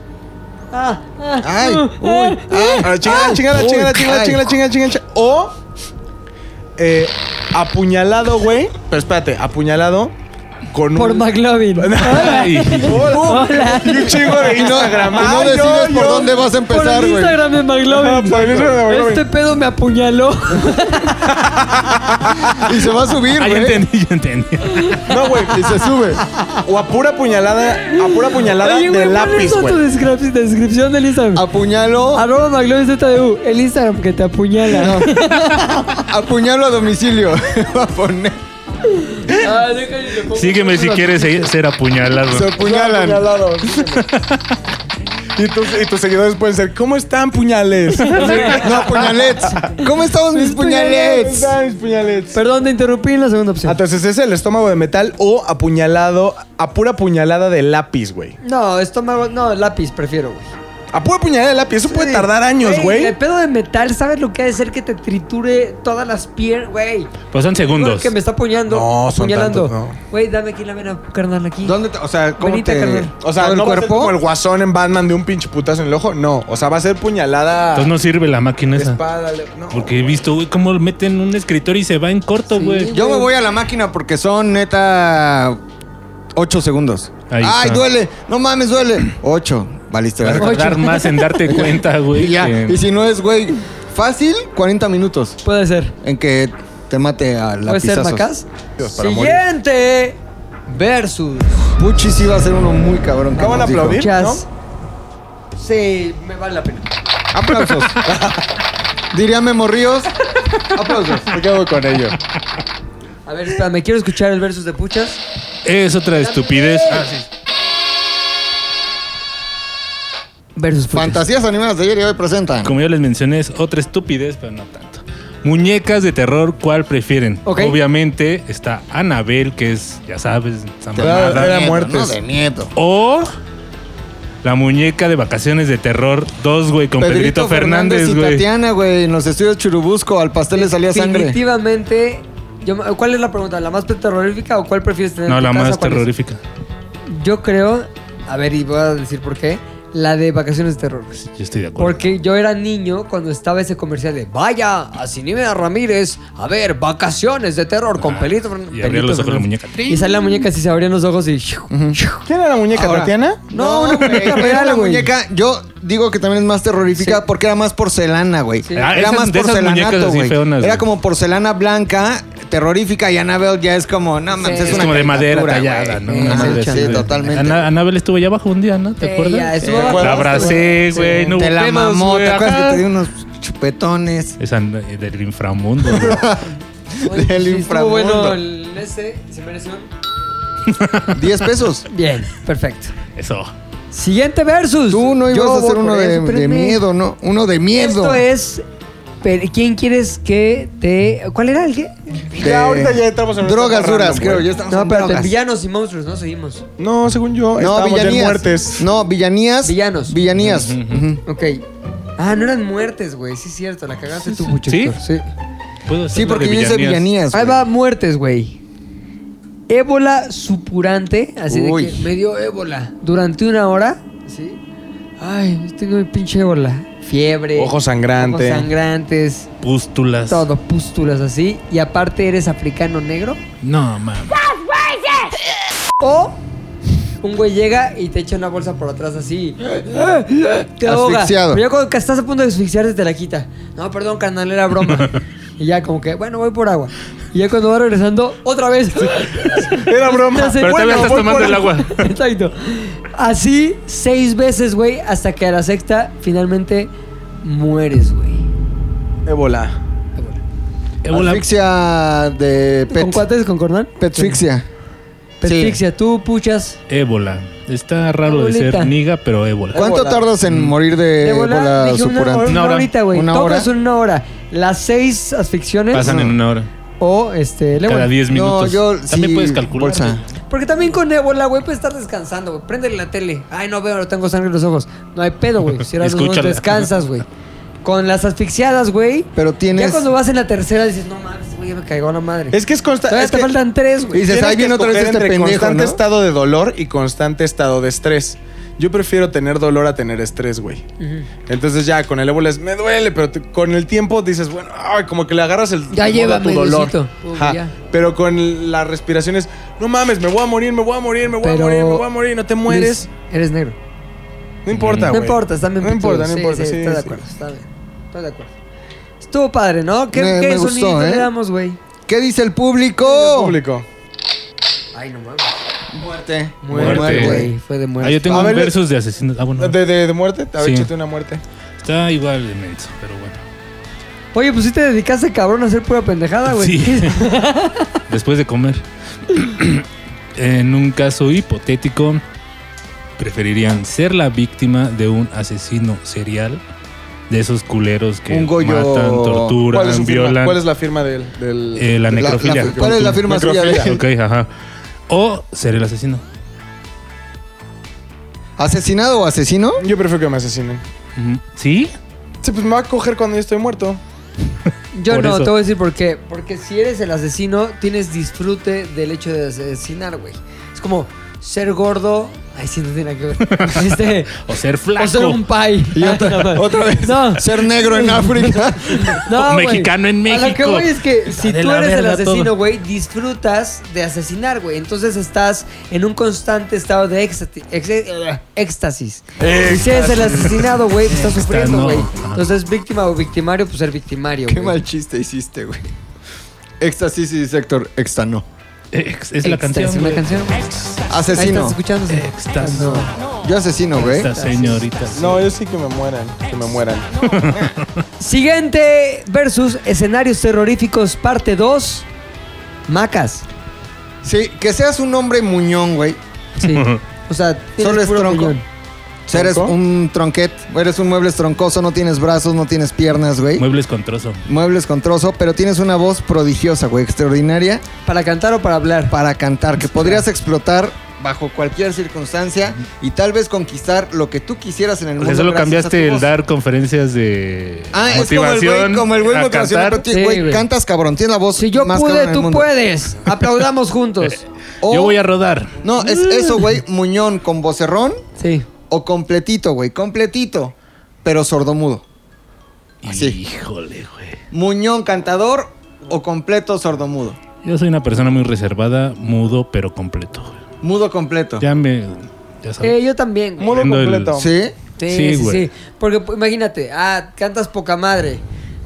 S1: Ah, ah,
S3: Ay, uy,
S4: Ah, chingada, chingada,
S3: uy,
S4: chingada, chingada,
S3: ay.
S4: chingada, chingada, chingada, chingada. O eh, apuñalado, güey. Pero espérate, apuñalado con
S1: por
S4: un.
S1: McLovin. Hola.
S5: Ay,
S4: Hola.
S1: Hola.
S4: Y un chingo de
S3: Y no,
S4: Instagram.
S3: y no
S4: Ay,
S3: decides
S4: yo,
S3: por
S4: yo.
S3: dónde vas a
S1: Por
S3: empezar,
S1: el
S3: güey.
S1: Instagram de
S4: Ah,
S1: McLovin.
S4: pues, por el Instagram de McLovin.
S1: Este pedo me apuñaló.
S3: Y se va a subir,
S5: Ah, ya
S3: güey.
S5: entendí, ya entendí.
S4: No, güey.
S3: Y se sube.
S4: O a pura puñalada, a pura puñalada
S1: Oye,
S4: de
S1: güey, pon
S4: lápiz,
S1: eso en tu
S4: güey.
S1: descrip- descripción del Instagram.
S3: Apuñalo,
S1: Arroba McLovin ZDU. El Instagram que te apuñala.
S3: apuñalo a domicilio. Va a poner.
S1: Ah, deja y le pongo.
S5: Sígueme si quieres se- ser apuñalado.
S3: Se apuñalan.
S4: Apuñalado, sí, güey. Y tus, y tus seguidores pueden ser, ¿cómo están puñales?
S3: No, apuñalets. ¿Cómo estamos mis
S4: ¿Cómo
S3: puñalets?
S4: están mis puñalets?
S1: Perdón, te interrumpí en la segunda opción.
S4: Entonces es el estómago de metal o apuñalado, a pura puñalada de lápiz, güey.
S1: No, estómago. No, lápiz prefiero, güey.
S4: A pura puñalada de lápiz, eso puede tardar años,
S1: El
S4: güey.
S1: pedo de metal, ¿sabes lo que ha de ser que te triture todas las piernas, güey?
S5: Pues son
S1: Seguro
S5: segundos.
S1: que me está apuñando.
S4: No, son
S1: apuñalando.
S4: tantos, no.
S1: Güey, dame aquí la vena, carnal, aquí.
S3: ¿Dónde te, o sea, cómo
S1: Venite,
S3: te
S1: carnal.
S4: O sea,
S3: todo
S4: no
S3: el
S4: va a ser como
S3: cuerpo?
S4: el guasón en Batman de un pinche putazo en el ojo. No, o sea, va a ser puñalada
S5: Entonces no sirve la máquina
S4: de
S5: esa.
S4: espada. le- No.
S5: Porque he visto, güey, cómo meten un escritorio y se va en corto, güey.
S3: Yo me voy a la máquina porque son neta 8 segundos.
S5: Ahí
S3: Ay,
S5: está.
S3: duele. No mames, duele. 8, Valiste
S5: Va a
S3: verga.
S5: tardar más en darte cuenta, güey.
S3: Y ya,
S5: que-
S3: y si no es, güey, fácil, 40 minutos
S1: Puede ser.
S3: en que te mate a la
S1: Puede ser Macas.
S3: para morir.
S1: Siguiente. Versus.
S3: Puchi sí va a ser uno muy cabrón. que
S4: ¿No van
S3: nos
S4: a
S3: dijo.
S4: aplaudir?
S1: Chas. Sí, me vale la pena.
S3: Aplausos. Diría Memo Ríos. Aplausos. Me quedo con ello.
S1: A ver, espérame, quiero escuchar el versus de Puchas.
S5: Es otra estupidez. Ah, sí.
S1: Versus Puchas.
S3: Fantasías animadas de ayer y hoy presentan.
S5: Como ya les mencioné, es otra estupidez, pero no tanto. Muñecas de terror, ¿cuál prefieren?
S1: Ok.
S5: Obviamente está Anabel, que es, ya sabes, esa
S3: Te
S5: mamada.
S3: va a dar
S4: era
S3: miedo,
S4: muertes.
S3: No de miedo.
S5: O la muñeca de vacaciones de terror 2, güey, con Pedrito, Fernández,
S3: y
S5: güey.
S3: Tatiana, güey, en los estudios Churubusco. Al pastel le salía sangre.
S1: Definitivamente. yo me- ¿Cuál es la pregunta? ¿La más terrorífica o cuál prefieres tener?
S5: No,
S1: en tu
S5: la
S1: casa?
S5: más
S1: ¿Cuál es?
S5: terrorífica.
S1: Yo creo. A ver, y voy a decir por qué. La de vacaciones de terror.
S5: Yo estoy de acuerdo.
S1: Porque yo era niño cuando estaba ese comercial de Vaya a Cinemea Ramírez a ver vacaciones de terror con
S5: Ah,
S1: pelito. Fern-
S5: y abría
S1: Pelito
S5: los ojos la
S1: Fernández".
S5: muñeca.
S1: Y sale la muñeca así, se abrían los ojos y.
S4: ¿Quién era la muñeca,
S3: Ahora.
S4: Tatiana?
S1: No, una
S3: güey,
S1: muñeca
S3: era
S1: real,
S3: la
S1: güey.
S3: muñeca, yo digo que también es más terrorífica
S1: Sí.
S3: porque era más porcelana, güey.
S1: Sí.
S5: Ah,
S3: Era
S5: esas-
S3: más
S5: de esas muñecas
S3: porcelanato,
S5: así
S3: güey.
S5: feonas,
S3: Era
S5: güey.
S3: como porcelana blanca, terrorífica, y Annabelle ya es como, no mames,
S1: Sí.
S3: es,
S5: Es
S3: una
S5: como de madera
S3: caricatura,
S5: tallada, ¿no?
S3: güey.
S5: Una
S3: Ajá,
S5: madre
S3: sí,
S5: así, güey.
S3: totalmente.
S5: Ana- Anabel estuvo allá abajo un día, ¿no? ¿Te
S1: Sí, ya,
S5: acuerdas? Eh,
S1: estuvo
S3: Sí,
S1: bajo-
S5: La abracé, güey. no
S3: Te
S5: hubo
S3: la
S5: pedos,
S3: mamó,
S5: güey,
S3: ¿te acuerdas
S5: ajá.
S3: que te di unos chupetones?
S5: Es an- eh, del inframundo, güey.
S1: Oye,
S3: del
S1: sí, estuvo
S3: inframundo.
S1: bueno el este, se mereció.
S3: 10 pesos.
S1: Bien, perfecto.
S5: Eso.
S1: Siguiente versus.
S3: Tú no
S1: Yo
S3: ibas a
S1: voy
S3: hacer
S1: por
S3: uno
S1: eso,
S3: de, de
S1: espérenme.
S3: miedo, ¿no? Uno de
S1: Esto
S3: miedo.
S1: es. pero, ¿Quién quieres que te.? ¿Cuál era el qué?
S3: De-
S4: Ya, ahorita ya entramos en un
S3: eh, Drogas
S4: tema
S3: duras,
S4: random,
S3: creo.
S4: güey.
S3: Ya estamos
S1: No,
S3: en
S1: pero
S3: drogas.
S1: villanos y monstruos, ¿no? Seguimos.
S4: No, según yo,
S3: No,
S4: estábamos ya en
S3: villanías.
S4: muertes.
S3: No, villanías.
S1: Villanos.
S3: Villanías. Ujú.
S1: Ok. Ah, no eran muertes, güey. Sí, es cierto. La cagaste tú, mucho.
S5: ¿Sí?
S1: Sí.
S5: Puedo hacer
S3: Sí,
S5: la de
S3: porque yo hice villanías.
S1: Ahí
S3: güey.
S1: va muertes, güey. Ébola supurante, así
S3: Uy.
S1: de que me dio ébola durante una hora. Sí. Ay, tengo mi pinche ébola. Fiebre.
S4: Ojo sangrante.
S1: Ojos sangrantes.
S5: Pústulas.
S1: Todo, pústulas así. Y aparte eres africano negro.
S5: No, mames.
S1: O un güey llega y te echa una bolsa por atrás así. Te ahoga.
S3: Asfixiado.
S1: Pero ya cuando estás a punto de asfixiarte te la quita. No, perdón, carnal, era broma. y ya como que, bueno, voy por agua. Y ya cuando va regresando, otra vez.
S4: Era broma.
S1: Entonces,
S5: Pero todavía
S1: bueno,
S5: estás
S1: voy
S5: tomando
S1: por
S5: el agua.
S1: Exacto. Así seis veces, güey, hasta que a la sexta finalmente mueres, güey.
S4: Ébola.
S5: Ébola.
S3: Asfixia de
S1: ¿Con
S3: pet.
S1: cuates, con cordón?
S3: Petfixia.
S1: Petrixia, tú puchas.
S5: Ébola. Está raro de
S1: Ébolita.
S5: ser niga, pero ébola.
S3: ¿Cuánto
S4: Ébola.
S3: tardas en morir de
S1: De volar,
S3: ébola
S1: dije una, hora-
S3: Eh, supurante?
S1: una
S5: Una hora.
S1: horita, güey.
S3: ¿Una
S1: Todos
S3: hora?
S1: son una hora. Las seis asficciones
S5: Pasan en una hora.
S1: o este, el ébola.
S5: Cada 10
S3: No,
S5: minutos.
S3: yo
S5: También
S3: sí,
S5: puedes calcular. Ah,
S3: bolsa.
S5: güey.
S1: Porque también con ébola, güey, puedes estar descansando, güey. Préndele la tele. Ay, no veo, no tengo sangre en los ojos. No hay pedo, güey. Cierras los ojos,
S5: Escúchala.
S1: descansas, güey. Con las asfixiadas, güey.
S3: Pero
S1: Ya
S3: tienes.
S1: cuando vas en la tercera dices, no mames, güey, ya me cagó la madre.
S4: Es que es constante.
S1: Todavía
S4: Es
S1: te
S4: que
S1: faltan tres, güey.
S3: Dices,
S4: tienes
S3: ahí
S4: que
S3: viene otra vez
S4: escoger
S3: este
S4: entre
S3: pendejo,
S4: constante
S3: ¿no?
S4: estado de dolor y constante estado de estrés. Yo prefiero tener dolor a tener estrés, güey.
S1: Ujú.
S4: Entonces ya con el ébola es, me duele, pero te- con el tiempo dices, bueno, ay, como que le agarras el
S1: Ya
S4: el modo
S1: llévame,
S4: a
S1: Diosito. Uy,
S4: Ajá.
S1: ya.
S4: Pero con las respiraciones, no mames, me voy a morir, me voy a morir, me voy
S1: Pero-
S4: a morir, me voy a morir, no te mueres.
S1: Luis, eres negro.
S4: No importa,
S1: No
S4: güey.
S1: importa, están bien
S4: No importa,
S1: pichudos.
S4: no importa.
S1: Sí, sí,
S4: sí,
S1: estoy de
S4: sí.
S1: acuerdo, está bien. Estoy de acuerdo. Estuvo padre, ¿no? ¿Qué,
S3: Me-
S1: qué
S3: me
S1: sonidito
S3: gustó, ¿eh?
S1: le damos, güey?
S3: ¿Qué dice el
S4: Oh.
S3: público?
S4: Público.
S1: Ay, no mames.
S3: Muerte.
S1: Muerte,
S5: Muerte.
S1: güey. Fue de
S5: Ah,
S1: muerte.
S5: yo tengo
S4: pues. A
S5: un
S4: ver,
S5: versus de asesinos. Ah, bueno.
S4: De, de, de muerte, a ver,
S5: Sí.
S4: échate una muerte.
S5: Está igual de menso, pero bueno.
S1: Oye, pues sí te dedicaste, cabrón, a hacer pura pendejada, güey.
S5: Sí. Después de comer. en un caso hipotético, preferirían ser la víctima de un asesino serial. De esos culeros que
S3: Un Goyo.
S5: matan, torturan,
S4: ¿Cuál es, su firma?
S5: violan.
S4: ¿Cuál es la firma del...? del-
S5: Eh, la
S3: La-
S5: necrofilia.
S3: la- ¿Cuál es la firma suya?
S4: Necrofilia.
S5: Ok, ajá. O ser el asesino.
S3: ¿Asesinado o asesino?
S4: Yo prefiero que me asesinen.
S5: Ujú. ¿Sí?
S4: Sí, pues me va a coger cuando yo estoy muerto.
S1: Yo
S5: Por
S1: no,
S5: eso.
S1: te voy a decir por qué. Porque si eres el asesino, tienes disfrute del hecho de asesinar, güey. Es como, ser gordo. Ay, sí, no tiene nada que ver. Este,
S5: O ser flaco.
S1: o ser un pay.
S3: Y otra,
S1: No,
S3: otra vez,
S1: No.
S3: ser negro en África.
S1: No,
S5: O
S1: güey.
S5: mexicano en
S1: A lo que
S5: México.
S1: voy es que si
S5: de
S1: tú
S5: la
S1: eres el
S5: verga
S1: asesino,
S5: todo.
S1: güey, disfrutas de asesinar, güey. Entonces estás en un constante estado de éxtati- ex- eh, éxtasis. Y si eres el asesinado, güey, pues estás sufriendo,
S5: no.
S1: güey.
S5: Ajá.
S1: Entonces, víctima o victimario, pues ser victimario,
S3: Qué
S1: güey.
S3: mal chiste hiciste, güey. Éxtasis y sector, exta no.
S5: Ex- es la
S1: Éxtasis,
S5: canción.
S1: una
S5: güey.
S1: canción. Ahí estás
S3: Asesino.
S1: escuchando. sí.
S5: Éxtasis.
S1: No.
S3: Yo asesino, güey.
S5: Esta señorita.
S4: ¿eh? No, yo sí que me mueran. Que me mueran.
S1: Siguiente versus escenarios terroríficos, parte 2. Macas.
S3: Sí, que seas un hombre muñón, güey.
S1: Sí. O sea, tienes
S3: Solo es
S1: puro
S3: tronco.
S1: millón.
S3: O sea, eres
S4: ¿Tronco?
S3: un tronquet, eres un mueble troncoso, no tienes brazos, no tienes piernas, güey.
S5: Muebles con trozo.
S3: Muebles con trozo, pero tienes una voz prodigiosa, güey, extraordinaria
S1: ¿Para cantar o para hablar?
S3: para cantar, que podrías explotar bajo cualquier circunstancia y tal vez conquistar lo que tú quisieras en el
S5: O
S3: mundo.
S5: sea, solo
S3: gracias a tu
S5: cambiaste el
S3: voz.
S5: dar conferencias de
S3: Ah, es como el
S5: motivación
S3: güey, como el güey
S5: a
S3: motivacional, pero
S5: cantar.
S3: ti-
S1: Sí,
S3: güey,
S1: güey.
S3: cantas cabrón, tienes la voz
S1: Si yo
S3: más
S1: pude,
S3: cabrón en el
S1: tú
S3: mundo.
S1: puedes. Aplaudamos juntos.
S3: O-
S5: Yo voy a rodar.
S3: No, es eso, güey, muñón con vocerrón
S1: Sí.
S3: o completito, güey, completito, pero sordomudo. Así.
S5: Híjole, güey.
S3: Muñón cantador o completo sordomudo.
S5: Yo soy una persona muy reservada, mudo, pero completo. güey.
S3: Mudo completo.
S5: Ya me. Ya sabes.
S1: Eh, yo también. güey.
S4: Mudo
S5: Viendo el-
S4: completo.
S3: ¿Sí?
S1: Sí, sí,
S5: Sí, güey.
S1: sí. Porque pues, imagínate, ah, cantas poca madre.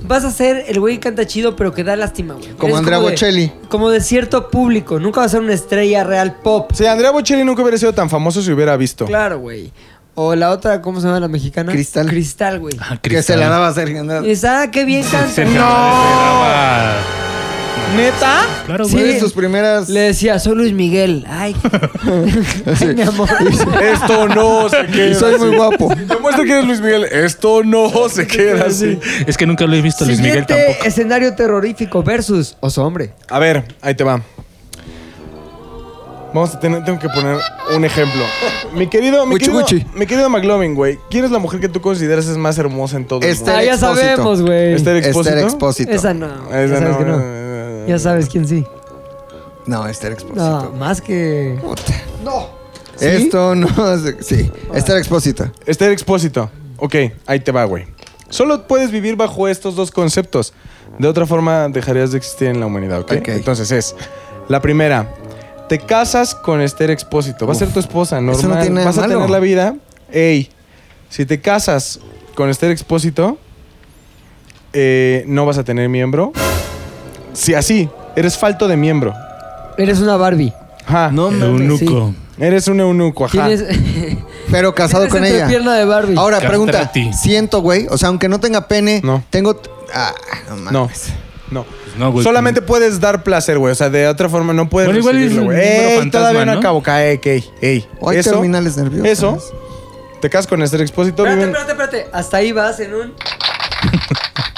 S1: Vas a ser el güey que canta chido, pero que da lástima, güey.
S3: Como
S1: Eres
S3: Andrea
S1: de-
S3: Bocelli.
S1: como de cierto público. Nunca vas a ser una estrella real pop.
S4: Sí, Andrea Bocelli nunca hubiera sido tan famoso si hubiera visto.
S1: Claro, güey. O la otra, ¿cómo se llama la mexicana?
S3: Cristal.
S1: Cristal, güey.
S5: Ah,
S3: Que se
S5: Cristal.
S3: la daba a Sergio Andrade.
S1: Dices, ah, qué bien canta.
S5: Sergio Andrade
S4: ¿Neta?
S5: se la daba. Claro,
S1: Sí.
S5: güey.
S3: Fue de sus primeras.
S1: Le decía, soy Luis Miguel. Ay,
S3: Sí.
S1: ay mi amor.
S4: Esto no se queda.
S3: Y soy muy
S4: así.
S3: guapo.
S4: Demuestra que eres Luis Miguel. Esto no se queda así.
S5: Es que nunca lo he visto, Luis Miguel
S1: Siguiente
S5: tampoco.
S1: escenario terrorífico versus oso hombre.
S4: A ver, ahí te va. Vamos a tener, tengo que poner un ejemplo. Mi querido, mi
S3: Gucci,
S4: querido,
S3: gucci.
S4: mi querido McLovin, güey. ¿Quién es la mujer que tú consideras es más hermosa en todo
S3: Este-
S1: Ah,
S4: el mundo?
S1: ya
S3: Expósito.
S1: sabemos, güey.
S4: Esther Expósito.
S3: Esther Expósito.
S1: Esa no.
S4: Esa
S1: ya sabes
S4: no,
S1: que no.
S4: eh,
S1: Ya sabes quién sí.
S3: No, Esther
S1: No,
S3: Expósito.
S1: más que.
S3: Puta.
S1: ¿Sí?
S3: Esto no. se- Sí, Esther Expósito.
S4: Esther Expósito. Ok, ahí te va, güey. Solo puedes vivir bajo estos dos conceptos. De otra forma, dejarías de existir en la humanidad, ¿ok?
S3: Ok.
S4: Entonces es, la primera, te casas con Esther Expósito. Va a ser tu esposa, normal.
S3: no tiene nada
S4: Vas a
S3: malo.
S4: tener la vida. Ey, si te casas con Esther Expósito, eh, no vas a tener miembro. Si así, eres falto de miembro.
S1: Eres una Barbie.
S4: Ajá.
S3: No
S5: Eunuco.
S4: Eres un eunuco, ajá.
S1: Tienes.
S3: Pero casado con ella.
S1: pierna de Barbie.
S3: Ahora, pregunta.
S5: Castrati.
S3: Siento, güey. O sea, aunque no tenga pene,
S4: No.
S3: tengo. Ah, no
S4: No,
S3: mames.
S4: no.
S5: Pues no, güey.
S4: Solamente puedes dar placer, güey. O sea, de otra forma no puedes
S5: Bueno, igual es
S4: recibirlo,
S5: un
S4: güey.
S5: número
S4: Ey,
S5: fantasma,
S4: todavía no
S5: ¿no?
S4: acabo. Ca- Ey, ey, ey.
S3: O hay
S4: Eso,
S3: terminales nerviosas.
S4: eso. Te casas con Esther Expósito.
S1: Espérate,
S4: viven-
S1: espérate, espérate. Hasta ahí vas en un.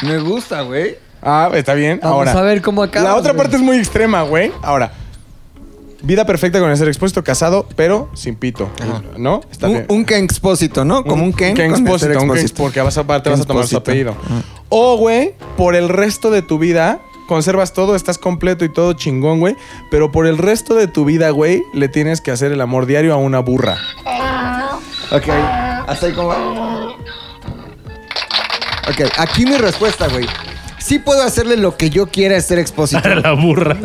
S3: Me gusta, güey.
S4: Ah, está bien.
S1: Vamos
S4: Ahora.
S1: a ver cómo acaba.
S4: La otra parte es muy extrema, güey. Ahora. Vida perfecta con Esther Expósito, casado, pero sin pito. ¿No? Está
S3: Un,
S4: bien.
S3: un Ken Expósito, ¿no? Como un Ken. con
S4: expósito,
S3: Esther
S4: un Ken,
S3: Expósito.
S4: porque vas a, te
S3: Ken
S4: vas a tomar su
S3: Expósito. Ah.
S4: apellido. O, güey, por el resto de tu vida, conservas todo, estás completo y todo chingón, güey. Pero por el resto de tu vida, güey, le tienes que hacer el amor diario a una burra.
S3: Ok, hasta ahí cómo va. Ok, aquí mi respuesta, güey. Sí puedo hacerle lo que yo quiera a Esther Expósito.
S5: Para la burra.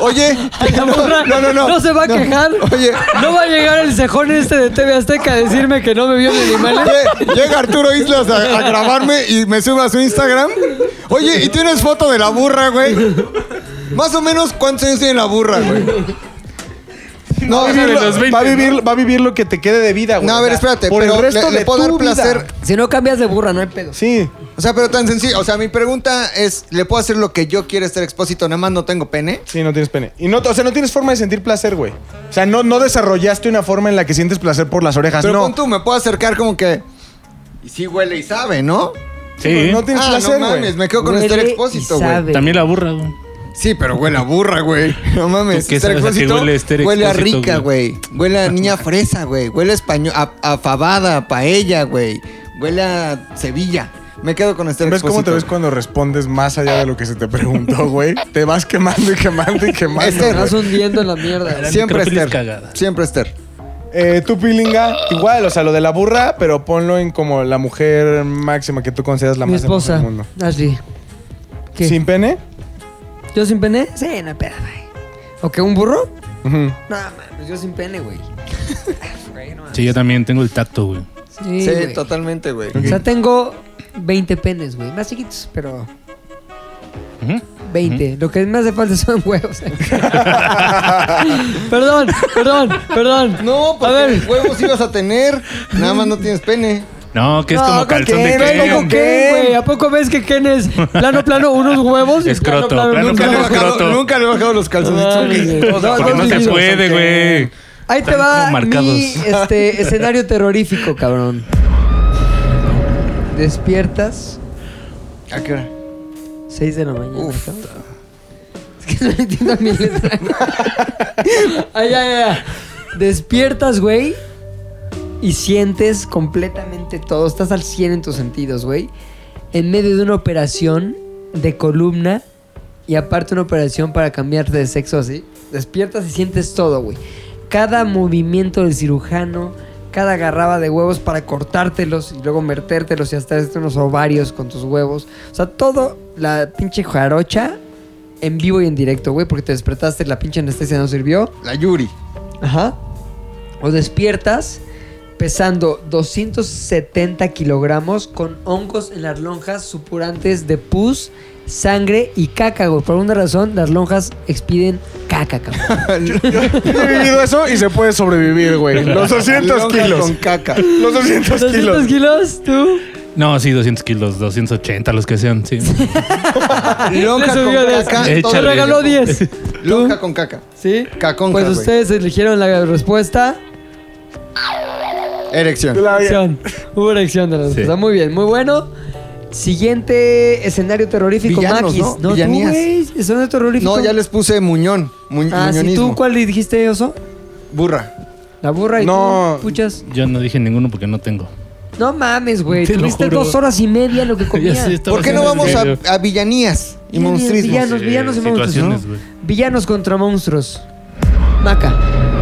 S3: Oye, no, no, no, no.
S1: No se va a quejar.
S3: Oye,
S1: No va a llegar el cejón este de TV Azteca a decirme que no me vio mi animal.
S3: oye, llega Arturo Islas a, a grabarme y me sube a su Instagram. Oye, ¿y tienes foto de la burra, güey? Más o menos, ¿cuántos años tiene la burra, güey? No,
S4: Va a vivir, lo- va, a vivir, va a vivir lo que te quede de vida, güey.
S3: No, a ver,
S4: O sea,
S3: espérate,
S4: Por
S3: pero
S4: el resto
S3: le- le
S4: de
S3: puedo
S4: tu
S3: dar
S4: vida.
S3: placer.
S1: Si no cambias de burra, no hay pedo.
S4: Sí.
S3: O sea, pero tan sencillo. O sea, mi pregunta es, ¿le puedo hacer lo que yo quiera a Esther Expósito? Nada más no tengo pene.
S4: Sí, no tienes pene. Y no, o sea, no tienes forma de sentir placer, güey. O sea, no, no desarrollaste una forma en la que sientes placer por las orejas,
S3: Pero
S4: no.
S3: pon tú, me puedo acercar como que. Y sí huele y sabe, ¿no?
S5: Sí.
S4: No tienes
S3: ah,
S4: placer,
S3: no
S4: güey.
S3: mames, me quedo con
S1: Huele
S3: Esther
S1: y
S3: Expósito, güey.
S1: sabe.
S5: También la burra, güey.
S3: Sí, pero huele a burra, güey. No mames.
S5: ¿Tú qué sabes a qué huele Esther
S3: huele a
S5: Expósito,
S3: rica, güey. Huele a niña fresa, güey. Huele a español, a, a fabada, a paella, güey. Huele a Sevilla. Me quedo con Esther
S4: ¿Ves cómo te
S3: Expósito.
S4: ves cuando respondes más allá de lo que se te preguntó, güey? Te vas quemando y quemando y quemando.
S3: Esther.
S4: güey.
S1: Estás hundiendo en la mierda.
S3: Siempre
S5: necrófilis
S3: Esther.
S5: cagada.
S3: Siempre Esther.
S4: Eh, tú, Pilinga, igual, o sea, lo de la burra, pero ponlo en como la mujer máxima que tú consideras la
S1: Mi
S4: más hermosa
S1: esposa,
S4: del mundo.
S1: Ashley. ¿Qué?
S4: ¿Sin pene?
S1: ¿Yo sin pene? Sí, no hay pedo, güey. ¿O qué, un burro?
S4: Ujú.
S1: No, mames, yo sin pene, güey.
S5: Sí, yo también tengo el tacto, güey.
S1: Sí,
S3: Sí,
S1: güey.
S3: totalmente, güey.
S1: O sea, tengo 20 penes, güey. Más chiquitos, pero
S5: Ujú.
S1: 20. Lo que me hace falta son huevos. perdón, perdón, perdón.
S3: No, porque
S1: A ver.
S3: huevos ibas a tener. Nada más no tienes pene.
S5: No, que es
S1: No,
S5: como
S1: ¿con
S5: calzón
S1: qué?
S5: de
S1: No,
S5: Ken.
S1: ¿con qué, güey? ¿A poco ves que Ken es plano, plano, unos huevos? y
S5: Escroto, plano,
S1: nunca?
S5: plano, escroto. Roto.
S3: Nunca le he bajado los
S1: Ay,
S3: calzoncitos.
S1: güey.
S3: O sea,
S5: Porque
S1: No,
S5: no
S1: sí,
S5: se
S1: sí,
S5: puede, güey.
S1: Ahí te
S5: Están
S1: va
S5: como marcados.
S1: mi este, escenario terrorífico, cabrón. Despiertas
S3: ¿A qué hora?
S1: 6 de la mañana.
S3: Uf.
S1: cabrón. Es que no le entiendo a mi letra. Ay, ay, ay. Despiertas, güey. Y sientes completamente todo. Estás al 100 en tus sentidos, güey. En medio de una operación de columna. Y aparte una operación para cambiarte de sexo así. Despiertas y sientes todo, güey. Cada movimiento del cirujano. Cada agarraba de huevos para cortártelos y luego metértelos y hasta hacerte unos ovarios con tus huevos. O sea, todo la pinche jarocha en vivo y en directo, güey, porque te despertaste, la pinche anestesia no sirvió.
S3: La Yuri.
S1: Ajá. O despiertas pesando 270 kilogramos con hongos en las lonjas supurantes de pus, sangre y caca, güey. Por alguna razón, las lonjas expiden caca, cabrón.
S4: Yo he vivido eso y se puede sobrevivir, güey. Los 200
S3: Lonja
S4: kilos.
S3: Con caca.
S4: Los 200
S1: ¿200
S4: kilos.
S1: kilos? ¿Tú?
S5: No, sí, 200 kilos, 280, los que sean, sí.
S3: Lonja
S1: Le
S3: con
S1: subió diez.
S3: caca.
S5: Échale.
S3: todo
S1: Te
S3: el
S1: regaló
S3: tiempo.
S1: 10.
S3: Lonja con caca.
S1: ¿Sí?
S3: Caconja,
S1: Pues
S3: güey.
S1: ustedes eligieron la respuesta.
S3: Erección.
S4: La-
S1: Acción. Hubo erección de la respuesta. Muy bien, muy bueno. Siguiente escenario terrorífico,
S3: Villanos,
S1: Maquis.
S3: ¿no?
S1: tú,
S3: Villanías.
S1: güey, escenario terrorífico.
S3: No, ya les puse muñón. Mu-
S1: Ah, sí,
S3: muñonismo.
S1: ¿tú cuál le dijiste, Oso?
S3: Burra.
S1: La burra y
S4: No.
S1: tú, puchas.
S5: Yo no dije ninguno porque no tengo.
S1: No mames, güey.
S5: Te lo
S1: Tuviste
S5: juro.
S1: dos horas y media lo que comías.
S5: Ya sí estaba
S3: ¿Por qué no
S5: haciendo
S3: vamos
S5: en
S3: a,
S5: serio.
S3: a villanías y
S1: Villanos,
S3: monstrismos?
S1: Villanos, villanos y
S5: Eh,
S1: monstruos,
S5: situaciones,
S1: ¿no?
S5: güey.
S1: Villanos contra monstruos. Maca.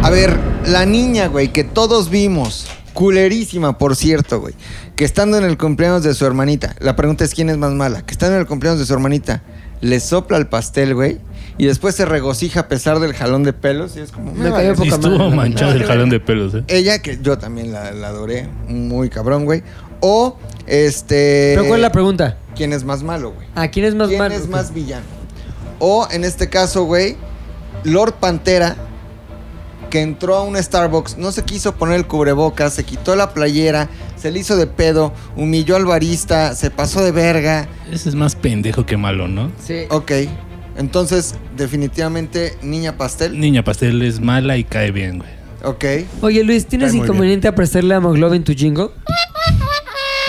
S3: A ver, la niña, güey, que todos vimos, culerísima, por cierto, güey, que estando en el cumpleaños de su hermanita, la pregunta es quién es más mala, que estando en el cumpleaños de su hermanita, le sopla el pastel, güey, y después se regocija a pesar del jalón de pelos, y es como,
S1: Me
S3: me
S1: cayó
S3: vale.
S5: Y
S1: poca
S5: estuvo
S1: madre.
S5: manchado el jalón de pelos, eh.
S3: Ella, que yo también la, la adoré, muy cabrón, güey, o este...
S1: ¿Pero cuál es la pregunta?
S3: ¿Quién es más malo, güey?
S1: ¿A quién es más
S3: ¿Quién
S1: malo?
S3: es más villano? O en este caso, güey, Lord Pantera, que entró a un Starbucks, no se quiso poner el cubrebocas, se quitó la playera, se le hizo de pedo, humilló al barista, se pasó de verga.
S5: Ese es más pendejo que malo, ¿no?
S1: Sí.
S3: Ok, entonces, definitivamente, niña pastel.
S5: Niña pastel es mala y cae bien, güey.
S3: Ok,
S1: Oye, Luis, ¿tienes
S4: Cae muy
S1: inconveniente a prestarle a Moglovin tu jingo?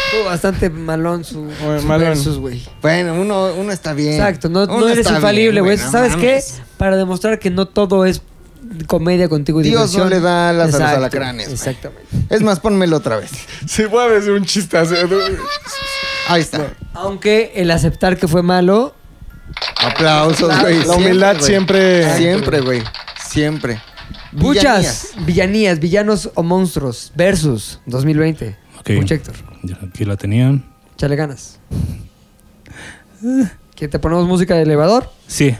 S1: Estuvo bastante malón su,
S4: Oye,
S1: su
S4: malón.
S1: versus, güey.
S3: bueno, uno, uno está bien.
S1: Exacto, no, no
S3: Uno
S1: eres
S3: está
S1: infalible,
S3: bien,
S1: güey.
S3: no
S1: ¿Sabes qué?
S3: mames.
S1: Para demostrar que no todo es comedia contigo y
S3: Dios no
S1: diversión.
S3: le da alas a los
S1: Exacto,
S3: alacranes, güey.
S1: Exactamente.
S3: Es más, pónmelo otra vez.
S4: Se puede hacer un chistazo.
S3: Ahí está.
S1: Aunque el aceptar que fue malo,
S3: Aplausos, güey.
S4: La humildad
S3: güey.
S4: siempre-
S3: Siempre, güey. Siempre. Villanías.
S1: buchas, villanías, villanos o monstruos versus 2020.
S5: Ok.
S1: Mucho Héctor,
S5: Yo aquí la tenía.
S1: échale ganas. ¿Que te ponemos música de elevador?
S5: Sí.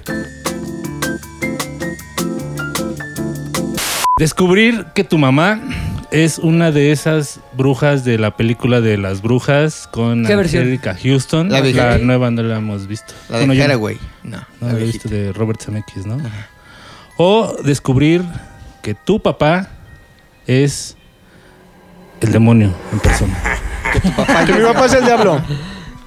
S5: Descubrir que tu mamá es una de esas brujas de la película de las brujas con
S1: ¿Qué versión?
S5: Angelica Houston.
S3: La
S5: La,
S3: viejita.
S5: nueva no la hemos visto.
S3: La
S5: Bueno,
S3: de
S5: yo
S3: cara,
S5: no.
S3: güey. No, la
S5: No, la he
S3: viejita.
S5: visto de Robert Zemeckis, ¿no? O descubrir que tu papá es el demonio en persona.
S4: Que mi papá es el diablo.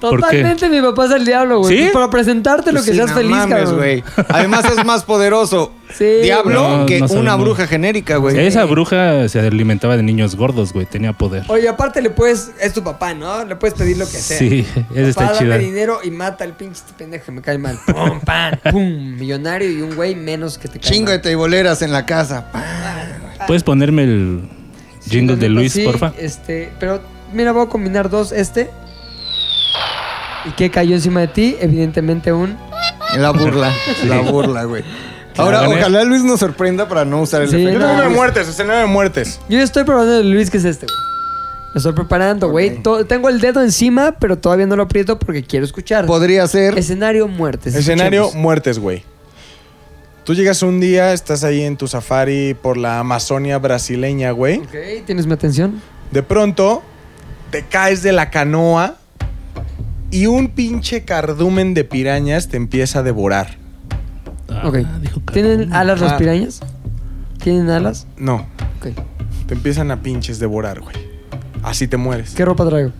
S5: ¿Por qué?
S1: Totalmente mi papá es el diablo, güey.
S5: ¿Sí?
S1: Pues Para presentarte lo que
S3: Sí,
S1: seas
S3: no
S1: feliz,
S3: mames,
S1: cabrón.
S3: güey. Además es más poderoso
S1: Sí,
S3: Diablo
S5: No,
S3: que
S5: no
S3: una
S5: sabemos.
S3: bruja genérica, güey.
S5: Esa bruja se alimentaba de niños gordos, güey. Tenía poder.
S1: Oye, aparte le puedes, es tu papá, ¿no? Le puedes pedir lo que sea.
S5: Sí, esa está
S1: Papá, dame
S5: chida.
S1: dinero y mata al pinche este pendejo que me cae mal. Pum, pam, pum. Millonario y un güey menos que te cae
S3: Chingo de
S1: mal.
S3: teiboleras en la casa. pa.
S5: ¿Puedes ponerme el jingle
S1: Sí,
S5: de Luis,
S1: sí, eh.
S5: porfa?
S1: Este, pero mira, voy a combinar dos. Este. ¿Y qué cayó encima de ti? Evidentemente un...
S3: La burla, la burla, güey. Ahora,
S5: Claro, ¿eh?
S3: ojalá Luis nos sorprenda para no usar el
S1: Sí,
S3: efecto.
S4: Yo
S1: no.
S4: tengo nueve muertes, o sea, nueve muertes.
S1: Yo estoy probando el Luis, que es este, güey. Lo estoy preparando, güey. To- Tengo el dedo encima, pero todavía no lo aprieto porque quiero escuchar.
S3: Podría ser.
S1: Escenario muertes.
S4: Escenario,
S1: escuchemos.
S4: muertes, güey. Tú llegas un día, estás ahí en tu safari por la Amazonia brasileña, güey.
S1: Ok, ¿tienes mi atención?
S4: De pronto, te caes de la canoa y un pinche cardumen de pirañas te empieza a devorar.
S5: Ah,
S1: Ok.
S5: dijo que-
S1: ¿Tienen alas las
S4: Ah.
S1: pirañas? ¿Tienen alas?
S4: No,
S1: Ok.
S4: te empiezan a pinches devorar, güey. Así te mueres.
S1: ¿Qué ropa traigo?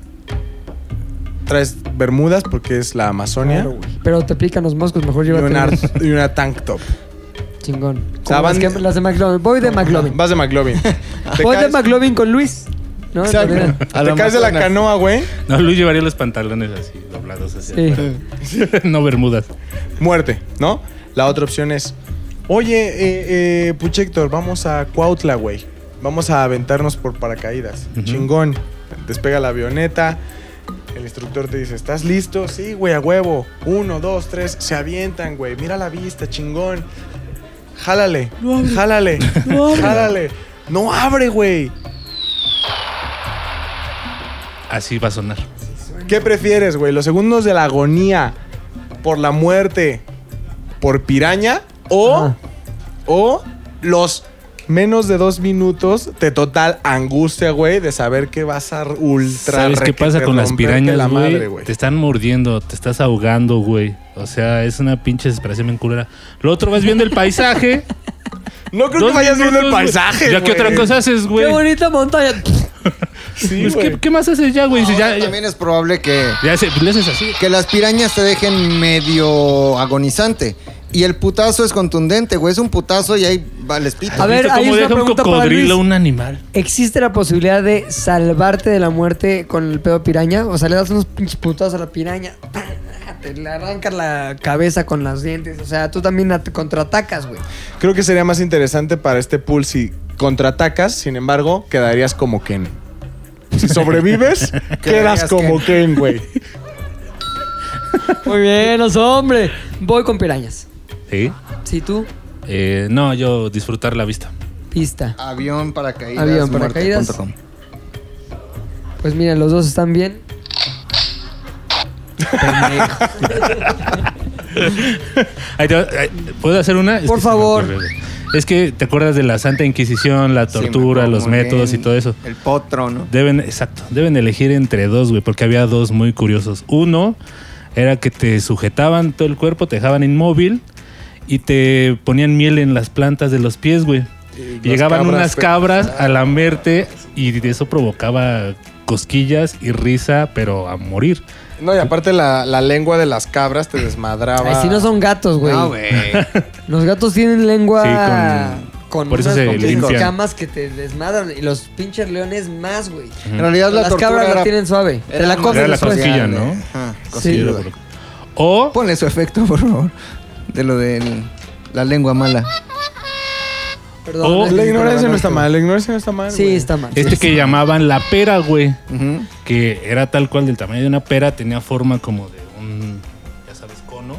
S4: Traes bermudas porque es la Amazonia
S1: Pero te pican los moscos, mejor
S4: y,
S1: llévate.
S4: una,
S1: unos.
S4: y una tank top.
S1: Chingón. Como
S4: Saban-
S1: las, que- las de McLovin. Voy de McLovin.
S4: Vas de McLovin. Te
S1: Voy de
S4: caes-
S1: McLovin con Luis. ¿No?
S4: Exacto.
S1: También.
S3: A la
S4: Te caes de la
S3: Amazonia.
S4: canoa, güey.
S5: No, Luis llevaría los pantalones así, doblados así.
S1: Sí.
S5: afuera. no bermudas.
S4: muerte, ¿no? La otra opción es, oye, eh, eh, Puchector, vamos a Cuautla, güey. Vamos a aventarnos por paracaídas.
S5: Ujú.
S4: Chingón. Despega la avioneta. El instructor te dice, ¿estás listo? Sí, güey, a huevo. Uno, dos, tres. Se avientan, güey. Mira la vista, chingón. Jálale. jálale. jálale. No abre, güey.
S5: Así va a sonar.
S4: ¿Qué prefieres, güey? ¿Los segundos de la agonía por la muerte por piraña o,
S1: Ajá.
S4: o los menos de dos minutos de total angustia, güey, de saber que vas a ultra
S5: ¿Sabes qué
S4: requete
S5: pasa con las
S4: romperte
S5: pirañas,
S4: la madre,
S5: güey? Te están mordiendo, te estás ahogando, güey. O sea, es una pinche desesperación bien culera. Lo otro, vas viendo el paisaje.
S4: No creo
S5: dos
S4: que vayas viendo el
S5: minutos, güey.
S4: paisaje,
S5: ¿Ya qué
S4: güey.
S5: otra cosa haces, güey?
S1: ¡Qué bonita montaña!
S4: Sí,
S5: Pues,
S4: güey.
S5: ¿qué, qué más haces ya, güey? Si
S3: Ahora
S5: ya, ya,
S3: También es probable que,
S5: ya se- le haces así.
S3: que las pirañas te dejen medio agonizante. Y el putazo es contundente, güey. Es un putazo y ahí va el espito.
S1: A ver,
S5: ¿Viste
S1: ahí
S5: cómo
S1: es una
S5: deja un
S1: pregunta para
S5: cocodrilo
S1: Luis.
S5: un animal?
S1: ¿Existe la posibilidad de salvarte de la muerte con el pedo piraña? O sea, le das unos pinches putazos a la piraña. ¡pam! Te le arrancas la cabeza con los dientes. O sea, tú también at- contraatacas, güey.
S4: Creo que sería más interesante para este pool si contraatacas, sin embargo, quedarías como Ken. Si sobrevives, quedas
S3: Quedarías
S4: como Ken, güey.
S1: Muy bien, los hombre. Voy con pirañas.
S5: Sí.
S1: Si tú,
S5: Eh, no, yo disfrutar la vista.
S1: pista.
S3: Avión paracaídas.
S1: Avión,
S3: muerte
S1: paracaídas.
S3: punto com.
S1: Pues mira, los dos están bien.
S5: Ahí te va- ahí- ¿Puedo hacer una? Es
S1: Por
S5: que se me
S1: favor.
S5: ocurre, güey. Es que te acuerdas de la Santa Inquisición, la
S3: Sí, me
S5: tortura,
S3: acuerdo
S5: los
S3: muy
S5: métodos
S3: bien.
S5: y todo eso.
S3: El potro, ¿no?
S5: Deben, exacto, deben elegir entre dos, güey, porque había dos muy curiosos. Uno era que te sujetaban todo el cuerpo, te dejaban inmóvil y te ponían miel en las plantas de los pies, güey. Y Llegaban
S4: cabras,
S5: unas
S4: güey.
S5: cabras a lamerte y de eso provocaba cosquillas y risa, pero a morir.
S4: No, y aparte la, la lengua de las cabras te desmadraba.
S1: Ay, si no son gatos, güey.
S3: No, Ah, güey.
S1: Los gatos tienen lengua
S5: Sí, con-
S1: con,
S5: por eso
S1: unas
S5: se
S1: con
S5: limpian.
S1: camas que te desmadran. Y los pinches leones más, güey.
S3: En realidad la
S1: Las
S3: tortura
S1: cabras la
S3: era-
S1: tienen suave. Te
S3: era
S1: la
S3: más
S1: cogen
S5: Era la
S1: después.
S5: cosquilla,
S3: social,
S5: ¿no?
S3: eh. Ajá,
S1: Sí,
S3: cosquilla.
S1: güey.
S5: O
S3: Ponle su efecto, por favor. De lo de la lengua mala.
S1: Perdón,
S5: O-
S1: es que
S4: La
S1: sí,
S4: ignorancia
S1: perdón,
S4: no está
S1: es que-
S4: mal, la ignorancia no está mal.
S1: Pues, Sí,
S4: güey.
S1: está mal.
S5: este que llamaban la pera, güey.
S3: Ujú.
S5: que era tal cual del tamaño de una pera, tenía forma como de un, ya sabes, cono.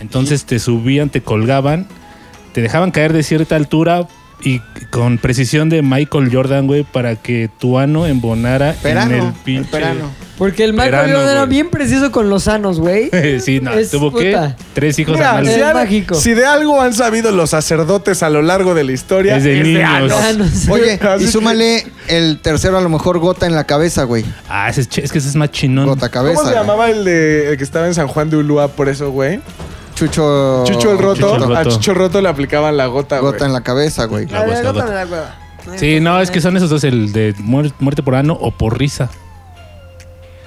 S5: Entonces te subían, te colgaban, te dejaban caer de cierta altura y con precisión de Michael Jordan, güey, para que tu ano embonara en el
S3: Perano. El,
S5: pinche.
S3: perano.
S1: Porque el Michael
S5: Verano,
S1: Jordan era
S5: güey.
S1: bien preciso con los sanos, güey.
S5: sí, no,
S1: Es
S5: tuvo
S1: puta.
S5: que tres hijos
S4: Mira,
S5: anales.
S4: si,
S1: Es
S4: al-
S1: mágico.
S4: si de algo han sabido los sacerdotes a lo largo de la historia,
S5: Desde
S4: es de
S5: niños.
S4: anos.
S1: Sanos.
S3: Oye,
S4: Así
S3: y
S4: que-
S3: súmale el tercero, a lo mejor gota en la cabeza, güey.
S5: Ah, ese es, ch- es que ese es más chinón.
S3: Gota cabeza.
S4: ¿Cómo se
S3: güey.
S4: llamaba el, de, el que estaba en San Juan de Ulúa por eso, güey?
S3: Chucho.
S4: Chucho el Roto.
S5: Chucho el Roto.
S4: A Chucho el Roto le aplicaban la Oh, gota, güey.
S3: Gota en la cabeza, güey.
S5: La huesca,
S1: Agótame
S5: gota.
S1: la hueva.
S5: Sí, no, es que son esos dos, el de muer- muerte por ano o por risa.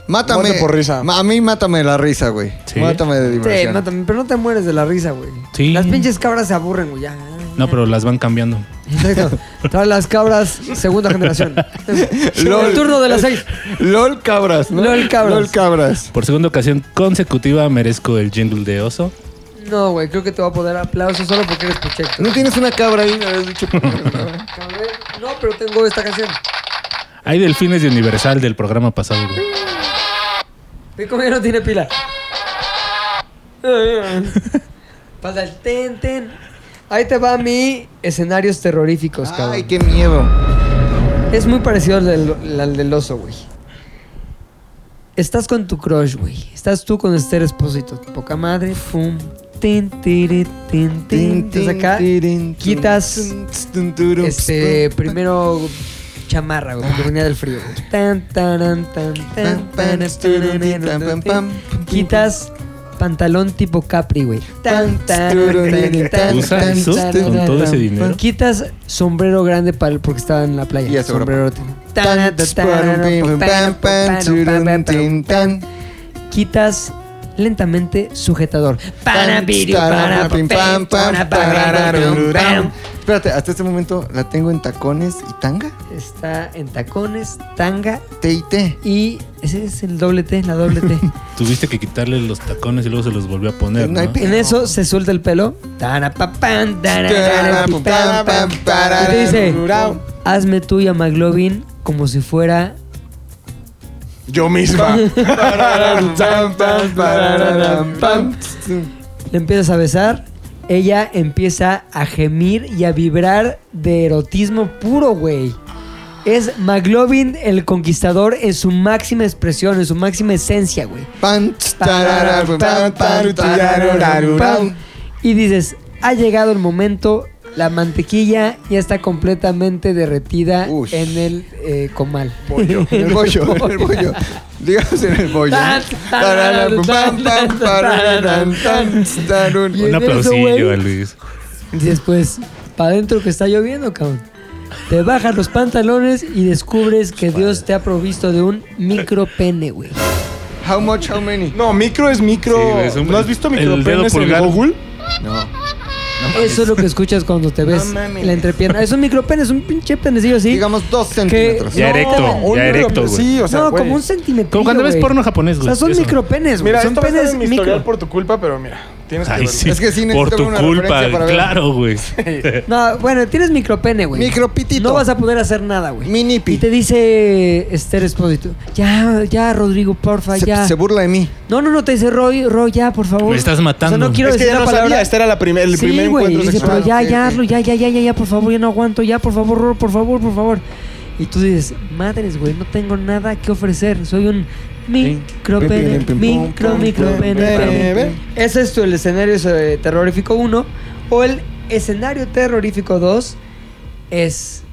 S3: Mátame.
S4: Muerte por risa.
S3: Ma- A mí mátame la risa, güey.
S5: Sí.
S3: Mátame de diversión.
S1: Sí, mátame, pero no te mueres de la risa, güey.
S5: Sí.
S1: Las pinches cabras se aburren, güey. ya.
S5: No, pero las van cambiando.
S1: Exacto. Todas las cabras, segunda generación.
S3: LOL.
S1: El turno de las seis.
S3: LOL cabras, ¿no?
S1: LOL cabras.
S3: LOL cabras.
S5: Por segunda ocasión consecutiva merezco el jingle de oso.
S1: No, güey, creo que te voy a poder aplauso solo porque eres puchecto.
S3: ¿No tienes una cabra ahí? Me habías dicho.
S1: Cabrón, No, pero tengo esta canción.
S5: Hay delfines de Universal del programa pasado, güey.
S1: Mi comida no tiene pila. Pasa el ten, ten. Ahí te va mi escenarios terroríficos, cabrón.
S3: Ay, qué miedo.
S1: Es muy parecido al del, al del oso, güey. Estás con tu crush, güey. Estás tú con Esther Espósito. Poca madre, pum. Tin, tiri, tin, tin. Entonces acá quitas este, primero chamarra, güey, porque venía del frío. güey. Tan, taran, tan, tan, taran, taran, taran. Quitas pantalón tipo Capri, güey. Tan, taran, taran, taran,
S5: ¿Usa
S1: taran,
S5: eso
S1: taran,
S5: con todo
S1: taran.
S5: ese dinero?
S1: Quitas sombrero grande para el- porque estaba en la playa.
S3: Y eso,
S1: sombrero.
S3: Tan, tan, tan, tan, tan, tan, tan.
S1: Quitas lentamente sujetador.
S3: Espérate, hasta este momento la tengo en tacones y tanga.
S1: Está en tacones, tanga
S3: TIT.
S1: y ese es el doble T, la doble T.
S5: Tuviste que quitarle los tacones y luego se los volvió a poner,
S3: No hay
S5: ¿no?
S3: pe-
S1: En eso se suelta el pelo. Tarapapán, tarapapán, Y te dice, hazme tuya McLovin como si fuera...
S4: Yo misma.
S1: Le empiezas a besar. Ella empieza a gemir y a vibrar de erotismo puro, güey. Es McLovin el conquistador en su máxima expresión, en su máxima esencia, güey. Y dices, ha llegado el momento, la mantequilla ya está completamente derretida
S3: Ush.
S1: en el eh, comal.
S3: En el bollo, en el bollo. Digamos en el bollo.
S1: Y
S5: Un
S1: en eso,
S5: aplausillo
S1: güey,
S5: a Luis.
S1: Y Después, para adentro que está lloviendo, cabrón. Te bajas los pantalones y descubres que Dios te ha provisto de un micro pene, güey.
S3: How much, how many?
S4: No, micro es micro.
S5: Sí, güey, es un-
S4: ¿No has visto
S5: el
S4: micro
S5: dedo
S4: penes en
S5: pulgar.
S4: Google?
S1: Eso es lo que escuchas cuando te ves
S3: mames.
S1: la entrepierna. Es un micro pene, es un pinche penecillo así.
S3: Digamos dos centímetros.
S5: Ya erecto,
S4: un
S5: ya
S4: micro-
S5: erecto, güey.
S4: Sí, o sea,
S1: no,
S4: güey.
S1: como un centímetro.
S5: Como cuando ves porno japonés,
S1: O
S5: güey.
S1: sea, son
S5: eso.
S1: micropenes, güey.
S4: Mira,
S1: Pues Son
S4: esto va a estar
S1: penes
S4: en mi historial
S1: micro.
S4: por tu culpa, pero mira, tienes que
S5: Ay,
S4: verlo.
S5: sí.
S3: Es que sí
S5: Por
S3: necesito
S5: tu
S3: una
S5: culpa,
S3: referencia para ver.
S5: claro, güey.
S1: No, bueno, tienes micropene, güey.
S3: Micropitito.
S1: No vas a poder hacer nada, güey.
S3: Mini pi.
S1: Y te dice Esther Espósito, ya, ya, Rodrigo, porfa, ya.
S3: Se, se burla de mí.
S1: No, no, no, te dice Roy, Roy, ya, por favor.
S5: Me estás matando.
S1: O sea, no quiero
S4: Es que
S1: decir
S4: ya
S1: una
S4: no
S1: palabra.
S4: sabía, este era la primer, el
S1: sí,
S4: primer
S1: güey.
S4: encuentro
S1: dice,
S4: sexual.
S1: pero ya,
S3: ok,
S1: ya,
S3: ok.
S1: hazlo, ya, ya, ya, ya, ya, por favor, ya no aguanto, ya, por favor, Roy, por favor, por favor. Y tú dices, madres, güey, no tengo nada que ofrecer, soy un micro,
S3: Pim,
S1: pene,
S3: pim, pim, pum,
S1: micro,
S3: pum,
S1: micro,
S3: pum,
S1: pene,
S3: pum,
S1: pene.
S3: pum,
S1: Ese es tu, el escenario eh, terrorífico 1 o el escenario terrorífico 2 es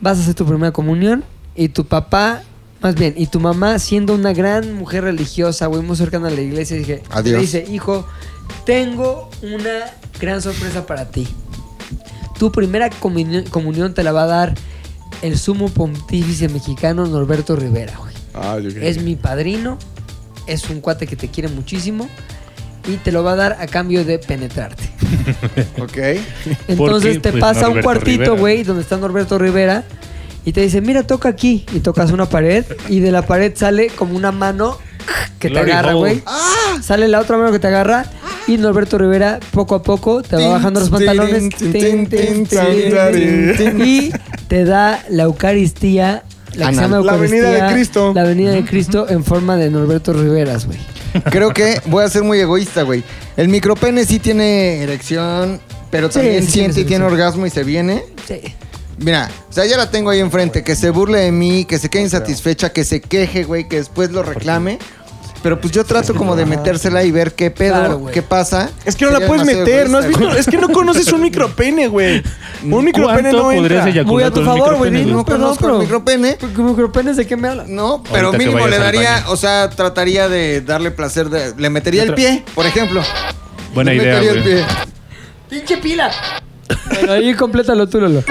S1: vas a hacer tu primera comunión y tu papá, más bien, y tu mamá siendo una gran mujer religiosa, güey, muy cercana a la iglesia, dije,
S3: Adiós.
S1: le dice, hijo, tengo una gran sorpresa para ti. Tu primera comuni- comunión te la va a dar el sumo pontífice mexicano Norberto Rivera, güey.
S4: Ah, yo qué-
S1: Es mi padrino, es un cuate que te quiere muchísimo y te lo va a dar a cambio de penetrarte.
S3: Ok.
S1: Entonces
S5: qué?
S1: te
S5: Pues,
S1: pasa un
S5: Norberto
S1: cuartito,
S5: Rivera.
S1: güey, donde está Norberto Rivera. Y te dice, mira, toca aquí. Y tocas una pared. Y de la pared sale como una mano que te
S5: Glory
S1: agarra,
S5: hole.
S1: güey.
S3: Ah.
S1: Sale la otra mano que te agarra. Y Norberto Rivera, poco a poco, te va
S3: Tin,
S1: bajando los
S3: tin,
S1: pantalones.
S3: tin,
S1: Tin,
S3: tin,
S1: tin,
S3: tin,
S1: tin,
S3: tin,
S1: tin. Y te da la Eucaristía. La, que se
S3: Anal.
S1: llama
S4: La venida de
S1: Eucaristía,
S4: Cristo.
S1: La venida de Cristo en forma de Norberto Riveras, güey.
S3: Creo que voy a ser muy egoísta, güey. El micropene sí tiene erección, pero
S1: Sí,
S3: también
S1: sí tiene
S3: siente y tiene
S1: erección.
S3: orgasmo y se viene.
S1: Sí.
S3: Mira, o sea, ya la tengo ahí enfrente. Que se burle de mí, que se quede insatisfecha, que se queje, güey, que después lo reclame. Pero pues yo trato como de metérsela y ver qué pedo,
S1: Claro, güey.
S3: qué pasa.
S4: Es que no la
S3: Sería
S4: puedes
S3: demasiado
S4: meter, ¿no has
S3: egoísta,
S4: visto?
S3: güey.
S4: Es que no conoces un micropene, güey. Un micropene
S5: ¿Cuánto
S4: no entra.
S5: podrías eyacular
S1: Muy a tu
S5: con un
S1: favor, güey.
S5: micropene,
S1: No
S3: No conozco
S1: conozco.
S3: el micropene.
S1: ¿Micropenes de qué me hablas?
S3: No, pero
S5: Ahorita que
S3: mínimo
S5: vayas
S3: le
S5: al
S3: daría,
S5: baño.
S3: o sea, trataría de darle placer. de- le metería el pie, por ejemplo.
S5: Buena
S3: Le
S5: idea,
S3: metería el
S5: güey.
S3: pie.
S1: ¡Pinche pila! Bueno, ahí complétalo tú, Lolo.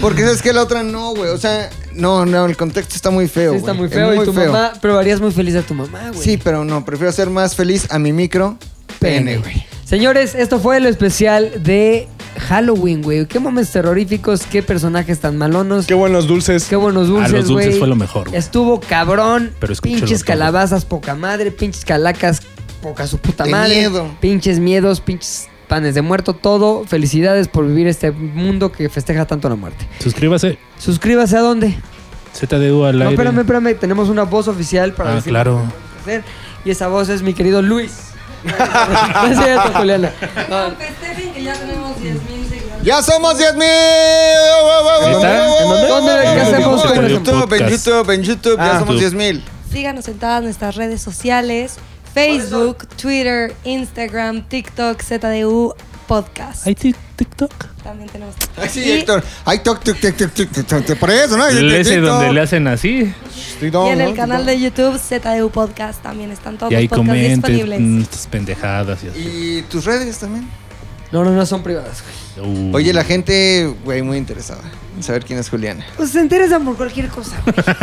S3: Porque sabes que la otra no, güey. O sea, no, no, el contexto está muy feo.
S1: Sí, está
S3: güey.
S1: muy
S3: Es
S1: feo. y tu mamá, pero harías muy feliz a tu mamá, güey.
S3: Sí, pero no, prefiero ser más feliz a mi micro pene, güey.
S1: Señores, esto fue lo especial de Halloween, güey. Qué momentos terroríficos, qué personajes tan malonos. Qué,
S4: Qué buenos dulces.
S1: buenos dulces,
S5: A los dulces
S1: güey.
S5: fue lo mejor, güey.
S1: Estuvo cabrón.
S5: Pero escúchalo
S1: pinches
S5: todo.
S1: calabazas, poca madre. Pinches calacas, poca su puta
S3: De
S1: madre.
S3: miedo.
S1: Pinches miedos, pinches panes de muerto, todo. Felicidades por vivir este mundo que festeja tanto la muerte.
S5: Suscríbase.
S1: Suscríbase a dónde.
S5: ZDU al
S1: No,
S5: aire.
S1: espérame, espérame. Tenemos una voz oficial para
S5: ah,
S1: decir
S5: claro.
S1: lo que hacer. Y esa voz es mi querido Luis. no es cierto, Juliana. No,
S8: No, festejen que ya tenemos 10.000 seguidores.
S3: ¡Ya somos 10 mil! Oh,
S5: está? ¿En dónde?
S1: ¿Qué hacemos?
S3: En
S1: ¿Cómo lo
S3: YouTube, en
S5: hacemos?
S3: YouTube, en YouTube,
S4: Ah.
S3: ya somos
S5: YouTube.
S3: 10 mil.
S8: Síganos en todas nuestras redes sociales. Facebook, Twitter, Instagram, TikTok, ZDU, Podcast.
S5: ¿Hay tic- TikTok?
S8: También tenemos.
S3: Ay, sí,
S8: Y-
S3: Héctor. Ay, toc, toc, toc, toc, toc, toc, toc, por eso, ¿no?
S5: El ese
S3: Tic-toc.
S5: donde le hacen así.
S3: Tic-toc,
S8: Y en el
S3: ¿no?
S8: canal de YouTube ZDU Podcast también están todos
S5: y ahí
S8: los podcasts
S5: comenten
S8: disponibles.
S5: mm, estas pendejadas y así.
S3: Y tus redes también.
S1: No, no, no son privadas.
S5: Uh.
S3: Oye, la gente, güey, muy interesada en saber quién es Juliana.
S8: Pues se interesan por cualquier cosa.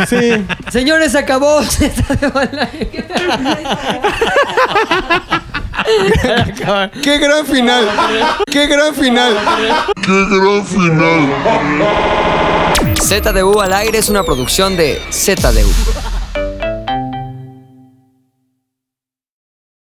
S4: Sí.
S1: Señores, acabó. ZDU al aire.
S3: ¡Qué gran final! ¡Qué gran final!
S7: ¡Qué gran final!
S1: ZDU al aire es una producción de ZDU.